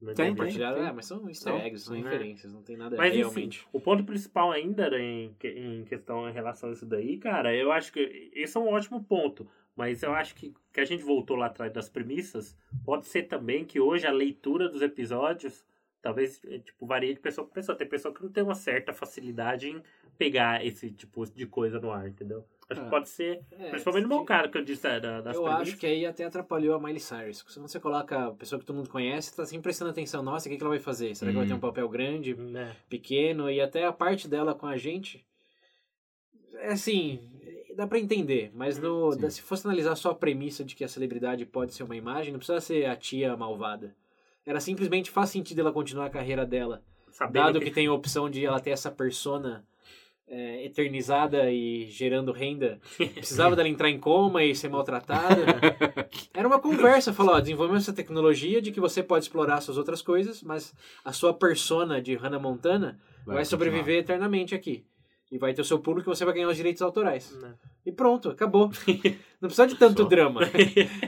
S2: Na internet.
S3: Tem, tem.
S1: Compartilhado, é, mas são easter
S3: Então,
S1: eggs, são
S2: né?
S1: referências, não tem nada a ver
S2: Mas
S1: É, realmente.
S2: enfim, o ponto principal ainda né, em, que- em questão em relação a isso daí, cara, eu acho que esse é um ótimo ponto. Mas eu acho que que a gente voltou lá atrás das premissas, pode ser também que hoje a leitura dos episódios talvez eh, tipo varie de pessoa para pessoa. Tem pessoa que não tem uma certa facilidade em pegar esse tipo de coisa no ar, entendeu? Acho
S3: É.
S2: que pode ser,
S1: É,
S2: principalmente no meu
S1: que-
S2: cara que eu disse eh, da- das
S1: Eu
S2: premissas.
S1: acho que aí até atrapalhou a Miley Cyrus. Porque Senão você coloca a pessoa que todo mundo conhece, tá sempre prestando atenção. Nossa, o que, que ela vai fazer? Será que vai
S3: Hum.
S2: Uhum.
S1: ter um papel grande,
S2: Né?
S1: pequeno? E até a parte dela com a gente. É assim, dá pra entender. Mas no,
S2: Uhum,
S3: Sim.
S1: da- se fosse analisar só a premissa de que a celebridade pode ser uma imagem, não precisa ser a tia malvada. Era simplesmente faz sentido ela continuar a carreira dela.
S2: Sabendo
S1: Dado que tem a opção de ela ter essa persona é, eternizada e gerando renda, precisava dela entrar em coma e ser maltratada. Era uma conversa, falou, ó, desenvolvemos essa tecnologia de que você pode explorar suas outras coisas, mas a sua persona de Hannah Montana vai,
S3: continuar.
S1: sobreviver eternamente aqui. E vai ter o seu público e você vai ganhar os direitos autorais.
S2: Né?
S1: E pronto, acabou. Não precisa de tanto
S3: Só.
S1: drama.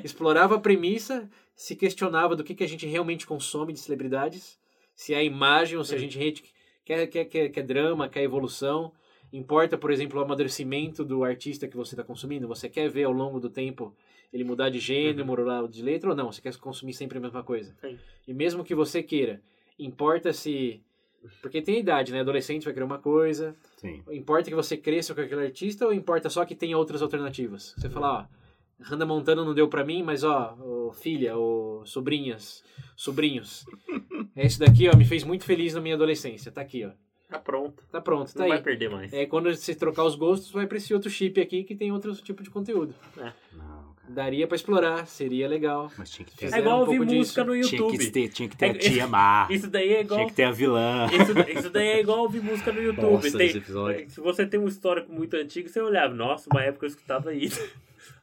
S1: Explorava a premissa, se questionava do que, que a gente realmente consome de celebridades, se é a imagem ou se a gente realmente quer, quer, quer, quer drama, quer evolução. Importa, por exemplo, o amadurecimento do artista que você está consumindo? Você quer ver ao longo do tempo ele mudar de gênero, mudar de letra ou não? Você quer consumir sempre a mesma coisa?
S2: Sim.
S1: E mesmo que você queira, importa se. Porque tem a idade, né? Adolescente vai querer uma coisa,
S3: Sim.
S1: Importa que você cresça com aquele artista ou importa só que tenha outras alternativas? Você fala, ó, Hannah Montana não deu pra mim, mas ó, ô, filha, ou sobrinhas,
S2: [laughs]
S1: sobrinhos, é isso daqui, ó, me fez muito feliz na minha adolescência. Tá aqui, ó.
S2: Tá pronto.
S1: Tá pronto, tá
S2: não vai
S1: aí.
S2: perder mais.
S1: É quando você trocar os gostos, vai pra esse outro chip aqui que tem outro tipo de conteúdo.
S3: Não, cara.
S1: Daria pra explorar, seria legal.
S3: Mas tinha que ter.
S1: Fizeram
S2: É igual
S1: um
S2: ouvir
S1: pouco
S2: música
S1: disso.
S2: no
S3: Tinha que
S2: YouTube.
S3: ter, tinha que ter a
S2: É-
S3: tia Má.
S2: Isso daí é igual
S3: Tinha que ter a vilã.
S2: Isso, isso daí é igual ouvir música no YouTube.
S3: Nossa,
S2: Tem- [laughs]
S3: esse episódio.
S2: se você tem um histórico muito antigo, você olhava, nossa, uma época eu escutava isso. [laughs]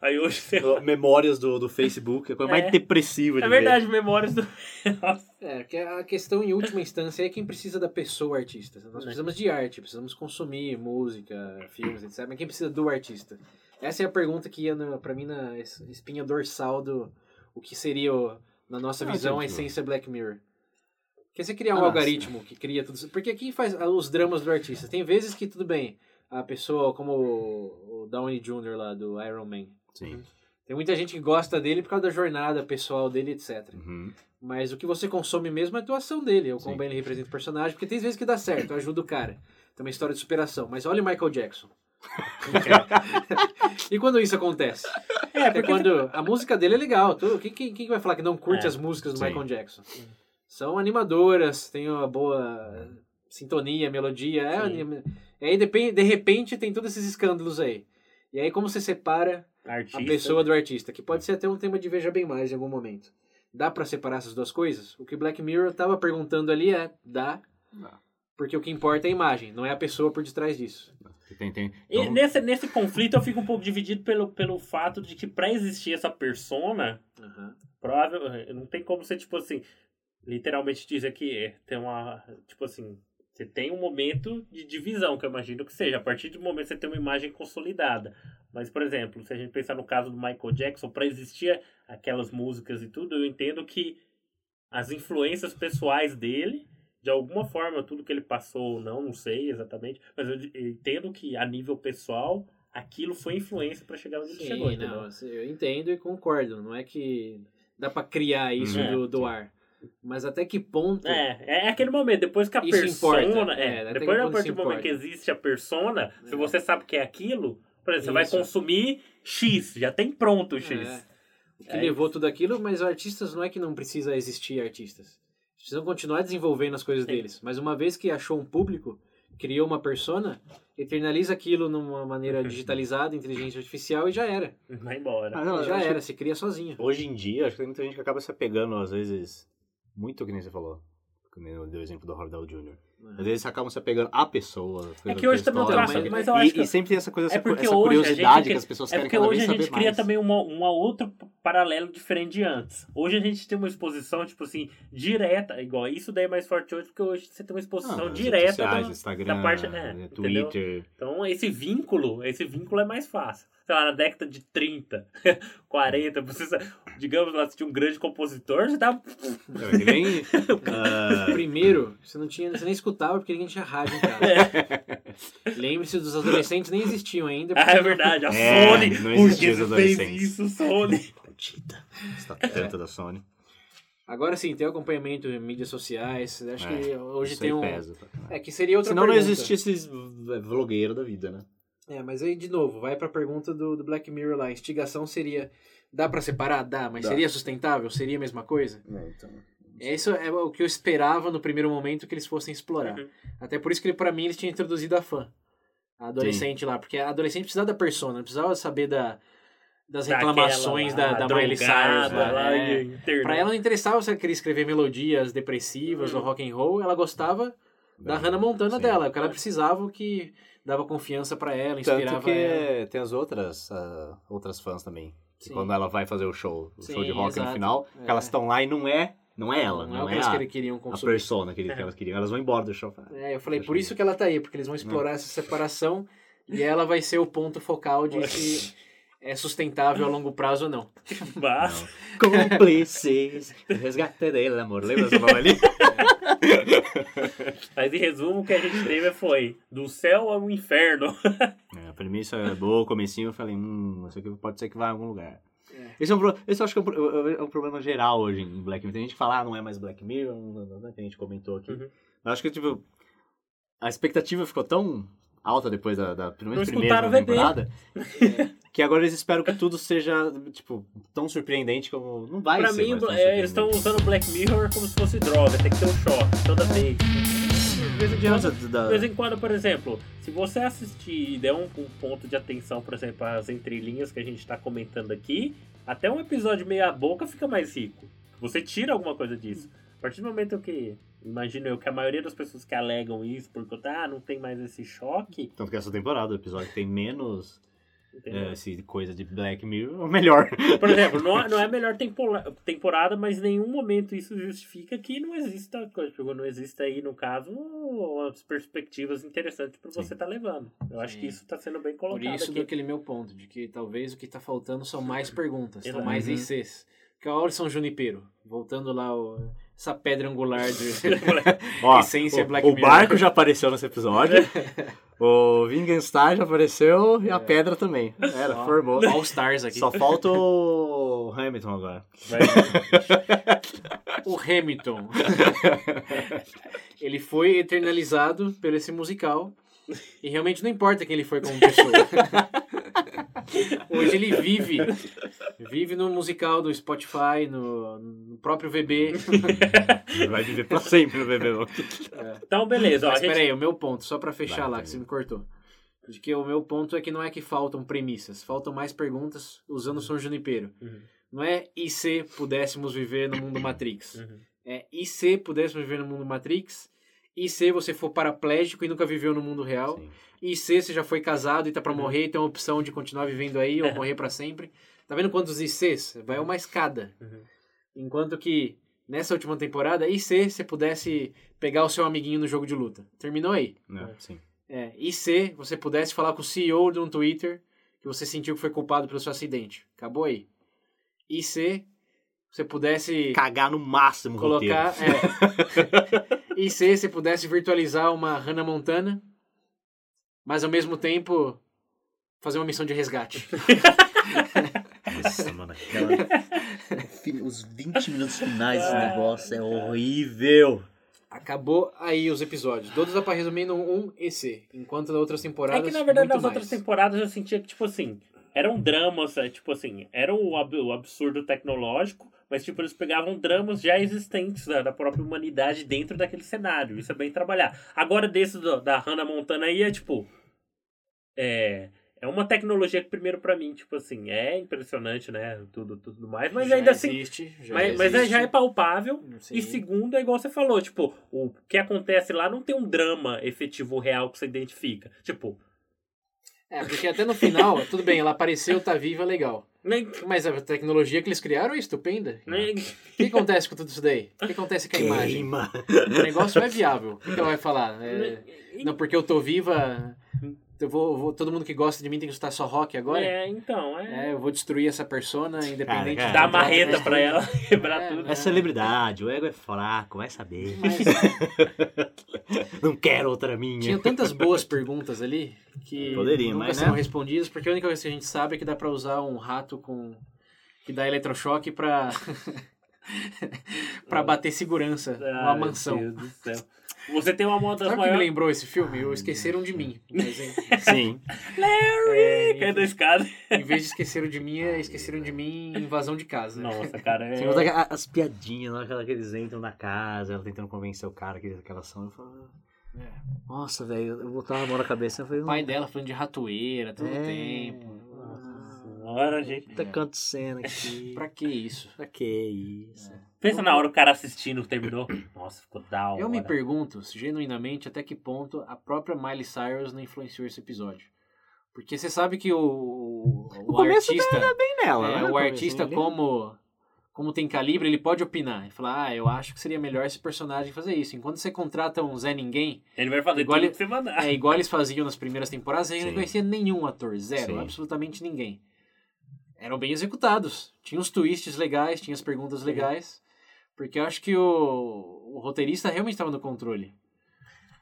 S2: Aí hoje você.
S3: Memórias do, do Facebook, é a coisa
S2: É.
S3: mais depressiva de
S2: É
S3: ver.
S2: verdade, memórias do. Nossa.
S1: É, porque a questão em última instância é quem precisa da pessoa artista.
S3: Né.
S1: Nós precisamos de arte, precisamos consumir música, filmes, etc. Mas quem precisa do artista? Essa é a pergunta que ia na- pra mim na es- espinha dorsal do o que seria, o- na nossa
S3: Ah,
S1: visão, a
S3: gente,
S1: essência Black Mirror. Porque você criar um
S3: Ah,
S1: algoritmo que cria tudo isso. Porque quem faz ah, os dramas do artista? Tem vezes que tudo bem, a pessoa, como o, o Downey Jr. lá do Iron Man.
S3: Sim.
S1: Tem muita gente que gosta dele por causa da jornada pessoal dele, etc.
S3: Uhum.
S1: Mas o que você consome mesmo é a atuação dele, é o quão
S3: Sim.
S1: bem ele representa o personagem, porque tem vezes que dá certo, ajuda o cara. Tem uma história de superação. Mas olha o Michael Jackson. e quando isso acontece? É, porque quando a música dele é legal. Tu, quem, quem, quem vai falar que não curte
S2: É,
S1: as músicas do
S3: sim.
S1: Michael Jackson? São animadoras, tem uma boa sintonia, melodia. É,
S2: Sim.
S1: anima- E aí, depen- de repente, tem todos esses escândalos aí. E aí, como você separa
S2: Artista.
S1: a pessoa do artista, né? que pode ser até um tema de Veja Bem Mais em algum momento. Dá pra separar essas duas coisas? O que Black Mirror tava perguntando ali é, dá,
S3: Dá.
S1: porque o que importa é a imagem, não é a pessoa por detrás disso.
S3: Tem, tem.
S2: E
S3: Então,
S2: nesse, nesse conflito eu fico um pouco dividido pelo, pelo fato de que pra existir essa persona, provável, não tem como você, tipo assim, literalmente dizer que é, tem uma, tipo assim, você tem um momento de divisão, que eu imagino que seja. A partir do momento você tem uma imagem consolidada. Mas, por exemplo, se a gente pensar no caso do Michael Jackson, para existir aquelas músicas e tudo, eu entendo que as influências pessoais dele, de alguma forma, tudo que ele passou ou não, não sei exatamente, mas eu de- eu entendo que a nível pessoal, aquilo foi influência para chegar onde ele chegou,
S1: Sim,
S2: entendeu?
S1: não, assim, eu entendo e concordo, não é que dá pra criar isso
S2: Hum.
S1: do, do
S3: Sim.
S1: ar. Mas até que ponto...
S2: É, é aquele momento, depois que a
S1: Isso
S2: persona.
S1: importa. É,
S2: É,
S1: até
S2: depois
S1: que
S2: a
S1: ponto
S2: partir do
S1: isso
S2: momento
S1: importa.
S2: que existe a persona, se
S1: É.
S2: você sabe que é aquilo, por exemplo, você
S1: Isso.
S2: vai consumir X, já tem pronto o X.
S1: É. O que
S2: É
S1: levou tudo aquilo, mas artistas não é que não precisa existir artistas. Eles precisam continuar desenvolvendo as coisas
S2: Sim.
S1: deles. Mas uma vez que achou um público, criou uma persona, internaliza aquilo numa
S2: Uhum.
S1: maneira digitalizada, inteligência artificial e já era.
S2: [laughs] Vai embora.
S3: Ah, não, eu
S1: já
S3: acho
S1: era, se cria sozinho.
S3: Hoje em dia, acho que tem muita gente que acaba se apegando, às vezes, muito que nem você falou. Que nem eu dei o exemplo do Robert Downey Jr. Às vezes acabam se apegando à pessoa.
S2: É
S3: pela-
S2: que
S3: pela
S2: hoje também eu
S3: história,
S1: trabalho,
S2: trago,
S3: sabe?
S2: mas eu
S3: e,
S2: acho que
S3: e sempre tem essa coisa,
S2: É
S3: essa, cu-
S2: porque
S3: essa
S2: hoje a gente
S3: curiosidade que
S2: cria-
S3: as pessoas
S2: É
S3: querem
S2: porque
S3: cada vez
S2: hoje a
S3: saber
S2: gente cria
S3: mais.
S2: também uma, uma outro p- paralelo diferente de antes. Hoje a gente tem uma exposição, tipo assim, direta, igual isso daí é mais forte hoje, porque hoje você tem uma
S3: Ah,
S2: exposição
S3: nas
S2: direta.
S3: redes sociais,
S2: da-
S3: Instagram,
S2: da parte- é,
S3: Twitter.
S2: [laughs] Então esse vínculo, esse vínculo é mais fácil. Sei lá, na década de [laughs] 30, 40, você, sa- digamos lá, você tinha um grande compositor, você tá dava.
S3: É, que nem, ah,
S1: Primeiro, você não tinha, você nem escutava porque ninguém tinha rádio em casa.
S2: [laughs]
S1: Lembre-se dos adolescentes nem existiam ainda.
S2: [laughs] Ah,
S1: porque-
S2: é verdade, a
S3: É,
S2: Sony!
S3: não
S2: Por que
S3: existia os
S2: você fez
S3: adolescentes.
S2: isso,
S1: [laughs]
S2: Sony?
S3: essa tanta da Sony.
S1: Agora sim, tem acompanhamento em mídias sociais. Acho
S3: É,
S1: que hoje
S3: Isso aí
S1: tem um.
S3: pesa
S2: tá?
S3: pra caralho.
S1: É que seria outra
S3: Senão não
S1: pergunta.
S3: existia esses v- vlogueiro da vida, né?
S1: É, mas aí de novo, vai pra pergunta do, do Black Mirror lá. Instigação seria. Dá pra separar? Dá, mas
S3: Dá.
S1: seria sustentável? Seria a mesma coisa?
S2: então.
S1: É, Isso é o que eu esperava no primeiro momento que eles fossem explorar.
S2: Uhum.
S1: Até por isso que pra mim eles tinham introduzido a fã. A adolescente lá, porque a adolescente precisava da persona, não precisava saber da, das reclamações
S2: Daquela lá,
S1: da, da Miley
S2: drogada
S1: Cyrus. Lá,
S2: lá, né?
S1: é.
S2: e internet.
S1: Pra ela não interessava se ela queria escrever melodias depressivas
S2: Hum.
S1: ou rock and roll, ela gostava da Hannah Montana
S3: Uhum. Sim.
S1: dela, o que ela precisava, o que dava confiança pra ela, inspirava
S3: Tanto que
S1: ela.
S3: tem as outras, ah, outras fãs também. Que
S1: Sim.
S3: quando ela vai fazer o show, o
S1: Sim,
S3: show de rock
S1: exato.
S3: no final,
S1: É.
S3: que elas estão lá e não é, não é ela, não,
S1: é o que
S3: é,
S1: eles
S3: a,
S1: queriam- queriam
S3: a
S1: consumir.
S3: persona que, que elas queriam. Elas vão
S1: [laughs]
S3: embora do show.
S1: É, eu falei, por isso que ela tá aí, porque
S3: Hum.
S1: eles vão explorar essa separação e ela vai ser o ponto focal de se é sustentável a longo prazo ou não.
S2: Mas-
S3: Cúmplices, resgate del amor.
S1: [laughs]
S3: Lembra essa palavra ali?
S2: Mas em resumo, o que a gente teve foi do céu ao inferno.
S3: É, a premissa é boa, o comecinho eu falei, hum, isso aqui pode ser que vá a algum lugar.
S1: É.
S3: Esse, é um, pro- esse eu acho que é um, pro- é um problema geral hoje em Black Mirror. Tem gente que fala, ah, não é mais Black Mirror, não, não, não, não, que a gente comentou aqui.
S2: Uhum.
S3: Eu acho que, tipo, a expectativa ficou tão alta depois da, da pelo menos
S2: Não
S3: primeira
S2: escutaram o VD.
S3: temporada,
S2: [laughs]
S3: que agora eles esperam que tudo seja, tipo, tão surpreendente como... Não vai
S2: pra
S3: ser
S2: mim,
S3: mais tão
S2: é, eles estão
S3: surpreendente.
S2: usando Black Mirror como se fosse droga, tem que ter um choque toda vez.
S3: De vez em diante, da-
S2: De vez em quando, por exemplo, se você assistir e der um, um ponto de atenção, por exemplo, às entrelinhas que a gente tá comentando aqui, até um episódio meia boca fica mais rico. Você tira alguma coisa disso. A partir do momento que, imagino eu, que a maioria das pessoas que alegam isso, porque ah, não tem mais esse choque,
S3: Tanto que essa temporada, o episódio tem menos
S2: entendeu?
S3: é, esse coisa de Black Mirror, [laughs] ou melhor.
S2: Por exemplo, não, não é a melhor tempora- temporada, mas em nenhum momento isso justifica que não exista, tipo, não exista aí, no caso, as perspectivas interessantes para você
S3: Sim.
S2: estar levando. Eu acho
S1: Sim.
S2: que isso está sendo bem
S1: Por
S2: colocado
S1: isso
S2: aqui.
S1: daquele meu ponto, de que talvez o que tá faltando são mais perguntas, são
S2: Exato.
S1: mais
S3: Uhum.
S1: ICs. Porque a Orson Junipero, voltando lá, o- essa pedra angular de...
S3: [laughs] Ó,
S1: Essência
S3: o,
S1: Black
S3: o
S1: Mirror.
S3: barco já apareceu
S1: [laughs]
S3: nesse episódio. o Wittgenstein já apareceu e a
S1: É.
S3: pedra também. Era,
S1: Ó,
S3: formou.
S1: All Stars aqui.
S3: Só falta o Hamilton agora.
S1: O Hamilton. ele foi eternalizado pelo esse musical. E realmente não importa quem ele foi como pessoa. Hoje ele vive. Vive no musical do Spotify, no, no próprio VB.
S3: Ele vai viver pra sempre no [laughs] BBB.
S2: Então, beleza. Ó, a
S1: Mas
S2: gente...
S1: peraí, o meu ponto, só pra fechar
S3: Vai,
S1: lá,
S3: tá
S1: que você me cortou. De que o meu ponto é que não é que faltam premissas, faltam mais perguntas usando o São Junipero.
S2: Uhum.
S1: Não é e se pudéssemos viver no mundo Matrix.
S2: Uhum.
S1: É, e se pudéssemos viver no mundo Matrix? E se você for paraplégico e nunca viveu no mundo real? E se você já foi casado e tá pra morrer e tem a opção de continuar vivendo aí ou morrer pra sempre? Tá vendo quantos ICs? Vai uma escada.
S2: Uhum.
S1: Enquanto que nessa última temporada, e se você pudesse pegar o seu amiguinho no jogo de luta? Terminou aí.
S3: Não, sim.
S1: É, e se você pudesse falar com o CEO de um Twitter que você sentiu que foi culpado pelo seu acidente? Acabou aí. E se você pudesse
S3: Cagar no máximo o
S1: colocar.
S3: roteiro.
S1: É, e se você pudesse virtualizar uma Hannah Montana, mas ao mesmo tempo fazer uma missão de resgate?
S3: [laughs] Nossa, mano, aquela... [laughs] Os 20 minutos finais
S2: desse negócio
S3: é horrível.
S1: Acabou aí os episódios. Todos dá pra resumir num um EC, enquanto nas outras temporadas.
S2: É que, na verdade,
S1: muito
S2: nas outras
S1: mais.
S2: temporadas eu sentia que, tipo assim, era um drama, sabe? tipo assim, era o ab- o absurdo tecnológico, mas, tipo, eles pegavam dramas já existentes da, da própria humanidade dentro daquele cenário. Isso é bem trabalhar. Agora, desse do- da Hannah Montana aí é, tipo, é... É uma tecnologia que, primeiro, pra mim, tipo assim, é impressionante, né? Tudo, tudo mais, mas ainda assim.
S1: existe, já
S2: mas, mas é-
S1: existe.
S2: já é palpável.
S1: Sim.
S2: E segundo, é igual você falou, tipo, o que acontece lá não tem um drama efetivo real que você identifica. Tipo,
S1: É, porque até no final, tudo bem, ela apareceu, tá viva, legal.
S2: nem.
S1: Mas a tecnologia que eles criaram é estupenda.
S2: nem
S1: O que acontece com tudo isso daí? O que acontece com a imagem?
S3: Queima.
S1: O negócio não é viável. O que ela vai falar? É,
S2: nem-
S1: não, porque eu tô viva, eu vou, vou- todo mundo que gosta de mim tem que escutar só rock agora?
S2: É, então, é.
S1: É, eu vou destruir essa persona, independente de
S3: Cara, cara.
S2: Dá
S1: quanto ela
S2: marreta
S1: presta.
S2: pra ela, [laughs] quebrar
S1: É,
S2: tudo.
S1: né?
S3: É celebridade, o ego é fraco, vai saber.
S1: Mas
S3: Não quero outra minha.
S1: tinha tantas boas perguntas ali que
S3: Poderia,
S1: nunca
S3: mas,
S1: serão
S3: né?
S1: respondidas, porque a única coisa que a gente sabe é que dá pra usar um rato com que dá eletrochoque pra [laughs] para bater segurança numa
S2: Ai,
S1: É mansão.
S2: Deus do céu. Você tem uma moda
S1: Sabe o que me
S2: Ah, maior.
S1: lembrou esse filme? O Esqueceram de
S3: [laughs]
S1: Mim. Mas, em-
S3: Sim.
S1: é,
S2: Cai
S1: em,
S2: da escada.
S1: em vez de Esqueceram de Mim, é Esqueceram de Mim Invasão de Casa.
S2: Nossa, cara. É...
S3: Tem todas aquelas- as piadinhas na hora que eles entram na casa, ela tentando convencer o cara que que elas são. Eu falo,
S1: É.
S3: Nossa, velho, eu botava a mão na cabeça e falei,
S1: O pai dela falando de ratoeira todo
S3: É.
S1: tempo.
S3: Nossa
S2: Senhora, gente.
S3: Tá acontecendo
S2: [laughs] É.
S3: aqui.
S1: Pra que isso?
S3: Pra que isso?
S2: Pensa na hora o cara assistindo, terminou. Nossa, ficou da hora.
S1: Eu me pergunto, genuinamente, até que ponto a própria Miley Cyrus não influenciou esse episódio. Porque você sabe que o, o, o
S3: começo
S1: artista,
S3: Bem nela,
S1: é,
S3: né?
S1: o
S3: Comecinho
S1: artista
S3: ali.
S1: como, como tem calibre, ele pode opinar. Ele fala, ah, eu acho que seria melhor esse personagem fazer isso. Enquanto você contrata um Zé Ninguém,
S2: Ele vai fazer
S1: Igual
S2: tudo
S1: ele-
S2: que você mandar.
S1: é igual eles faziam nas primeiras temporadas, ele não
S3: Sim.
S1: conhecia nenhum ator, zero,
S3: Sim.
S1: absolutamente ninguém. Eram bem executados. Tinha uns twists legais, tinha as perguntas
S2: Uhum.
S1: legais. Porque eu acho que o, o roteirista realmente estava no controle.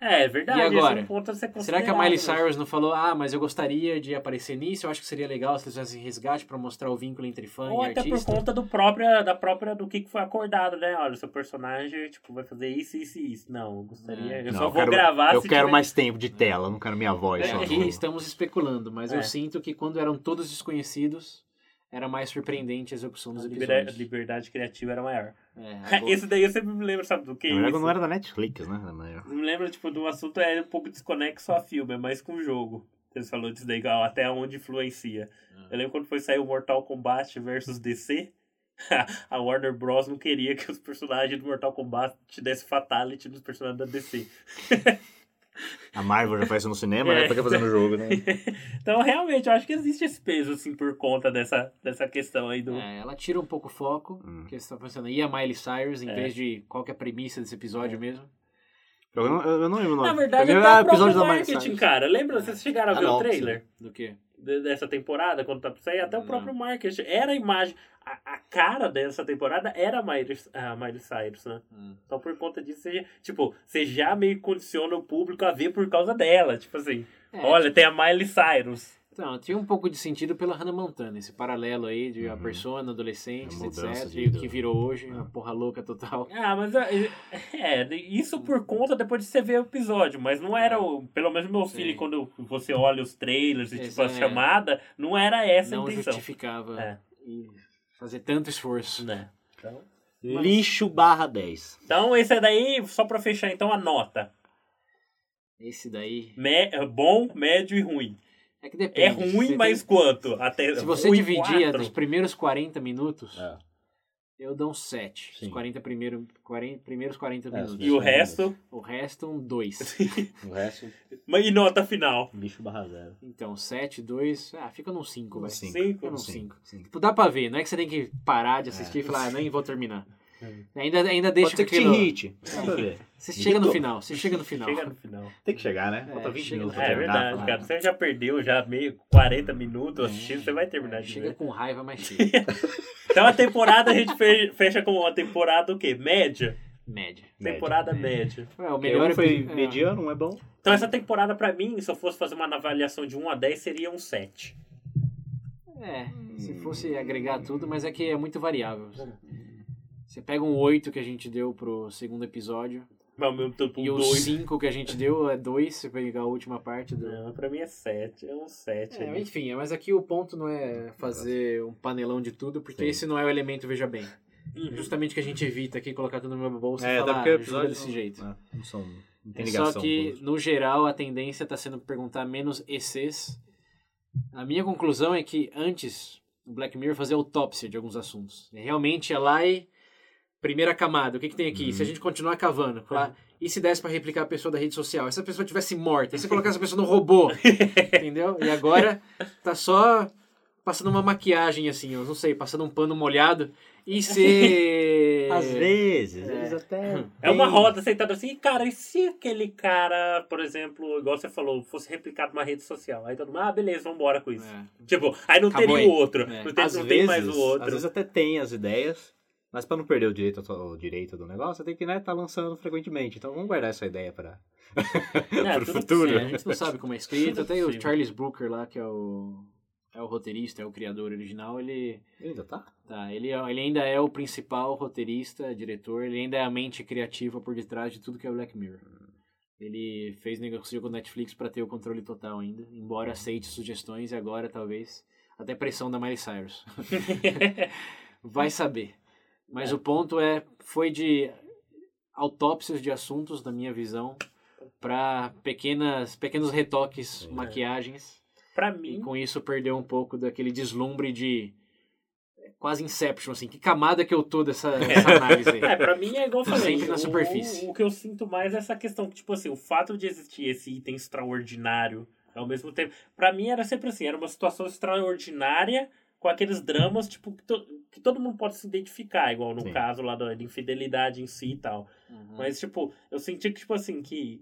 S2: É, é verdade.
S1: E agora?
S2: esse é um ponto a ser
S1: Será que a Miley
S2: considerado, né?
S1: Cyrus não falou, ah, mas eu gostaria de aparecer nisso, eu acho que seria legal se eles fizessem resgate pra mostrar o vínculo entre fã
S2: Ou
S1: e
S2: até por
S1: artista?
S2: conta do própria, da própria, do que que foi acordado, né? Olha, o seu personagem, tipo, vai fazer isso, isso e isso. Não, eu gostaria... Eu
S1: Hum.
S3: Não,
S2: só vou
S3: quero-
S2: gravar
S3: Eu
S2: se
S3: quero
S2: tiver-
S3: mais tempo de tela, eu não quero minha voz.
S1: É,
S3: só
S1: aqui
S3: no-
S1: estamos especulando, mas
S2: É.
S1: eu sinto que quando eram todos desconhecidos, era mais surpreendente a execução
S2: A
S1: dos
S2: libera-
S1: episódios.
S2: liberdade criativa era maior.
S1: É, agora-
S2: [laughs] Esse daí eu sempre me lembro, sabe do que?
S3: Na verdade, Ah, não é era da Netflix, né? Na maior.
S2: Me lembro, tipo, do assunto é um pouco desconexo a filme, é mais com o jogo. Você falou disso daí, ó, até onde influencia.
S1: Ah.
S2: Eu lembro quando foi sair o Mortal Kombat versus DC. [laughs] A Warner Bros. não queria que os personagens do Mortal Kombat te dessem fatality nos personagens da DC.
S3: A Marvel já faz isso no cinema,
S2: É.
S3: né? Pra que fazer no jogo,
S2: [laughs]
S3: né?
S2: então, realmente, eu acho que existe esse peso, assim, por conta dessa, dessa questão aí do.
S1: é, ela tira um pouco o foco,
S3: Hum.
S1: que está funcionando. E a Miley Cyrus, em
S2: Uhum. É.
S1: vez de qual que é a premissa desse episódio mesmo?
S3: Eu não, eu não lembro o nome.
S2: Na verdade,
S3: Pra mim,
S2: até
S3: ah,
S2: o próprio
S3: da Miley
S2: marketing,
S3: Cyrus.
S2: cara. Lembra? Vocês chegaram a
S3: Ah,
S2: ver o
S3: não,
S2: trailer?
S1: Do que?
S2: de- dessa temporada, quando tá pra sair, até o
S1: Não.
S2: próprio marketing. Era a imagem. A, a cara dessa temporada era a Miley, a Miley Cyrus, né?
S1: Hum.
S2: Então por conta disso, você, já- tipo, você já meio condiciona o público a ver por causa dela. Tipo assim,
S1: É,
S2: olha, tem a Miley Cyrus.
S1: Então, tinha um pouco de sentido pela Hannah Montana, esse paralelo aí de a
S3: Uhum.
S1: persona, adolescentes,
S3: A mudança
S1: etc.
S3: de
S1: E o
S3: vida.
S1: que virou hoje, uma
S2: Uhum.
S1: porra louca total.
S2: Ah, mas é, [laughs] é, isso por conta depois de você ver o episódio, mas não era o. Pelo menos meu filho,
S1: É. Sim.
S2: quando você olha os trailers e tipo,
S1: Essa
S2: a
S1: é-
S2: chamada, não era essa é
S1: não
S2: a intenção.
S1: justificava
S2: É.
S1: e fazer tanto esforço.
S2: Né? Então,
S3: Lixo barra 10.
S2: então, esse daí, só pra fechar, então, a nota.
S1: Esse daí.
S2: Me- bom, médio e ruim.
S1: É que depende.
S2: É
S1: Você
S2: ruim,
S1: tem-
S2: mas quanto? Até
S1: Se você
S2: ruim
S1: dividir
S2: quatro? É.
S1: os primeiros 40 minutos, eu dou um 7. Os
S3: Sim.
S1: 40 primeiro, 40 primeiros 40
S3: É,
S1: minutos.
S2: e o resto.
S1: O resto, um 2.
S3: O resto,
S2: Mas e nota final?
S3: lixo barra 0.
S1: então, 7, 2. Ah, fica num 5, vai.
S3: Cinco.
S2: Cinco.
S1: Fica num 5. Tipo, dá pra ver, não é que você tem que parar de assistir e falar, ah, nem vou terminar.
S2: É.
S1: Ainda, ainda deixa
S3: Pode ser
S1: com
S3: que te
S1: aquilo-
S3: irrite. Dá pra ver.
S1: Você chega no
S3: Irritou.
S1: final, você chega no final.
S2: Chega no final.
S3: Tem que chegar, né?
S1: É,
S3: Falta 20
S1: chega.
S3: minutos pra
S2: É,
S3: terminar.
S2: verdade,
S3: Fala.
S2: cara. Você já perdeu já meio 40 minutos assistindo, você vai terminar de
S1: chega
S2: ver.
S1: com raiva,
S2: [laughs]
S1: mas chega.
S2: Então a temporada a gente fe- fecha com uma temporada o quê? Média?
S1: Média.
S3: Média,
S2: temporada média.
S3: média.
S1: É, o
S3: Melhor
S1: melhor
S3: um foi
S1: epi- é.
S3: mediano, um é bom.
S2: Então essa temporada pra mim, se eu fosse fazer uma avaliação de 1 a 10, seria um 7.
S1: É, se fosse agregar tudo, mas é que é muito variável. Você pega um 8 que a gente deu pro segundo episódio
S2: Mas ao mesmo tempo um
S1: e o
S2: 2.
S1: 5 que a gente deu é 2, se pegar a última parte do.
S2: Não, pra mim é 7. É um 7.
S1: É, enfim, mas aqui o ponto não é fazer um panelão de tudo, porque
S3: Sim.
S1: esse não é o elemento veja bem.
S2: Uhum.
S1: Justamente que a gente evita aqui colocar tudo no meu bolso e
S3: É, até
S1: falar
S3: porque o
S1: "Ah,
S3: episódio
S1: ajuda desse
S3: não-
S1: jeito.
S3: né, Não, são, não tem
S1: Só
S3: ligação.
S1: que, no geral, a tendência tá sendo perguntar menos ECs A minha conclusão é que antes o Black Mirror fazia autópsia de alguns assuntos. E Realmente é lá e. Primeira camada, o que, que tem aqui?
S3: Uhum.
S1: Se a gente continuar cavando, lá, e se desse pra replicar a pessoa da rede social? E se a pessoa tivesse morta? E se colocar essa pessoa no
S3: [laughs]
S1: robô? Entendeu? E agora tá só passando uma maquiagem, assim, eu não sei, passando um pano molhado.
S3: [laughs]
S1: E se.
S3: Às vezes,
S1: É.
S3: eles até.
S2: [laughs] É uma roda sentada assim, e, cara, e se aquele cara, por exemplo, igual você falou, fosse replicado numa rede social? Aí todo mundo, ah, beleza, vambora com isso.
S1: É.
S2: Tipo, aí não
S1: Acabou
S2: teria
S1: aí.
S2: o outro,
S1: É.
S2: não, tem,
S3: Às
S2: não
S3: vezes,
S2: tem mais o outro.
S3: Às vezes até tem as ideias, mas pra não perder o direito, o direito do negócio, você tem que né, tá lançando frequentemente. Então vamos guardar essa ideia para
S2: É,
S3: o
S2: tudo
S3: futuro.
S1: É, a gente não sabe como é escrito. Até o
S2: Sim.
S1: Charles Brooker lá, que é o, é o roteirista, é o criador original, ele,
S3: Ainda tá?
S1: tá, ele, é- ele ainda é o principal roteirista, diretor, ele ainda é a mente criativa por detrás de tudo que é Black Mirror. Ele fez negócio com o Netflix para ter o controle total ainda, embora aceite sugestões e agora talvez até pressão da Miley Cyrus. Vai saber. Mas o ponto é, foi de autópsias de assuntos, na minha visão, para pequenas pequenos retoques,
S3: É.
S1: maquiagens,
S2: pra
S1: e
S2: mim,
S1: com isso perdeu um pouco daquele deslumbre de é, quase Inception, assim, que camada que eu tô dessa, dessa análise aí.
S2: [laughs] É, pra mim é igual eu falei.
S1: Sempre na
S2: o-
S1: superfície.
S2: O, que eu sinto mais é essa questão que, tipo assim, o fato de existir esse item extraordinário ao mesmo tempo. Pra mim era sempre assim, era uma situação extraordinária com aqueles dramas, tipo, que, to- que todo mundo pode se identificar, igual no
S3: Sim.
S2: caso lá da da infidelidade em si e tal.
S1: Uhum.
S2: Mas, tipo, eu senti que, tipo assim, que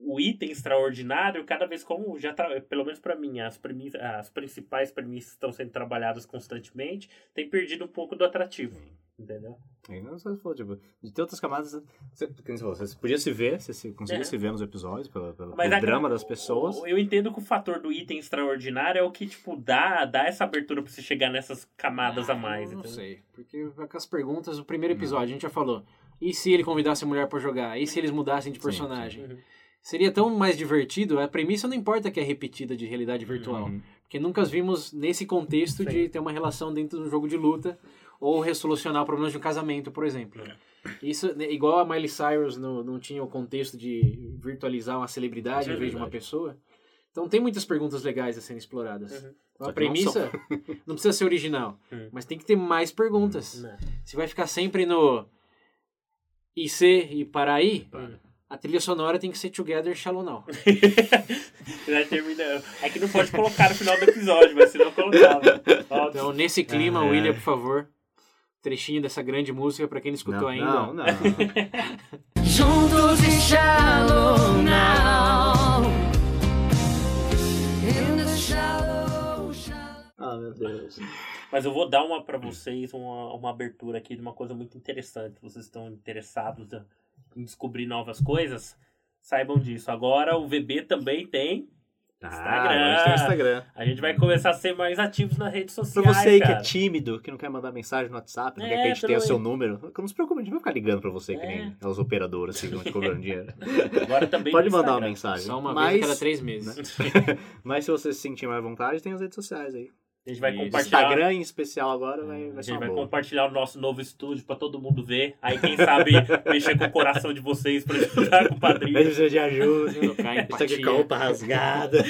S2: o item extraordinário, cada vez como já, tra- pelo menos pra mim, as, premissas, as principais premissas estão sendo trabalhadas constantemente, tem perdido um pouco do atrativo, entendeu?
S3: Aí não sei se for, tipo, de ter outras camadas. Você, como você, falou, você podia se ver, você se, conseguia
S2: É.
S3: se ver nos episódios, pelo, pelo,
S2: Mas
S3: pelo
S2: a-
S3: drama das pessoas.
S2: Eu entendo que o fator do item extraordinário é o que, tipo, dá, dá essa abertura pra você chegar nessas camadas a mais.
S1: Ah, Não
S2: entendeu?
S1: sei, porque com as perguntas, o primeiro episódio, a gente já falou. E se ele convidasse a mulher pra jogar? E se eles mudassem de
S3: Sim,
S1: personagem?
S2: sim. Uhum. [laughs]
S1: Seria tão mais divertido. A premissa não importa que é repetida de realidade virtual.
S3: Uhum.
S1: Porque nunca as vimos nesse contexto
S2: Sim.
S1: de ter uma relação dentro de um jogo de luta ou resolucionar problemas de um casamento, por exemplo.
S2: É.
S1: Isso, né, igual a Miley Cyrus no- não tinha o contexto de virtualizar uma celebridade
S2: é
S1: em vez de uma
S3: Celebridade.
S1: pessoa. Então tem muitas perguntas legais a serem exploradas.
S2: Uhum.
S1: Então,
S3: Só
S1: a
S3: que não
S1: premissa [laughs] não, precisa ser original,
S2: Hum.
S1: mas tem que ter mais perguntas.
S2: Né.
S1: Se vai ficar sempre no IC e para aí,
S3: Para.
S1: a trilha sonora tem que ser Together Shallow Now.
S2: Já termina. É que não pode colocar no final do episódio, mas se não colocava. Ó,
S1: Então, nesse clima,
S3: Caralho.
S1: William, por favor, trechinho dessa grande música pra quem não escutou
S3: não,
S1: ainda.
S3: Não, não. não.
S4: Juntos e shallow now. In the shallow, shallow.
S3: ah, meu Deus.
S2: Mas eu vou dar uma pra vocês, uma, uma abertura aqui de uma coisa muito interessante. Vocês estão interessados a- em descobrir novas coisas? Saibam disso. Agora o VB também tem.
S3: Ah,
S2: Instagram.
S3: agora a gente tem o Instagram.
S2: A gente vai começar a ser mais ativos nas redes
S3: Pra
S2: sociais.
S3: você aí que é
S2: cara.
S3: tímido, que não quer mandar mensagem no WhatsApp, não
S2: É,
S3: quer que a gente tenha o
S2: também.
S3: seu número, não se preocupe, a gente vai ficar ligando pra você, que
S2: É.
S3: nem as operadoras que vão te
S2: [laughs]
S3: cobrando dinheiro.
S2: Agora também
S3: Pode
S2: no
S3: mandar uma
S2: Instagram.
S3: mensagem.
S1: Só uma
S3: mas, né?
S1: vez a cada três meses.
S3: mas se você se sentir mais à vontade, tem as redes sociais aí.
S2: A gente vai
S1: Isso.
S2: compartilhar.
S3: Instagram em especial agora vai,
S1: né,
S2: A
S3: vai ser
S2: gente
S3: uma
S2: vai
S3: boa.
S2: compartilhar o nosso novo estúdio pra todo mundo ver. Aí, quem sabe,
S1: [laughs]
S2: mexer com o coração de vocês pra ajudar com o
S3: Aí
S2: padrinho.
S3: precisa um de ajuda. [laughs]
S1: Trocar
S3: Está
S1: empatia.
S3: com a roupa rasgada.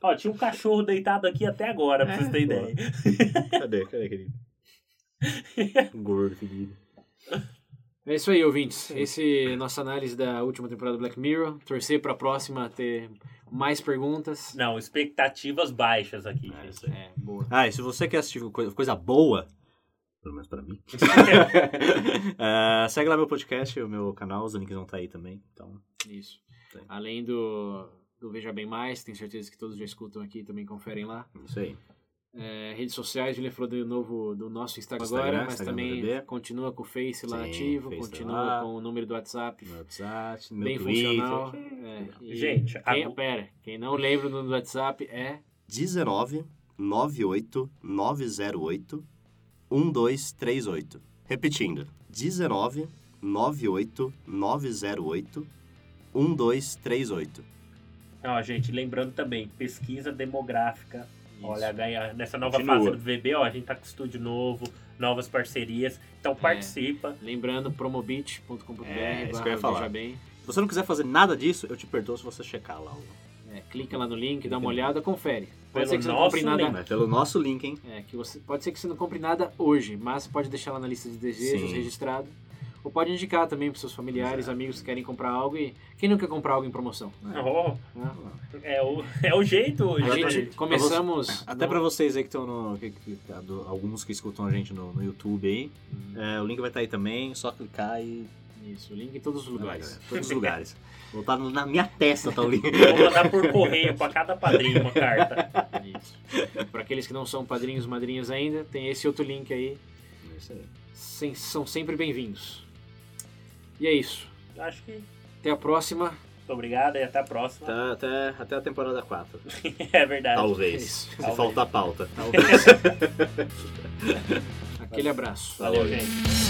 S2: Ó, tinha um cachorro deitado aqui até agora, pra vocês terem
S1: É.
S3: Boa.
S2: ideia.
S3: [laughs] Cadê? Cadê, querido? [laughs] Gordo, querido.
S1: É isso aí, ouvintes. Esse é nossa análise da última temporada do Black Mirror. Torcer pra próxima ter mais perguntas.
S2: Não, expectativas baixas aqui. gente.
S1: É, boa.
S3: Ah, e se você quer assistir coisa, coisa boa, pelo menos pra mim, [laughs] ah, segue lá meu podcast, o meu canal, os links vão estar aí também. Então,
S1: Isso.
S3: Sim.
S1: Além do, do Veja Bem Mais, tenho certeza que todos já escutam aqui também conferem lá.
S3: é isso aí.
S1: É, redes sociais, ele falou do novo do nosso Instagram,
S3: Instagram,
S1: agora, mas
S3: Instagram
S1: também
S3: do DB.
S1: continua com o Face lá
S3: Sim,
S1: ativo,
S3: Face tá
S1: continua
S3: lá. É.
S1: com o número do WhatsApp
S3: Meu WhatsApp, meu
S1: bem
S3: Twitter.
S1: funcional. É, e
S2: Gente,
S1: quem,
S2: agora-
S1: pera, quem não lembra do WhatsApp é
S5: 19 98 908 1238. Repetindo: 19 98 908 1238.
S2: [laughs] Ó, gente, lembrando também, pesquisa demográfica. Olha, ganha, nessa nova
S3: Continua.
S2: fase do VB, ó, a gente tá com estúdio novo, novas parcerias.
S1: É.
S2: Então participa.
S1: lembrando promobit.com.br
S3: É, isso que eu
S1: barra
S3: ia
S1: Veja
S3: falar.
S1: Bem.
S3: Se você não quiser fazer nada disso, eu te perdoo se você checar lá. o-
S1: É, clica lá no link, dá uma olhada, confere. Pode
S2: Pelo
S1: ser que você não
S2: nosso
S1: compre nada.
S2: link.
S3: Mas É, pelo nosso link, hein?
S1: É, que você, pode ser que você não compre nada hoje, mas pode deixar lá na lista de desejos
S3: Sim.
S1: registrado. Ou pode indicar também para seus familiares, amigos que querem comprar algo e quem não quer comprar algo em promoção?
S2: Ó,
S1: né?
S2: é, o, é o jeito hoje.
S1: A
S2: né?
S1: gente começamos.
S3: Até pra vocês aí que estão no. que- que- tá do- alguns que escutam a gente no, no YouTube aí. é, o link vai estar aí também, só clicar e.
S1: Isso, link em todos os lugares.
S3: Em todos os lugares. Voltaram na minha testa, tá o link.
S2: Vou mandar por correio pra cada padrinho uma carta.
S1: Isso. Para aqueles que não são padrinhos, madrinhas ainda, tem esse outro link aí.
S3: Isso aí.
S1: Sem- são sempre bem-vindos. E é isso.
S2: Acho que.
S1: Até a próxima.
S2: Muito obrigado e até a próxima.
S3: Tá- até, até a temporada 4.
S2: [laughs] É verdade.
S3: Talvez.
S1: Isso.
S3: Se
S2: Talvez.
S3: faltar pauta.
S1: Aquele abraço.
S2: Valeu, gente.